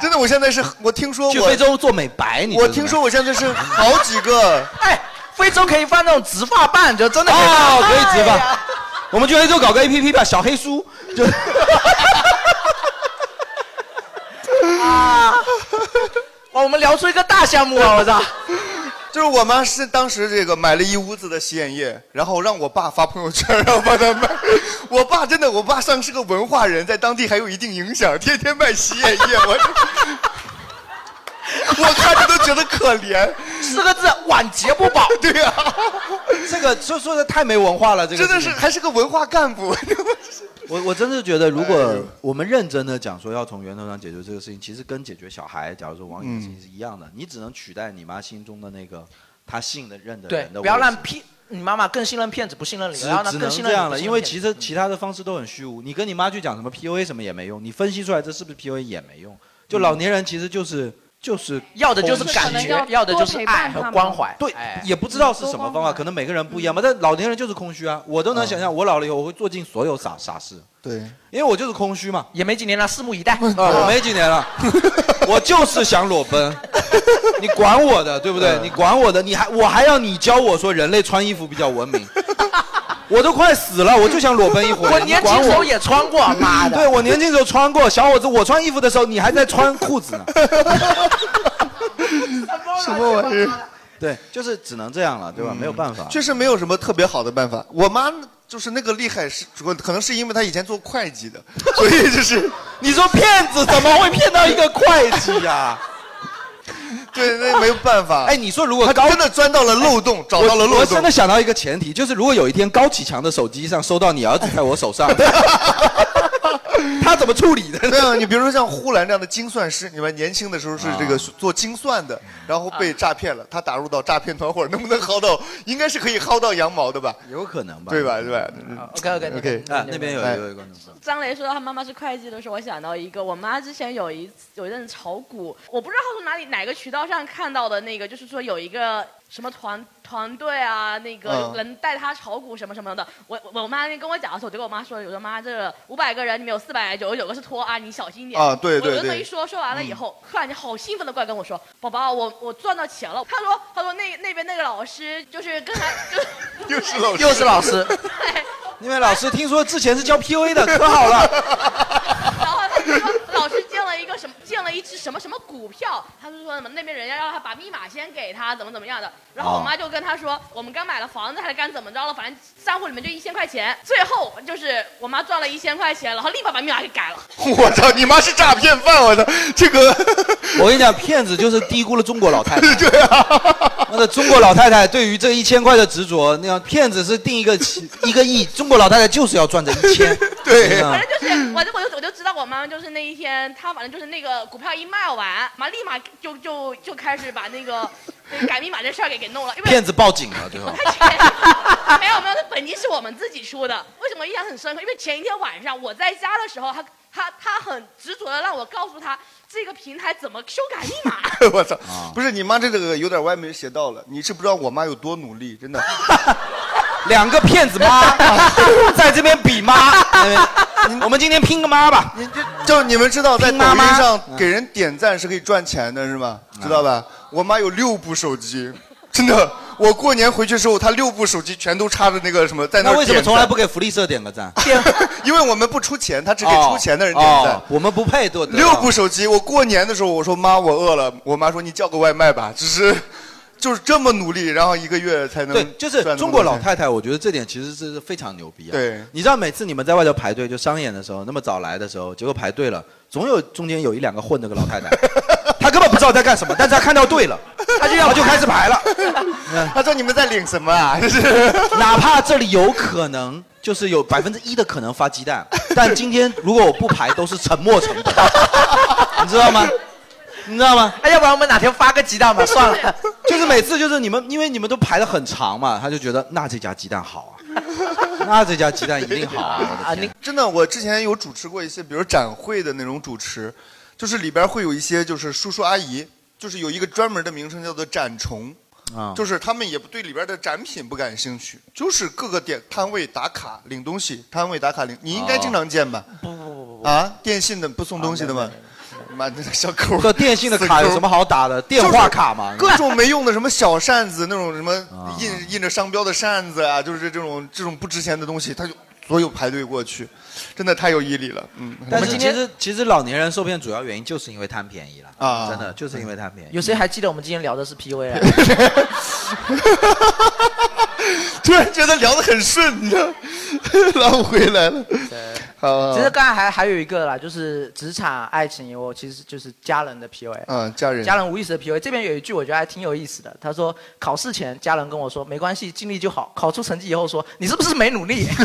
Speaker 2: 真的，我现在是，我听说
Speaker 3: 去
Speaker 2: 我
Speaker 3: 非洲做美白，你知道
Speaker 2: 我
Speaker 3: 吗
Speaker 2: 听说我现在是好几个，
Speaker 1: 哎，非洲可以放那种直发棒，就真的可以
Speaker 3: 哦，可以直
Speaker 1: 哎呀
Speaker 3: 吧？我们去非洲搞个 A P P 吧，小黑书就。
Speaker 1: 啊！哇，我们聊出一个大项目啊！我操，
Speaker 2: 就是我妈是当时这个买了一屋子的洗眼液，然后让我爸发朋友圈，让我帮他卖。 我爸真的，我爸像是个文化人，在当地还有一定影响，天天卖洗眼液， 我我看着都觉得可怜。
Speaker 1: 四个字，晚节不保。
Speaker 2: 对呀、
Speaker 3: 这个说说的太没文化了，这个
Speaker 2: 真的是
Speaker 3: 事情
Speaker 2: 还是个文化干 部。
Speaker 3: 我我真的觉得，如
Speaker 2: 哎
Speaker 3: 果我们认真的讲说要从源头上解决这个事情，其实跟解决小孩，假如说网瘾的事
Speaker 2: 嗯
Speaker 3: 情是一样的，你只能取代你妈心中的那个她信的认的
Speaker 1: 对
Speaker 3: 人，的位置。
Speaker 1: 不要让骗你妈妈更信任骗子，不信任你，
Speaker 3: 只
Speaker 1: 然后呢
Speaker 3: 只
Speaker 1: 更
Speaker 3: 能
Speaker 1: 信
Speaker 3: 这
Speaker 1: 任
Speaker 3: 样
Speaker 1: 你
Speaker 3: 了，
Speaker 1: 不信任嗯
Speaker 3: 因为
Speaker 1: 骗子
Speaker 3: 其实其他的方式都很虚无。你跟你妈去讲什么 PUA 什么也没用，你分析出来这是不是 PUA 也没用。就老年人其实就是就是
Speaker 1: 嗯要的就是
Speaker 3: 空
Speaker 1: 感
Speaker 3: 虚
Speaker 1: 觉，要的就是爱和关怀。
Speaker 3: 对
Speaker 1: 哎，
Speaker 3: 也不知道是什么方法，可能每个人不一样吧。但老年人就是空虚啊，我都能想
Speaker 1: 嗯
Speaker 3: 象，我老了以后我会做尽所有傻傻事，
Speaker 2: 对，
Speaker 3: 因为我就是空虚嘛。
Speaker 1: 也没几年了，拭目以待。
Speaker 3: 啊，我没几年了， 我就是想裸奔，你管我的，对不对？你管我的，你还我还要你教我说人类穿衣服比较文明，我都快死了，我就想裸奔一回。
Speaker 1: 我年轻
Speaker 3: 你管
Speaker 1: 时候也穿过妈的
Speaker 3: 对我年轻时候穿过，小伙子，我穿衣服的时候你还在穿裤 子呢。
Speaker 2: 什么玩意儿？嗯
Speaker 3: 对，就是只能这样了，对吧？没有办法。
Speaker 2: 确实没有什么特别好的办法。我妈就是那个厉害是，可能是因为她以前做会计的，所以就是
Speaker 3: 你说骗子怎么会骗到一个会计呀、
Speaker 2: 对，那没有办法。
Speaker 3: 哎，你说如果哎
Speaker 2: 他真的钻到了漏洞，找到了
Speaker 3: 我
Speaker 2: 漏
Speaker 3: 我真
Speaker 2: 洞
Speaker 3: 的，想到一个前提，就是如果有一天高启强的手机上收到你儿子在我手上，他怎么处理的？
Speaker 2: 对啊，你比如说像呼兰这样的精算师，你们年轻的时候是这个
Speaker 3: 啊
Speaker 2: 做精算的，然后被诈骗了，他打入到诈骗团伙，能不能薅到？应该是可以薅到羊毛的吧？
Speaker 3: 有可能吧？
Speaker 2: 对吧？对吧
Speaker 1: 哦 OK，OK，你
Speaker 2: OK，
Speaker 1: 看
Speaker 14: 啊，那边有一个观众。
Speaker 8: 张雷说到他妈妈是会计的时候，我想到一个，我妈之前有一次有一阵炒股，我不知道她从哪里哪个渠道上看到的那个，就是说有一个什么团团队啊，那个
Speaker 15: 嗯
Speaker 8: 人带她炒股什么什么的。我我我妈那天跟我讲的时候，我就跟我妈说，我说妈，这五百个人里面有四百九十九个是托啊，你小心点。
Speaker 2: 啊对对
Speaker 8: 我就这么
Speaker 2: 对嗯
Speaker 8: 一说，说完了以后，突然间好兴奋的过来跟我说，宝宝，我我赚到钱了。她说她说那那边那个老师就是 跟他就
Speaker 2: 又是老
Speaker 3: 师又是老师 因为老师听说之前是教 PUA 的，可好了。
Speaker 8: 然后他就说 老师进了一个什么，进了一只什么什么股票，他就说什么那边人家让他把密码先给他，怎么怎么样的。然后我妈就跟他说，我们刚买了房子还是刚怎么着了，反正账户里面就一千块钱。最后就是我妈赚了一千块钱，然后立马把密码给改了。
Speaker 2: 我操，你妈是诈骗犯！我操，这个
Speaker 3: 我跟你讲，骗子就是低估了中国老太 太。对啊，那个中国老太太对于这一千块的执着，那样骗子是定一个起一个亿，中国老太太就是要赚这一千。 对
Speaker 8: 反正就是，我就我就我就知道我妈妈就是那一天，她反正就是那个股票一卖完，妈立马就就就开始把那个那个改密码这事儿给给弄了，因为
Speaker 3: 骗子报警了，最 后。
Speaker 8: 没有没有，那本金是我们自己出的。为什么印象很深刻？因为前一天晚上我在家的时候，他他他很执着的让我告诉他这个平台怎么修改密 码。
Speaker 2: 我操，
Speaker 3: 啊
Speaker 2: 不是你妈这个有点歪门邪道了，你是不知道我妈有多努力，真的。
Speaker 3: 两个骗子妈 在这边比妈，我们今天拼个妈吧。
Speaker 2: 你这 就你们知道，在抖
Speaker 3: 拼妈
Speaker 2: 音
Speaker 3: 妈嗯
Speaker 2: 上给人点赞是可以赚钱的，是吗？知道吧？我妈有六部手机， 真的。我过年回去的时候，她六部手机全都插着那个什么，在那
Speaker 3: 那
Speaker 2: 儿
Speaker 3: 为什么
Speaker 2: 点赞
Speaker 3: 从来不给福利社点个赞？
Speaker 2: 因为我们不出钱，他只给出钱的人点赞。
Speaker 3: 哦我们不配对。
Speaker 2: 六部手机，我过年的时候我说妈我饿了，我妈说你叫个外卖吧，只是就是这么努力，然后一个月才能
Speaker 3: 对，就是
Speaker 2: 赚那么多
Speaker 3: 中国老
Speaker 2: 钱
Speaker 3: 太太，我觉得这点其实是非常牛逼啊。
Speaker 2: 对，
Speaker 3: 你知道每次你们在外头排队，就商演的时候，那么早来的时候，结果排队了，总有中间有一两个混的个老 太太，她根本不知道在干什么，但是她看到队了，她就要就开始排了。
Speaker 2: 她说你们在领什么
Speaker 3: 哎
Speaker 2: 啊？ 就是
Speaker 3: 哪怕这里有可能就是有百分之一的可能发鸡 蛋，但今天如果我不排，都是沉没成本， 你知道吗？你知道吗？哎，要不然我们哪天发个鸡蛋吧，算了。 就是每次就是你们，因为你们都排得很长嘛，他就觉得那这家鸡蛋好啊，那这家鸡蛋一定好啊。我的天
Speaker 2: 真的，我之前有主持过一些，比如展会的那种主持，就是里边会有一些就是叔叔阿姨，就是有一个专门的名称叫做展虫。
Speaker 3: 啊
Speaker 2: 就是他们也不对里边的展品不感兴趣，就是各个点摊位打卡领东西，摊位打卡领，你应该经常见吧？
Speaker 3: 哦
Speaker 1: 不不不不不，
Speaker 2: 啊，电信的不送东西
Speaker 3: 啊
Speaker 2: 的吗？妈的小狗！
Speaker 3: 这电信的卡有什么好打的？电话卡嘛，啊
Speaker 2: 各种没用的什么小扇子，那种什么印印着商标的扇子啊，就是这种这种不值钱的东西，他就所有排队过去，真的太有毅力了。嗯，
Speaker 3: 但是其实其实老年人受骗主要原因就是因为贪便宜了
Speaker 2: 啊
Speaker 3: 真的就是因为贪便宜。
Speaker 1: 有谁还记得我们今天聊的是 PUA 啊？
Speaker 2: 突然觉得聊得很顺，你知道， 拉回来了。好，
Speaker 1: 其实刚才还还有一个啦，就是职场、爱情，我其实就是家人的 PUA。
Speaker 2: 嗯，家人
Speaker 1: 家人无意识的 PUA。这边有一句我觉得还挺有意思的，他说考试前家人跟我说没关系，尽力就好。考出成绩以后说你是不是没努力？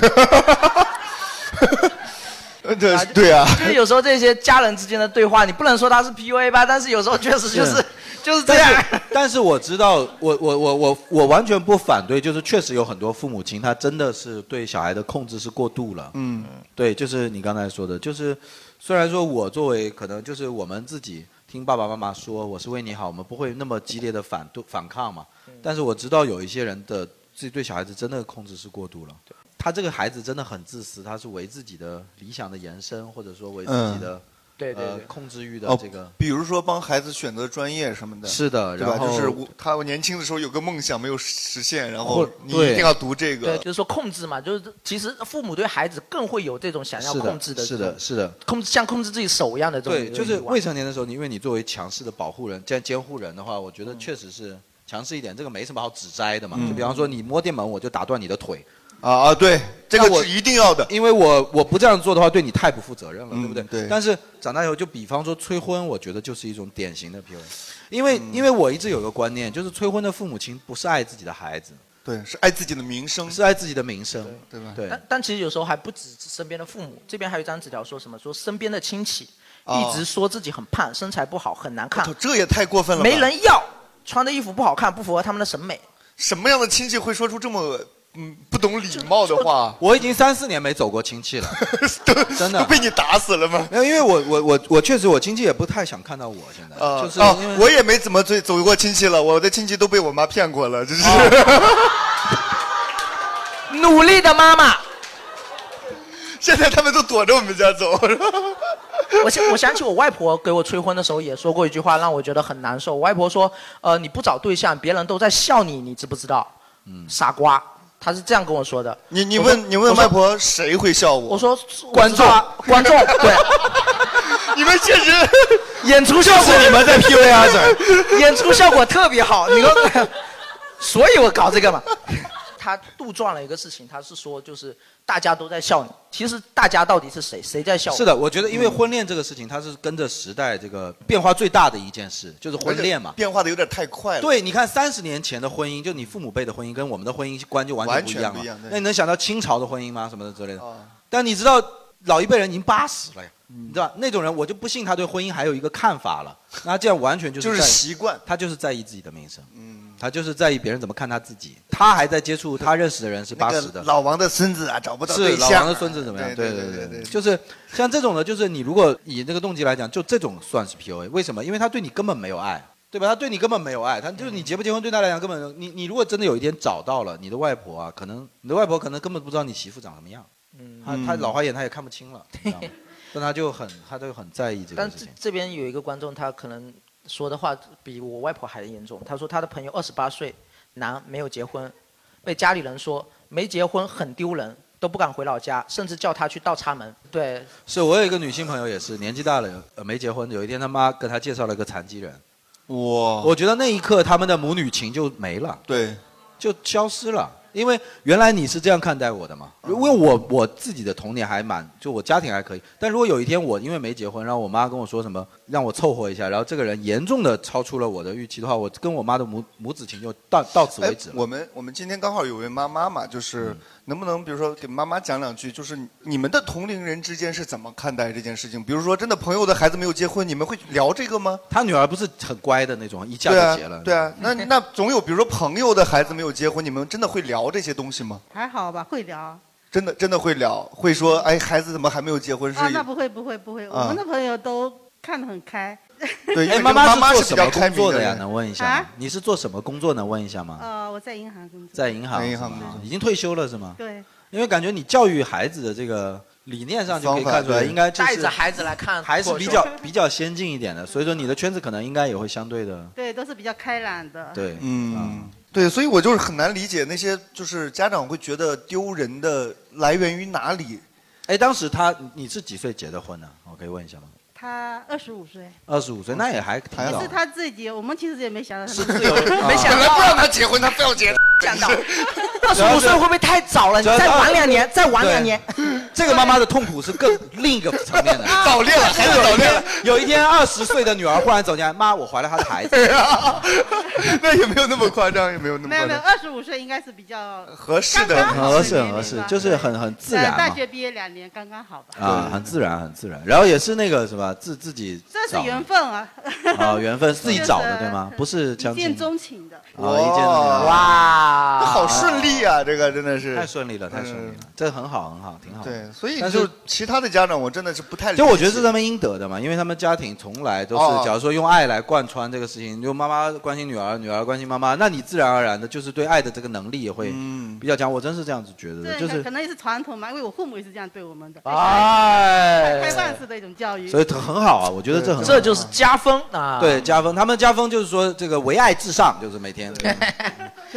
Speaker 2: 对对啊，
Speaker 1: 就是有时候这些家人之间的对话，你不能说他是 PUA 吧，但是有时候确实就是
Speaker 3: 是
Speaker 1: 就是这样。
Speaker 3: 但是我知道，我我我我我完全不反对，就是确实有很多父母亲他真的是对小孩的控制是过度了。
Speaker 2: 嗯，
Speaker 3: 对，就是你刚才说的，就是虽然说我作为可能就是我们自己听爸爸妈妈说我是为你好，我们不会那么激烈的反对反抗嘛，
Speaker 1: 嗯
Speaker 3: 但是我知道有一些人的自己对小孩子真的控制是过度了。他这个孩子真的很自私，他是为自己的理想的延伸，或者说为自己的、
Speaker 1: 对对
Speaker 3: 呃
Speaker 1: 对
Speaker 3: 控制欲
Speaker 2: 嗯
Speaker 3: 的
Speaker 2: 哦
Speaker 3: 这个。
Speaker 2: 比如说帮孩子选择专业什么的，
Speaker 3: 是的
Speaker 2: 对吧？
Speaker 3: 然后
Speaker 2: 就是我他年轻的时候有个梦想没有实现，然后
Speaker 3: 或
Speaker 2: 你一定要读这
Speaker 1: 对，
Speaker 2: 个
Speaker 1: 就，是说控制嘛，就是其实父母对孩子更会有这种想要
Speaker 3: 是的
Speaker 1: 控制的这
Speaker 3: 是
Speaker 1: 种，
Speaker 3: 的，是的，
Speaker 1: 控制像控制自己手一样的这种
Speaker 3: 对，
Speaker 1: 欲望。
Speaker 3: 就是未成年的时候，你因为你作为强势的保护人、监监护人的话，我觉得确实是强势一点，这个没什么好指摘的嘛。
Speaker 2: 嗯
Speaker 3: 就比方说你摸电门，我就打断你的腿，
Speaker 2: 啊啊，对，这
Speaker 3: 那
Speaker 2: 个
Speaker 3: 我
Speaker 2: 是一定要的。嗯
Speaker 3: 因为我我不这样做的话，对你太不负责任了，对不对？
Speaker 2: 对
Speaker 3: 但是长大以后，就比方说催婚，我觉得就是一种典型的 PUA，因为、
Speaker 2: 嗯
Speaker 3: 因为我一直有个观念，就是催婚的父母亲不是爱自己的孩子，
Speaker 2: 对，是爱自己的名声，
Speaker 3: 是爱自己的名声，
Speaker 2: 对吧？
Speaker 3: 对。
Speaker 1: 但但其实有时候还不止身边的父母，这边还有一张纸条说什么说身边的亲戚
Speaker 2: 哦
Speaker 1: 一直说自己很胖，身材不好，很难看，
Speaker 2: 这也太过分了吧
Speaker 1: 没人要，穿的衣服不好看，不符合他们的审美。
Speaker 2: 什么样的亲戚会说出这么嗯不懂礼貌的话？
Speaker 3: 我已经三四年没走过亲 戚了，真的
Speaker 2: 被你打死了吗？
Speaker 3: 没有，因为我我我我确实我亲戚也不太想看到我现在，
Speaker 2: 啊
Speaker 3: 就是
Speaker 2: 啊
Speaker 3: 因为、
Speaker 2: 我也没怎么走走过亲戚了，我的亲戚都被我妈骗过了，这是。
Speaker 3: 哦
Speaker 1: 努力的妈妈，
Speaker 2: 现在他们都躲着我们家走。
Speaker 1: 我想我想起我外婆给我催婚的时候也说过一句话，让我觉得很难受。我外婆说：“呃，你不找对象，别人都在笑你，你知不知道？嗯，傻瓜。”她是这样跟我说的。
Speaker 2: 你你
Speaker 1: 我说
Speaker 2: 问你问
Speaker 1: 我说
Speaker 2: 外婆谁会笑我？
Speaker 1: 我说
Speaker 2: 观众
Speaker 1: 观众 对，
Speaker 2: 你们确实
Speaker 1: 演出效
Speaker 2: 就
Speaker 1: 果
Speaker 2: 是你们在 PUA 阿
Speaker 1: Sir 演出效果特别好，你说，所以我搞这个嘛。他杜撰了一个事情，他是说就是大家都在笑你，其实大家到底是谁？谁在 笑？
Speaker 3: 是的，我觉得因为婚恋这个事情，它是跟着时代这个变化最大的一件事，就是婚恋嘛。
Speaker 2: 变化的有点太快了。
Speaker 3: 对，你看三十年前的婚姻，就你父母辈的婚姻，跟我们的婚姻观就完全
Speaker 2: 完
Speaker 3: 不
Speaker 2: 全
Speaker 3: 一样了。
Speaker 2: 不一样对哦
Speaker 3: 那你能想到清朝的婚姻吗？什么的之类的？但你知道老一辈人已经八十了呀，
Speaker 2: 嗯
Speaker 3: 你知道吧那种人，我就不信他对婚姻还有一个看法了。那这样完全就是
Speaker 2: 就是
Speaker 3: 在
Speaker 2: 习惯，
Speaker 3: 他就是在意自己的名声，
Speaker 2: 嗯
Speaker 3: 他就是在意别人怎么看他自己。他还在接触他认识的人是八
Speaker 2: 那个
Speaker 3: 十的，
Speaker 2: 老王的孙子啊，找不到
Speaker 3: 是
Speaker 2: 对
Speaker 3: 老
Speaker 2: 象。
Speaker 3: 王的孙子怎么样？
Speaker 2: 对
Speaker 3: 对
Speaker 2: 对
Speaker 3: 对就是像这种的，就是你如果以这个动机来讲，就这种算是 PUA。为什么？因为他对你根本没有爱，对吧？他对你根本没有爱，他就是你
Speaker 2: 嗯
Speaker 3: 结不结婚对他来讲根本你你如果真的有一天找到了你的外婆啊，可能你的外婆可能根本不知道你媳妇长什么样，
Speaker 1: 嗯
Speaker 3: 他
Speaker 2: 嗯
Speaker 3: 他老花眼他也看不清了，你知 道吗但他就很他就很在意这个
Speaker 1: 但
Speaker 3: 事
Speaker 1: 这
Speaker 3: 情。
Speaker 1: 这边有一个观众，他可能说的话比我外婆还严重。他说他的朋友二十八岁，男，没有结婚，被家里人说没结婚很丢人，都不敢回老家，甚至叫他去倒插门。对，
Speaker 3: 是我有一个女性朋友也是年纪大了，呃没结婚，有一天他妈给她介绍了一个残疾人，
Speaker 2: 哇，
Speaker 3: 我觉得那一刻他们的母女情就没了，
Speaker 2: 对，
Speaker 3: 就消失了。因为原来你是这样看待我的嘛？
Speaker 2: 嗯
Speaker 3: 因为我我自己的童年还蛮，就我家庭还可以。但如果有一天我因为没结婚，然后我妈跟我说什么，让我凑合一下，然后这个人严重的超出了我的预期的话，我跟我妈的母母子情就到到此为止了。嗯
Speaker 2: 我们哎我们今天刚好有位妈妈嘛，就是、能不能比如说给妈妈讲两句，就是你们的同龄人之间是怎么看待这件事情？比如说真的朋友的孩子没有结婚，你们会聊这个吗？
Speaker 3: 她女儿不是很乖的那种，一下
Speaker 2: 对啊
Speaker 3: 就结了。，
Speaker 2: 对啊，那那总有比如说朋友的孩子没有结婚，你们真的会聊这些东西吗？
Speaker 5: 还好吧，会聊啊，
Speaker 2: 真的真的会聊，会说哎孩子怎么还没有结婚？是、
Speaker 5: 啊那不会不会不会，
Speaker 2: 啊
Speaker 5: 我们的朋友都看得很开。
Speaker 2: 对，因为
Speaker 3: 哎，
Speaker 2: 这个
Speaker 3: 妈
Speaker 2: 妈
Speaker 3: 是
Speaker 2: 是比
Speaker 3: 做什
Speaker 2: 较
Speaker 3: 么
Speaker 2: 开
Speaker 3: 工
Speaker 2: 明
Speaker 3: 作
Speaker 2: 的
Speaker 3: 的呀？
Speaker 2: 人啊
Speaker 3: 能问一下吗？
Speaker 5: 啊
Speaker 3: 你是做什么工作？能问一下吗？
Speaker 5: 呃，我在银行工作。
Speaker 3: 在银行
Speaker 2: 在
Speaker 3: 是吗，
Speaker 2: 银行工
Speaker 3: 已经退休了是吗？
Speaker 5: 对，
Speaker 3: 因为感觉你教育孩子的这个理念上就可以看出
Speaker 2: 方法
Speaker 3: 来，
Speaker 2: 对
Speaker 3: 应该就是
Speaker 1: 带着孩子来看，
Speaker 3: 还是比较比较先进一点的，所以说你的圈子可能应该也会相对的
Speaker 5: 对，都是比较开朗的。
Speaker 3: 对，啊
Speaker 2: 嗯，对，所以我就是很难理解那些就是家长会觉得丢人的来源于哪里。
Speaker 3: 哎，当时他你是几岁结的婚呢？我可以问一下吗？
Speaker 5: 他二十五岁，
Speaker 3: 二十五岁，那也还挺
Speaker 5: 也
Speaker 3: 早
Speaker 5: 是。他自己，我们其实也没想到他是
Speaker 2: 啊
Speaker 1: 没想到
Speaker 2: 不让他结婚，他非要结。
Speaker 1: 想到二十五岁会不会太早了？你再晚两年，再晚两年。
Speaker 3: 这个妈妈的痛苦是更另一个层面 的，
Speaker 2: 早恋了，
Speaker 3: 还早恋。有一天，二十岁的女儿忽然走进来，妈，我怀了她的孩子。
Speaker 2: 那也没有那么夸张，也没有那么
Speaker 5: 没
Speaker 2: 夸
Speaker 5: 有没有，
Speaker 2: 张。
Speaker 5: 二十五岁应该是比较
Speaker 2: 合适的
Speaker 5: 刚刚好
Speaker 3: 合适
Speaker 5: 的
Speaker 3: 很合
Speaker 5: 年龄
Speaker 3: 适
Speaker 5: 吧，
Speaker 3: 就是很很自
Speaker 5: 呃
Speaker 3: 然
Speaker 5: 大
Speaker 3: 嘛，
Speaker 5: 学毕业两年刚刚好吧，
Speaker 3: 啊，很自然很自然。然后也是那个什么自自己
Speaker 5: 这是
Speaker 3: 找
Speaker 5: 缘分啊。
Speaker 3: 啊缘分自己找
Speaker 5: 就
Speaker 3: 的
Speaker 5: 是
Speaker 3: 对吗？不是
Speaker 5: 一
Speaker 3: 强
Speaker 5: 见
Speaker 3: 行
Speaker 5: 钟情的。
Speaker 3: 哦，一见钟情
Speaker 1: 哇
Speaker 2: 这好顺利啊，这个真的是嗯
Speaker 3: 太顺利了，太顺利了，这很好，很好，挺 好。
Speaker 2: 对，所以
Speaker 3: 但
Speaker 2: 就是其他的家长，我真的是不太理解。
Speaker 3: 就我觉得是他们应得的嘛，因为他们家庭从来都
Speaker 2: 哦
Speaker 3: 是，假如说用爱来贯穿这个事情，就妈妈关心女儿，女儿关心妈妈，那你自然而然的就是对爱的这个能力也会
Speaker 2: 嗯
Speaker 3: 比较强。我真是这样子觉得的，
Speaker 5: 对，
Speaker 3: 就
Speaker 5: 可
Speaker 3: 是
Speaker 5: 可能也是传统嘛，因为我父母也是这样对我们的，
Speaker 1: 哎
Speaker 5: 开放式的一种教育。
Speaker 3: 所以很好啊，我觉得这很好
Speaker 1: 这就是加分啊！
Speaker 3: 对加分，他们加分就是说这个为爱至上，就是每天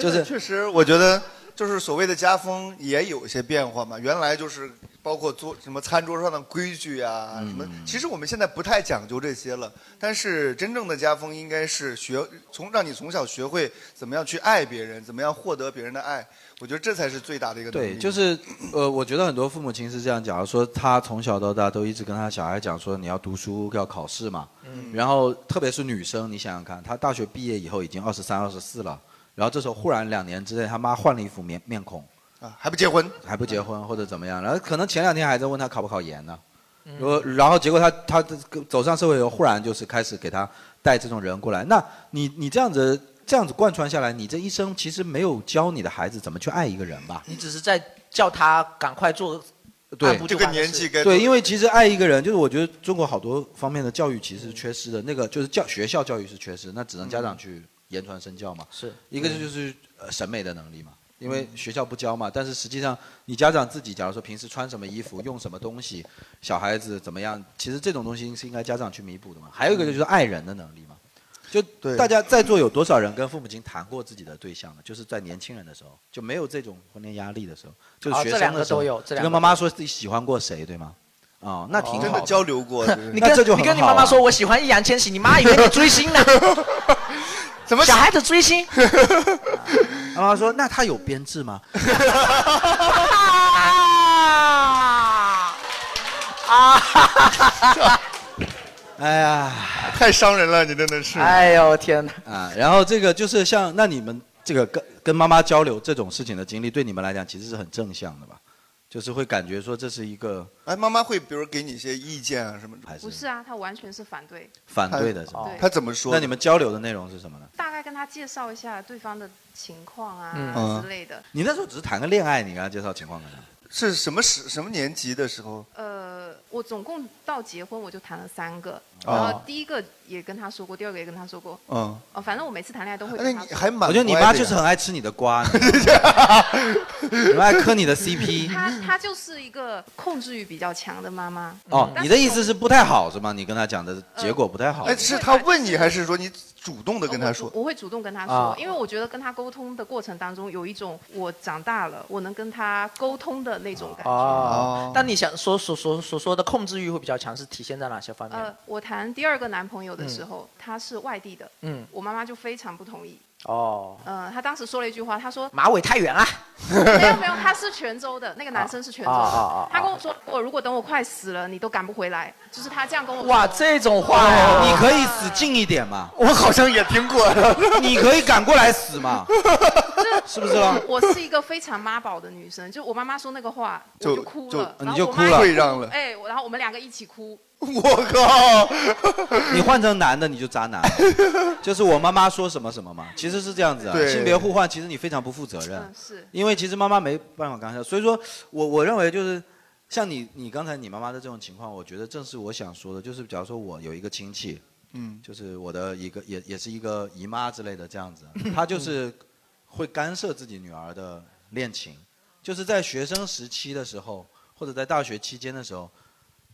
Speaker 2: 就是确实，我觉得就是所谓的家风也有一些变化嘛。原来就是包括桌什么餐桌上的规矩啊，
Speaker 3: 嗯
Speaker 2: 什么，其实我们现在不太讲究这些了。但是真正的家风应该是学从让你从小学会怎么样去爱别人，怎么样获得别人的爱。我觉得这才是最大的一个能力。
Speaker 3: 对，就是呃，我觉得很多父母亲是这样讲，说他从小到大都一直跟他小孩讲说你要读书要考试嘛，
Speaker 2: 嗯
Speaker 3: 然后特别是女生，你想想看，她大学毕业以后已经二十三、二十四了，然后这时候忽然两年之内他妈换了一副面面孔，
Speaker 2: 啊，还不结婚，
Speaker 3: 还不结婚或者怎么样，然后可能前两天还在问他考不考研呢，如果然后结果他他走上社会以后，忽然就是开始给他带这种人过来。那你你这样子这样子贯穿下来，你这一生其实没有教你的孩子怎么去爱一个人吧？
Speaker 11: 你只是在叫他赶快做
Speaker 3: 对
Speaker 11: 按部就班的事
Speaker 3: 对，因为其实爱一个人，就是我觉得中国好多方面的教育其实是缺失的，那个就是教学校教育是缺失，那只能家长去言传身教嘛。
Speaker 11: 是嗯
Speaker 3: 一个就是呃审美的能力嘛，因为学校不教嘛，但是实际上你家长自己，假如说平时穿什么衣服、用什么东西，小孩子怎么样，其实这种东西是应该家长去弥补
Speaker 11: 嗯
Speaker 3: 的嘛。还有一个就是爱人的能力嘛，就大家在座有多少人跟父母亲谈过自己的对象呢？就是在年轻人的时候，就没有这种婚恋压力的时候，就是
Speaker 11: 哦
Speaker 3: 学
Speaker 11: 这
Speaker 3: 生
Speaker 11: 两
Speaker 3: 的
Speaker 11: 个
Speaker 3: 时候，
Speaker 11: 都有这
Speaker 3: 就
Speaker 11: 两
Speaker 3: 跟
Speaker 11: 个
Speaker 3: 妈妈说自己喜欢过谁，对吗？哦，那挺好
Speaker 2: 真的交流 过
Speaker 11: 你
Speaker 3: 那
Speaker 11: 跟
Speaker 3: 这就
Speaker 11: 你
Speaker 3: 很
Speaker 11: 跟你
Speaker 3: 好
Speaker 11: 妈妈
Speaker 3: 啊
Speaker 11: 说我喜欢易烊千玺，你妈以为你追 星呢。
Speaker 2: 怎么
Speaker 11: 小孩子追星？
Speaker 3: 妈妈说：“那他有编制吗？”
Speaker 11: 啊！
Speaker 3: 哎 呀，
Speaker 2: 太伤人了，你真的是。
Speaker 11: 哎呦天哪！
Speaker 3: 啊，然后这个就是像那你们这个跟跟妈妈交流这种事情的经历，对你们来讲其实是很正向的吧？就是会感觉说这是一个
Speaker 2: 哎，妈妈会比如给你一些意见啊什么的，
Speaker 3: 还
Speaker 9: 不是啊，他完全是反对。
Speaker 3: 反对的是吗
Speaker 9: 对？
Speaker 2: 哦她怎么说
Speaker 3: 那你们交流的内容是什么呢？
Speaker 9: 大概跟他介绍一下对方的情况啊
Speaker 3: 嗯
Speaker 9: 之类的。
Speaker 3: 你那时候只是谈个恋爱，你跟他介绍情况给他。
Speaker 2: 是什么时什么年级的时候？
Speaker 9: 呃，我总共到结婚我就谈了三个，
Speaker 2: 哦
Speaker 9: 然后第一个也跟他说过，第二个也跟他说过。
Speaker 2: 嗯。
Speaker 9: 哦，反正我每次谈恋爱都会
Speaker 2: 那
Speaker 9: 跟他
Speaker 2: 你
Speaker 9: 说。
Speaker 2: 还蛮
Speaker 3: 我觉得你
Speaker 2: 乖
Speaker 3: 妈
Speaker 2: 的呀
Speaker 3: 就是很爱吃你的瓜，你知 道吗很爱磕你的 CP。
Speaker 9: 他他就是一个控制欲比较强的妈妈。
Speaker 3: 哦，
Speaker 9: 嗯但
Speaker 3: 你的意思是不太好是吗？你跟他讲的结果不太好。
Speaker 9: 哎是她问
Speaker 2: 你还是说你主动的
Speaker 3: 跟
Speaker 9: 我主我会主动跟他说，
Speaker 3: 啊
Speaker 9: 因为我觉得跟他沟通的过程当中有一种我长大了，我能跟他沟通的那种感觉。
Speaker 11: 哦，但你想所所所所说的控制欲会比较强，是体现在哪些方面？
Speaker 9: 呃，我谈第二个男朋友的时候，他是外地的，
Speaker 11: 嗯
Speaker 9: 我妈妈就非常不同意。
Speaker 11: 哦，
Speaker 9: 呃，她当时说了一句话，她说
Speaker 11: 马尾太远了。
Speaker 9: 没有没有，他是泉 州的，那个男生是泉州的。
Speaker 11: 啊啊啊啊
Speaker 9: 他跟我说，我如果等我快死了，你都赶不回来，就是他这样跟我说。
Speaker 11: 哇，这种话呀，
Speaker 3: 哦你可以死近一点嘛。
Speaker 2: 我好像也听过
Speaker 3: 你可以赶过来死嘛？是不是啊？
Speaker 9: 我是一个非常妈宝的女生，就我妈妈说那个话，
Speaker 3: 就
Speaker 9: 我就哭了，
Speaker 3: 就
Speaker 9: 然
Speaker 3: 嗯你
Speaker 9: 后
Speaker 3: 就
Speaker 9: 我
Speaker 3: 哭
Speaker 9: 妈
Speaker 3: 了
Speaker 9: 也
Speaker 3: 退让了
Speaker 9: 哎，我然后我们两个一起哭。
Speaker 2: 我靠！
Speaker 3: 你换成男的你就渣男， 就是我妈妈说什么什么嘛，其实是这样子啊。
Speaker 2: 对
Speaker 3: 性别互换其实你非常不负责任，
Speaker 9: 嗯是
Speaker 3: 因为其实妈妈没办法干涉，所以说我我认为就是像你你刚才你妈妈的这种情况，我觉得正是我想说的，就是假如说我有一个亲戚，
Speaker 2: 嗯，
Speaker 3: 就是我的一个也也是一个姨妈之类的这样子， 她就是会干涉自己女儿的恋情，就是在学生时期的时候，或者在大学期间的时候，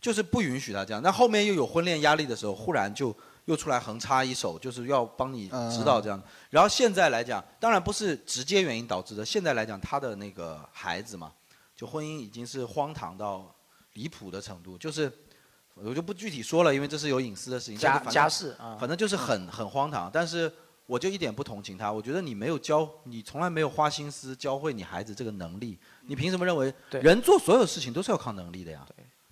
Speaker 3: 就是不允许她这样。那后面又有婚恋压力的时候，忽然就又出来横插一手，就是要帮你指导这样。然后现在来讲，当然不是直接原因导致的，现在来讲她的那个孩子嘛，就婚姻已经是荒唐到离谱的程度，就是。我就不具体说了，因为这是有隐私的事情。
Speaker 11: 家
Speaker 3: 但是反正
Speaker 11: 家事啊
Speaker 3: 反正就是很很荒唐。但是我就一点不同情他，我觉得你没有教，你从来没有花心思教会你孩子这个能力，你凭什么认为
Speaker 11: 对
Speaker 3: 人做所有事情都是要靠能力的呀？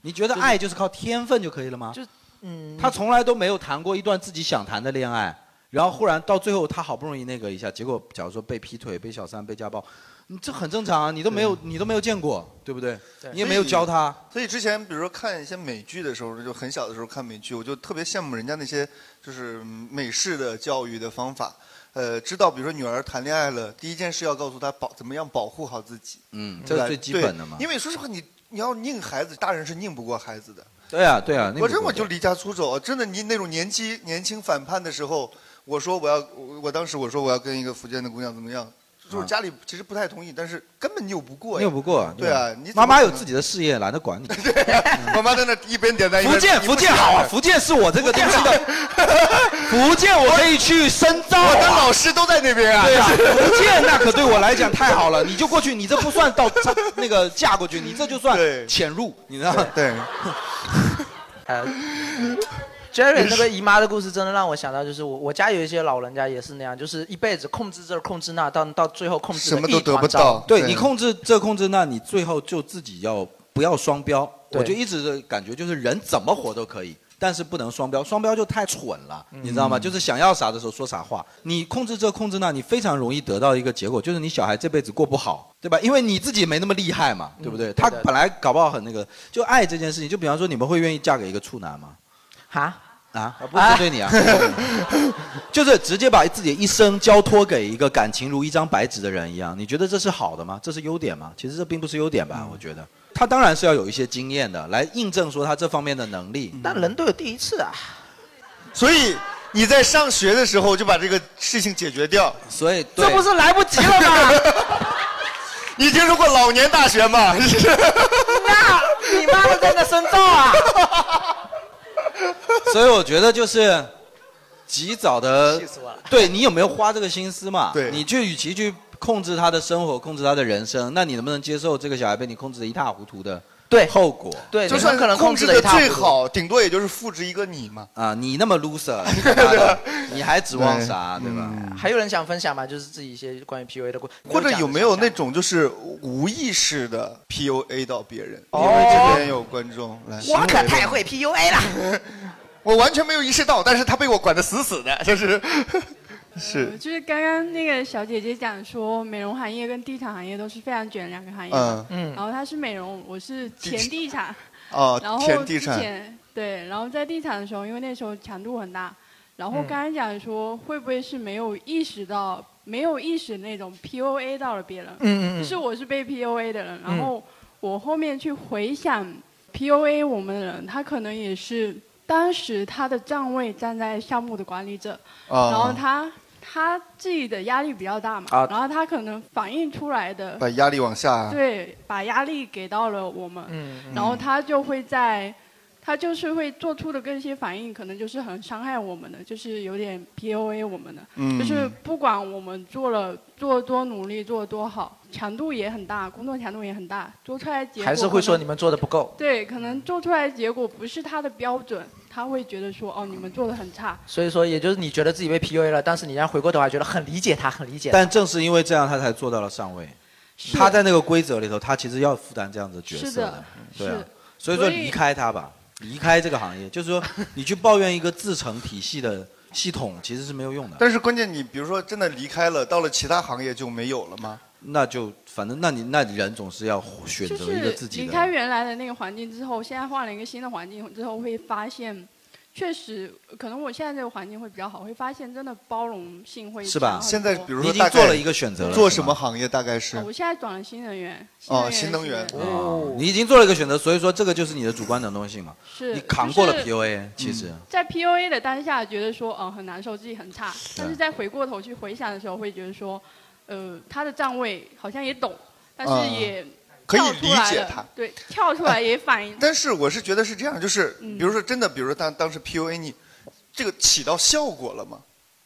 Speaker 3: 你觉得爱就是靠天啊分就可以了吗？
Speaker 11: 嗯，
Speaker 3: 他从来都没有谈过一段自己想谈的恋爱，然后忽然到最后他好不容易那个一下，结果假如说被劈腿、被小三、被家暴，你这很正常啊，你都
Speaker 11: 嗯
Speaker 3: 没有你都没有见过，对不对？你也没有教他。
Speaker 2: 所以之前比如说看一些美剧的时候，就很小的时候看美剧，我就特别羡慕人家那些就是嗯美式的教育的方法。呃，知道比如说女儿谈恋爱了，第一件事要告诉她保怎么样保护好自己。
Speaker 3: 嗯
Speaker 2: 对吧
Speaker 3: 这是最基本的嘛
Speaker 2: 对因为说实话，你你要拧孩子，大人是拧不过孩子的。
Speaker 3: 对啊，对啊，那
Speaker 2: 我
Speaker 3: 个
Speaker 2: 真我
Speaker 3: 过
Speaker 2: 就
Speaker 3: 程
Speaker 2: 离家出走，真的，你那种年轻年轻反叛的时候，我说我要，我我当时我说我要跟一个福建的姑娘怎么样，就是家里其实不太同意，但是根本拗不过呀。
Speaker 3: 啊拗不过。
Speaker 2: 对啊，你怎么
Speaker 3: 妈妈有
Speaker 2: 可能
Speaker 3: 自己的事业，懒得管你。
Speaker 2: 妈 妈在那一边点赞一边
Speaker 3: 福建，
Speaker 2: 一不
Speaker 3: 福建好啊，福建是我这个东 西的。福建我可以去深造、
Speaker 2: 我的老师都在那边啊
Speaker 3: 啊对 啊，
Speaker 2: 是
Speaker 3: 福建那可对我来讲太好了。你就过去，你这不算到那个嫁过去，你这就算潜入，你知道吗？
Speaker 2: 对。
Speaker 1: 呃 Jerry 那个姨妈的故事真的让我想到，就是我我家有一些老人家也是那样，就是一辈子控制这儿控制那儿，到到最后控制得一团 糟
Speaker 3: 对你控制这控制那，你最后就自己要不要双标？
Speaker 1: 对
Speaker 3: 我就一直的感觉就是人怎么活都可以，但是不能双标，双标就太蠢了，你知道
Speaker 1: 嗯
Speaker 3: 吗？就是想要啥的时候说啥话，你控制这控制那，你非常容易得到一个结果，就是你小孩这辈子过不好，对吧？因为你自己没那么厉害嘛，对不对？
Speaker 1: 嗯
Speaker 3: 他
Speaker 1: 对的
Speaker 3: 本来搞不好很那个，就爱这件事情，就比方说你们会愿意嫁给一个处男吗？
Speaker 1: 哈，
Speaker 3: 啊， 不是针对你啊，
Speaker 6: 哎
Speaker 3: 就是直接把自己一生交托给一个感情如一张白纸的人一样，你觉得这是好的吗？这是优点吗？其实这并不是优点吧，我觉得。他当然是要有一些经验的，来印证说他这方面的能力。
Speaker 1: 但人都有第一次啊，
Speaker 2: 所以你在上学的时候就把这个事情解决掉，
Speaker 3: 所以
Speaker 1: 这 不是来不及了吗？
Speaker 2: 你听说过老年大学吗？
Speaker 1: 那你妈妈在那深造啊？
Speaker 3: 所以我觉得就是及早的，
Speaker 1: 气死我了
Speaker 3: 对你有没有花这个心思嘛？对，你去与其去控制他的生活，控制他的人生，那你能不能接受这个小孩被你控制的一塌糊涂的
Speaker 1: 对
Speaker 3: 后果？
Speaker 1: 对
Speaker 2: 就算控制的最好，顶多也就是复制一个你嘛。
Speaker 3: 啊，你那么 loser，你他妈的你还指望啥，对嗯吧？
Speaker 1: 还有人想分享吗？就是自己一些关于 PUA 的故事，
Speaker 2: 或者有没有那种就是无意识的 PUA 到别人？
Speaker 1: 哦
Speaker 2: 因为这边有观众来，
Speaker 1: 我可太会 PUA 了。
Speaker 2: 我完全没有意识到，但是他被我管得死死的，就是
Speaker 15: 呃
Speaker 2: 是
Speaker 15: 就是刚刚那个小姐姐讲说，美容行业跟地产行业都是非常卷的两个行业嘛。
Speaker 2: 嗯嗯
Speaker 15: 然后她是美容，我是前地产。
Speaker 2: 哦
Speaker 15: 然后
Speaker 2: 前地产
Speaker 15: 之前对，然后在地产的时候，因为那时候强度很大，然后
Speaker 2: 嗯
Speaker 15: 刚刚讲说会不会是没有意识到，没有意识那种 PUA 到了别人。
Speaker 12: 嗯嗯嗯
Speaker 15: 就是我是被 PUA 的人，
Speaker 12: 嗯
Speaker 15: 然后我后面去回想 PUA 我们的人，他可能也是当时他的站位站在项目的管理者，
Speaker 2: 哦
Speaker 15: 然后他他自己的压力比较大嘛，
Speaker 2: 啊
Speaker 15: 然后他可能反映出来的，
Speaker 2: 把压力往下。，
Speaker 1: 啊
Speaker 15: 对，把压力给到了我们，
Speaker 2: 嗯嗯
Speaker 15: 然后他就会在。他就是会做出的这些反应，可能就是很伤害我们的，就是有点 PUA 我们的，
Speaker 5: 嗯
Speaker 15: 就是不管我们做了做多努力，做多好，强度也很大，工作强度也很大，做出来结果
Speaker 1: 还是会
Speaker 15: 可
Speaker 1: 说
Speaker 15: 能
Speaker 1: 你们做的不够，
Speaker 15: 对，可能做出来的结果不是他的标准，他会觉得说哦，你们做的很差，
Speaker 1: 所以说也就是你觉得自己被 PUA 了，但是你让回过头来觉得很理解他，很理解他。
Speaker 3: 但正是因为这样，他才做到了上位。
Speaker 15: 是
Speaker 3: 他在那个规则里头，他其实要负担这样的角色
Speaker 15: 是的
Speaker 3: 对啊
Speaker 15: 是。
Speaker 3: 所以说
Speaker 15: 所以
Speaker 3: 离开他吧，离开这个行业，就是说你去抱怨一个自成体系的系统，其实是没有用的。
Speaker 2: 但是关键你比如说真的离开了，到了其他行业就没有了吗？
Speaker 3: 那就反正那你那人总是要选
Speaker 15: 就
Speaker 3: 择一个
Speaker 15: 是
Speaker 3: 自己
Speaker 15: 离
Speaker 3: 的。
Speaker 15: 开原来的那个环境之后，现在换了一个新的环境之后，会发现确实可能我现在这个环境会比较好，会发现真的包容性会强很
Speaker 2: 现在
Speaker 15: 多
Speaker 2: 比如
Speaker 3: 你
Speaker 2: 说
Speaker 3: 已经
Speaker 2: 大概
Speaker 3: 做了一个选择了
Speaker 2: 做
Speaker 3: 是
Speaker 2: 什么行业大概是
Speaker 15: 哦？我现在转了新能源，
Speaker 2: 哦，新能源
Speaker 15: 是
Speaker 3: 哦，你已经做了一个选择，所以说这个就是你的主观能动性嘛。
Speaker 15: 是
Speaker 3: 你扛过了
Speaker 15: 就是嗯
Speaker 3: PUA，其实。
Speaker 15: 在 PUA 的当下觉得说，嗯、很难受，自己很差，但
Speaker 3: 啊
Speaker 15: 是在回过头去回想的时候，会觉得说，呃，他的站位好像也懂，但是
Speaker 2: 嗯
Speaker 15: 也
Speaker 2: 可以
Speaker 15: 跳出
Speaker 2: 理
Speaker 15: 来
Speaker 2: 解
Speaker 15: 了
Speaker 2: 他
Speaker 15: 对，跳出来也反应。
Speaker 2: 但是我是觉得是这样，就是比如说真的，比如说当当时 PUA 你，这个起到效果了吗？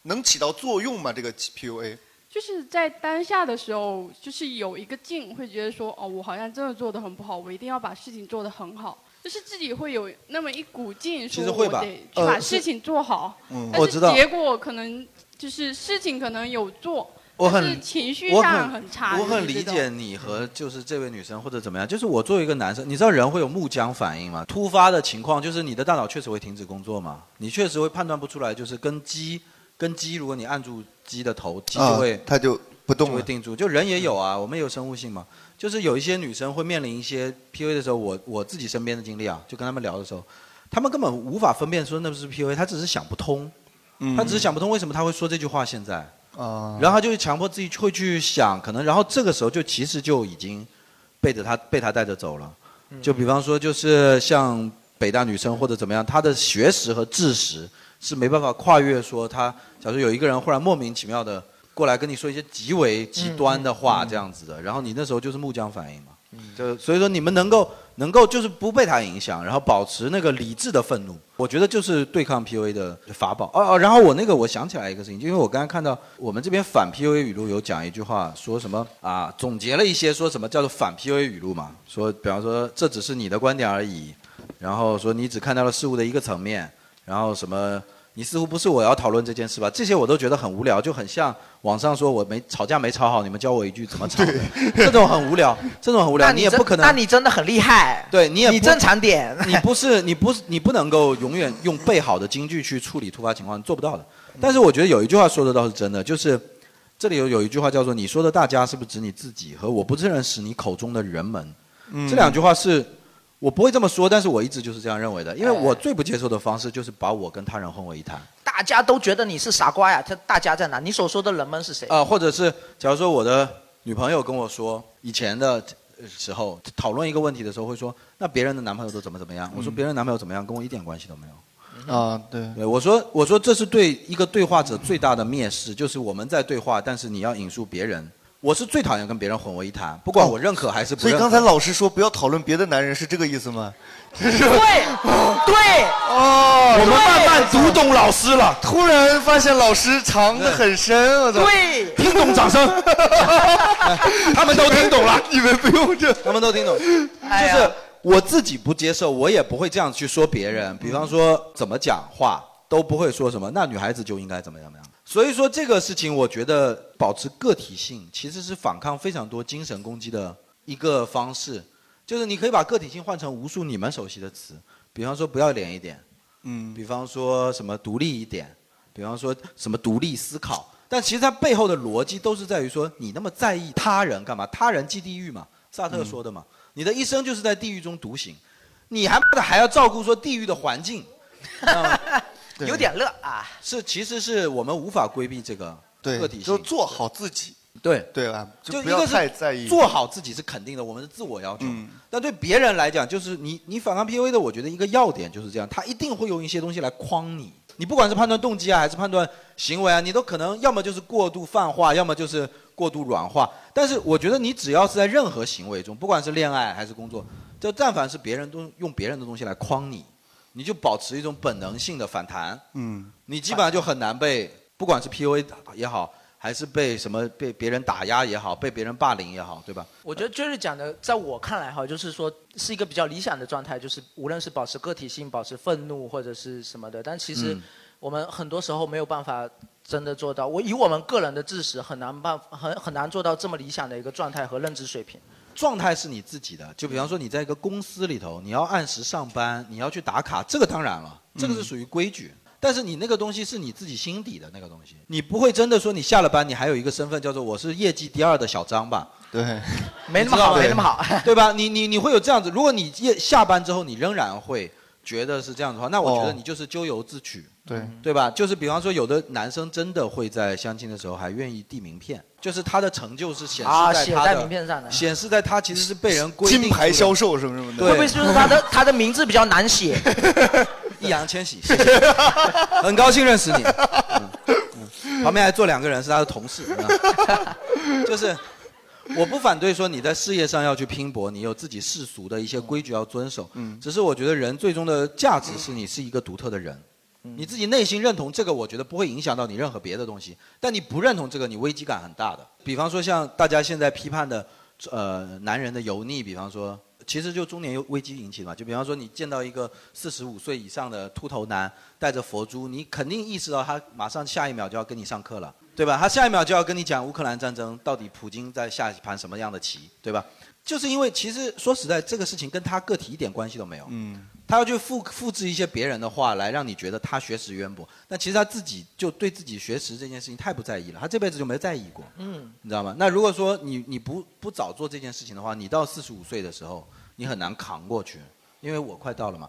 Speaker 2: 能起到作用吗？这个 PUA
Speaker 15: 就是在当下的时候，就是有一个劲，会觉得说，哦，我好像真的做的很不好，我一定要把事情做得很好，就是自己会有那么一股劲，
Speaker 3: 其
Speaker 15: 说
Speaker 3: 实
Speaker 15: 我
Speaker 3: 会吧
Speaker 15: 得去
Speaker 3: 呃
Speaker 15: 把
Speaker 3: 是
Speaker 15: 事情做好。
Speaker 3: 嗯
Speaker 15: 但
Speaker 3: 我
Speaker 15: 是
Speaker 2: 啊
Speaker 3: 知道
Speaker 15: 结果可能就是事情可能有做，
Speaker 3: 我
Speaker 15: 但
Speaker 3: 很
Speaker 15: 是情绪
Speaker 3: 我
Speaker 15: 上很差。
Speaker 3: 我很
Speaker 15: 就
Speaker 3: 理
Speaker 15: 是这
Speaker 3: 解
Speaker 15: 种。
Speaker 3: 你和就是这位女生或者怎么样，就是我作为一个男生，你知道人会有木僵反应吗？突发的情况就是你的大脑确实会停止工作嘛，你确实会判断不出来，就是跟鸡跟鸡，如果你按住鸡的头，鸡就会、
Speaker 2: 啊它就不动
Speaker 3: 就会
Speaker 2: 了。
Speaker 3: 定住。就人也有啊，我们也有生物性嘛。就是有一些女生会面临一些 PUA 的时候，我我自己身边的经历啊，就跟他们聊的时候，他们根本无法分辨说那不是 PUA，她只是想不通，她只是想不通为什么她会说这句话现在。
Speaker 1: 嗯哦
Speaker 3: 呃
Speaker 2: 啊
Speaker 3: 然后他就强迫自己会去想，可能然后这个时候就其实就已经背着他被他带着走了。就比方说，就是像北大女生或者怎么样，她的学识和知识是没办法跨越。说她，假如有一个人忽然莫名其妙的过来跟你说一些极为极端的话这样子的，然后你那时候就是木僵反应嘛，嗯就所以说你们能够能够就是不被他影响，然后保持那个理智的愤怒，我觉得就是对抗 PUA 的法宝。哦哦，然后我那个我想起来一个事情，就因为我刚才看到我们这边反 PUA 语录有讲一句话，说什么啊，总结了一些说什么叫做反 PUA 语录嘛，说比方说这只是你的观点而已，然后说你只看到了事物的一个层面，然后什么。你似乎不是我要讨论这件事吧？这些我都觉得很无聊，就很像网上说我没吵架没吵好，你们教我一句怎么吵的，这种很无聊，这种很无聊，
Speaker 11: 那
Speaker 3: 也
Speaker 11: 真
Speaker 3: 不可能。
Speaker 11: 那你真的很厉害。
Speaker 3: 对你也
Speaker 11: 你
Speaker 3: 不
Speaker 11: 正常点
Speaker 3: 你不是你不是你不能够永远用备好的金句去处理突发情况，做不到的。但是我觉得有一句话说的倒是真的，就是这里有有一句话叫做“你说的大家是不是指你自己和我不认识你口中的人们”，
Speaker 7: 嗯
Speaker 3: 这两句话是我不会这么说，但是我一直就是这样认为的，因为我最不接受的方式就是把我跟他人混为一谈。
Speaker 11: 大家都觉得你是傻瓜呀，他大家在哪？你所说的人们是谁？
Speaker 3: 啊，或者是假如说我的女朋友跟我说，以前的呃时候讨论一个问题的时候会说，那别人的男朋友都怎么怎么样？我说
Speaker 7: 嗯
Speaker 3: 别人男朋友怎么样，跟我一点关系都没有。
Speaker 2: 啊，对，
Speaker 3: 对，我说我说这是对一个对话者最大的蔑视，就是我们在对话，但是你要引述别人。我是最讨厌跟别人混为一谈，不管我认可还是不
Speaker 2: 哦所以
Speaker 3: 认可。
Speaker 2: 刚才老师说不要讨论别的男人，是这个意思吗？
Speaker 11: 对，
Speaker 2: 哦
Speaker 7: 我们慢慢读懂老师了。
Speaker 2: 突然发现老师藏得很深，我操！
Speaker 11: 对，
Speaker 7: 听懂掌声，
Speaker 3: 他们都听懂了，
Speaker 2: 你们不用这，
Speaker 3: 他们都听懂。就是我自己不接受，我也不会这样去说别人。比方说怎么讲话都不会说什么，那女孩子就应该怎么样怎么样。所以说这个事情，我觉得保持个体性其实是反抗非常多精神攻击的一个方式，就是你可以把个体性换成无数你们熟悉的词，比方说不要脸一点，
Speaker 2: 嗯，
Speaker 3: 比方说什么独立一点，比方说什么独立思考，但其实它背后的逻辑都是在于说，你那么在意他人干嘛？他人即地狱嘛，萨特
Speaker 2: 嗯
Speaker 3: 说的嘛，你的一生就是在地狱中独行，你还妈的还要照顾说地狱的环境，
Speaker 11: 有点乐啊。
Speaker 3: 是其实是我们无法规避这个
Speaker 2: 对
Speaker 3: 个体性，
Speaker 2: 就做好自己，
Speaker 3: 对
Speaker 2: 对吧？就
Speaker 3: 一
Speaker 2: 不要
Speaker 3: 个
Speaker 2: 太
Speaker 3: 是
Speaker 2: 在意，
Speaker 3: 做好自己是肯定的，我们的自我要求。
Speaker 2: 嗯
Speaker 3: 但对别人来讲，就是你你反抗 PUA 的，我觉得一个要点就是这样，他一定会用一些东西来框你。你不管是判断动机啊，还是判断行为啊，你都可能要么就是过度泛化，要么就是过度软化。但是我觉得你只要是在任何行为中，不管是恋爱还是工作，就但凡是别人都用别人的东西来框你，你就保持一种本能性的反弹。
Speaker 2: 嗯，
Speaker 3: 你基本上就很难被，不管是 PUA 也好，还是被什么被别人打压也好，被别人霸凌也好，对吧？
Speaker 11: 我觉得 Jerry 讲的，在我看来哈，就是说是一个比较理想的状态，就是无论是保持个体性、保持愤怒或者是什么的，但其实
Speaker 3: 嗯
Speaker 11: 我们很多时候没有办法真的做到。我以我们个人的知识，很难办，很很难做到这么理想的一个状态和认知水平。
Speaker 3: 状态是你自己的，就比方说你在一个公司里头，你要按时上班，你要去打卡，这个当然了，
Speaker 11: 嗯
Speaker 3: 这个是属于规矩。但是你那个东西是你自己心底的那个东西，你不会真的说你下了班，你还有一个身份叫做我是业绩第二的小张吧？
Speaker 2: 对，
Speaker 11: 没那么好
Speaker 3: 你知道吧
Speaker 11: 没那么好，
Speaker 3: 对吧？你你你会有这样子，如果你夜下班之后你仍然会觉得是这样的话，那我觉得
Speaker 2: 哦
Speaker 3: 你就是咎由自取。
Speaker 2: 对，
Speaker 3: 对吧？就是比方说，有的男生真的会在相亲的时候还愿意递名片，就是他的成就是显示
Speaker 11: 啊
Speaker 3: 在
Speaker 11: 写
Speaker 3: 他的、
Speaker 11: 在名片上的
Speaker 3: 显示在他其实是被人规定
Speaker 2: 金牌
Speaker 3: 出的
Speaker 2: 销售什么什么的，
Speaker 3: 对
Speaker 11: 会不会就是他的他的名字比较难 写？
Speaker 3: 易烊千玺，谢 谢，很高兴 认识你。嗯嗯旁边还坐两个人是他的同事，嗯就是我不反对说你在事业上要去拼搏，你有自己世俗的一些规矩要遵守。嗯，只是我觉得人最终的价值是你是一个独特的人，
Speaker 1: 嗯
Speaker 11: 嗯
Speaker 3: 你自己内心认同这个，我觉得不会影响到你任何别的东西。但你不认同这个，你危机感很大的。比方说像大家现在批判的，呃，男人的油腻，比方说。其实就中年危机引起的嘛，就比方说你见到一个四十五岁以上的秃头男带着佛珠，你肯定意识到他马上下一秒就要跟你上课了，对吧？他下一秒就要跟你讲乌克兰战争到底普京在下一盘什么样的棋，对吧？就是因为其实说实在，这个事情跟他个体一点关系都没有。
Speaker 2: 嗯，
Speaker 3: 他要去复复制一些别人的话来让你觉得他学识渊博，但其实他自己就对自己学识这件事情太不在意了，他这辈子就没在意过，
Speaker 11: 嗯，
Speaker 3: 你知道吗？那如果说你你不不早做这件事情的话，你到四十五岁的时候，你很难扛过去，因为我快到 了嘛。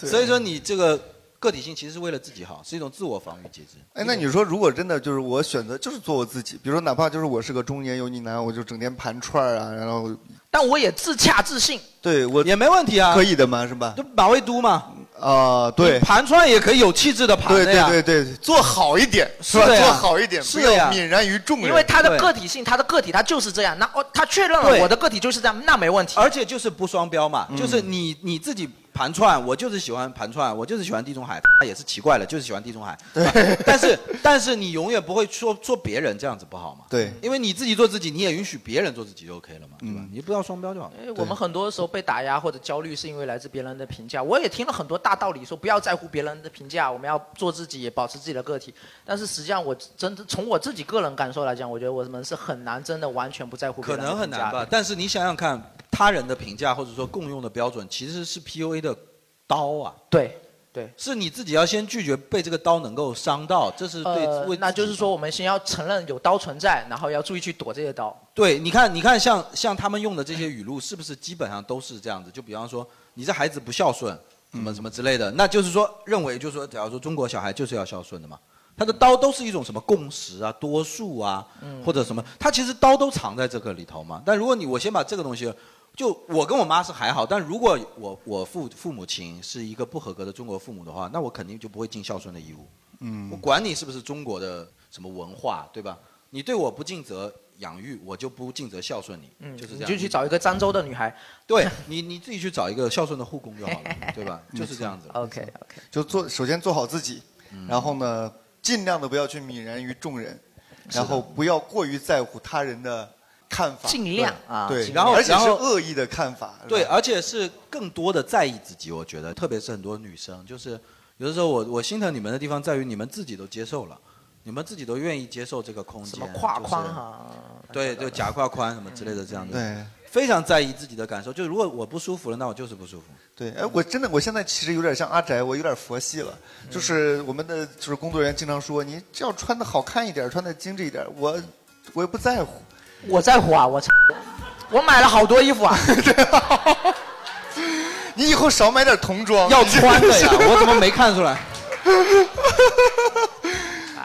Speaker 3: 所以说你这个个体性其实是为了自己好，是一种自我防御机制。
Speaker 2: 哎，那你说，如果真的就是我选择就是做我自己，比如说哪怕就是我是个中年油腻男，我就整天盘串儿啊，然后
Speaker 11: 但我也自洽自信。
Speaker 2: 对我
Speaker 3: 也没问题啊，
Speaker 2: 可以的嘛，是吧？
Speaker 3: 马未都嘛，
Speaker 2: 啊，对，
Speaker 3: 盘川也可以有气质的盘
Speaker 2: 对
Speaker 3: 的
Speaker 2: 对
Speaker 3: 呀，
Speaker 2: 对对，做好一点
Speaker 3: 是
Speaker 2: 是吧？
Speaker 3: 的呀
Speaker 2: 做好一点，
Speaker 3: 是啊
Speaker 2: 不
Speaker 3: 的
Speaker 11: 啊
Speaker 3: 呀
Speaker 2: 要泯然于众人。
Speaker 1: 因为他的个
Speaker 2: 体，
Speaker 1: 体性，他的个体他就是这样，那哦，他确认了
Speaker 3: 对
Speaker 1: 我的个体就是这样，那没问题。嗯
Speaker 3: 而且就是不双标嘛，就是你你自己盘串，我就是喜欢盘串，我就是喜欢地中海，哎他也是奇怪了，就是喜欢地中 海。对吧，但是但是你永远不会说说别人这样子不好嘛，
Speaker 2: 对，
Speaker 3: 因为你自己做自己，你也允许别人做自己就 OK 了嘛，
Speaker 1: 嗯
Speaker 3: 对吧？你不要双标就好了
Speaker 1: 因为。哎我们很多时候被打压或者焦虑，是因为来自别人的评价。我也听了很多大道理，说不要在乎别人的评价，我们要做自己，保持自己的个体。但是实际上，我真的从我自己个人感受来讲，我觉得我们是很难真的完全不在乎别
Speaker 3: 可
Speaker 1: 人的
Speaker 3: 能
Speaker 1: 评价
Speaker 3: 很难吧，但是你想想看，他人的评价或者说共用的标准，其实是 PUA 的刀啊。
Speaker 1: 对，对，
Speaker 3: 是你自己要先拒绝被这个刀能够伤到，这是对
Speaker 1: 呃
Speaker 3: 为
Speaker 1: 那就是说，我们先要承认有刀存在，然后要注意去躲这些刀。
Speaker 3: 对，你看，你看像，像他们用的这些语录，是不是基本上都是这样子？就比方说，你这孩子不孝顺，什么什么之类的，那就是说，认为就是说，假如说中国小孩就是要孝顺的嘛，他的刀都是一种什么共识啊、多数啊，
Speaker 6: 嗯
Speaker 3: 或者什么，他其实刀都藏在这个里头嘛。但如果你我先把这个东西，就我跟我妈是还好，但如果我我父父母亲是一个不合格的中国父母的话，那我肯定就不会尽孝顺的义务。
Speaker 2: 嗯
Speaker 3: 我管你是不是中国的什么文化，对吧？你对我不尽责养育，我就不尽责孝顺你，
Speaker 1: 嗯
Speaker 3: 就是这
Speaker 1: 你
Speaker 3: 样。
Speaker 1: 就去找一个漳州的女孩，
Speaker 3: 对你你自己去找一个孝顺的护工就好 了，对吧？
Speaker 2: 嗯
Speaker 3: 就是这样子。
Speaker 1: OK OK，
Speaker 2: 就做首先做好自己，
Speaker 1: 嗯
Speaker 2: 然后呢，尽量的不要去泯然于众人，
Speaker 3: 是的
Speaker 2: 然后不要过于在乎他人的看法，
Speaker 1: 尽量啊
Speaker 2: 对，
Speaker 3: 然后
Speaker 2: 而且
Speaker 3: 然
Speaker 2: 是
Speaker 3: 后
Speaker 2: 恶意的看法，
Speaker 3: 对，而且是更多的在意自己，我觉得，特别是很多女生，就是有的时候我我心疼你们的地方在于你们自己都接受了，你们自己都愿意接受这个空间，
Speaker 1: 什么胯宽
Speaker 3: 就是
Speaker 1: 啊，
Speaker 3: 对对，假胯宽什么之类的这样的，
Speaker 2: 对，
Speaker 3: 非常在意自己的感受。就如果我不舒服了，那我就是不舒服。
Speaker 2: 对，哎，我真的，我现在其实有点像阿宅，我有点佛系了。
Speaker 1: 嗯
Speaker 2: 就是我们的就是工作人员经常说，你只要穿的好看一点，穿的精致一点，我我也不在乎。
Speaker 1: 我在乎啊，我 操我买了好多衣服啊。
Speaker 2: 你以后少买点童装，
Speaker 3: 要穿的呀，我怎么没看出 来？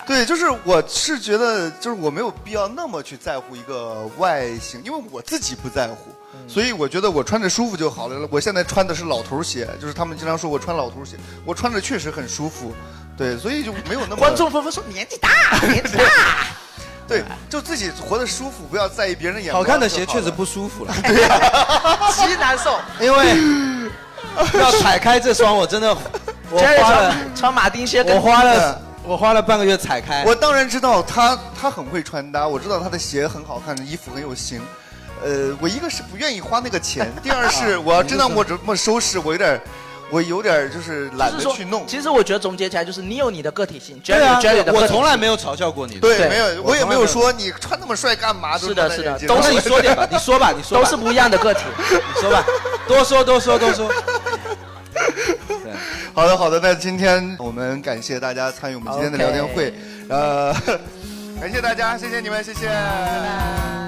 Speaker 2: 对，就是我是觉得，就是我没有必要那么去在乎一个外形，因为我自己不在乎，
Speaker 3: 嗯
Speaker 2: 所以我觉得我穿着舒服就好了。我现在穿的是老头鞋，就是他们经常说我穿老头鞋，我穿着确实很舒服，对，所以就没有那么
Speaker 1: 观众纷纷说年纪大，年纪大。
Speaker 2: 对，就自己活得舒服，不要在意别人的眼光
Speaker 3: 好
Speaker 2: 就好
Speaker 3: 看
Speaker 2: 了。
Speaker 3: 的鞋确实不舒服了，
Speaker 1: 极难受。
Speaker 3: 因 为 要踩开这双，我真的我
Speaker 1: ，Jerry
Speaker 3: 花了
Speaker 1: 穿穿马丁靴跟，
Speaker 3: 我花了我花了半个月踩开。
Speaker 2: 我当然知道他，他很会穿搭，我知道他的鞋很好看，衣服很有型。呃，我一个是不愿意花那个 钱，第二是我要真让我这么收拾，我有
Speaker 3: 啊
Speaker 2: 点，我有点就是懒
Speaker 1: 就
Speaker 2: 得
Speaker 1: 是说
Speaker 2: 去弄。
Speaker 1: 其实我觉得总结起来就是你有你的个体性
Speaker 3: 对啊
Speaker 1: ，Jerry Jerry 的个体性
Speaker 3: 我从来没有嘲笑过你。
Speaker 2: 对，没有，我也没有说
Speaker 3: 你。
Speaker 2: 你穿那么帅干嘛。
Speaker 1: 是的，是的，
Speaker 2: 都
Speaker 1: 都
Speaker 3: 那
Speaker 1: 是
Speaker 3: 你说点 吧，你说吧，你说吧
Speaker 1: 都是不一样的个体。
Speaker 3: 你说吧，多说多说多说。
Speaker 2: 好的，好的，那今天我们感谢大家参与我们今天的聊天会
Speaker 1: OK
Speaker 2: 呃，感谢大家，谢谢你们，谢谢。拜拜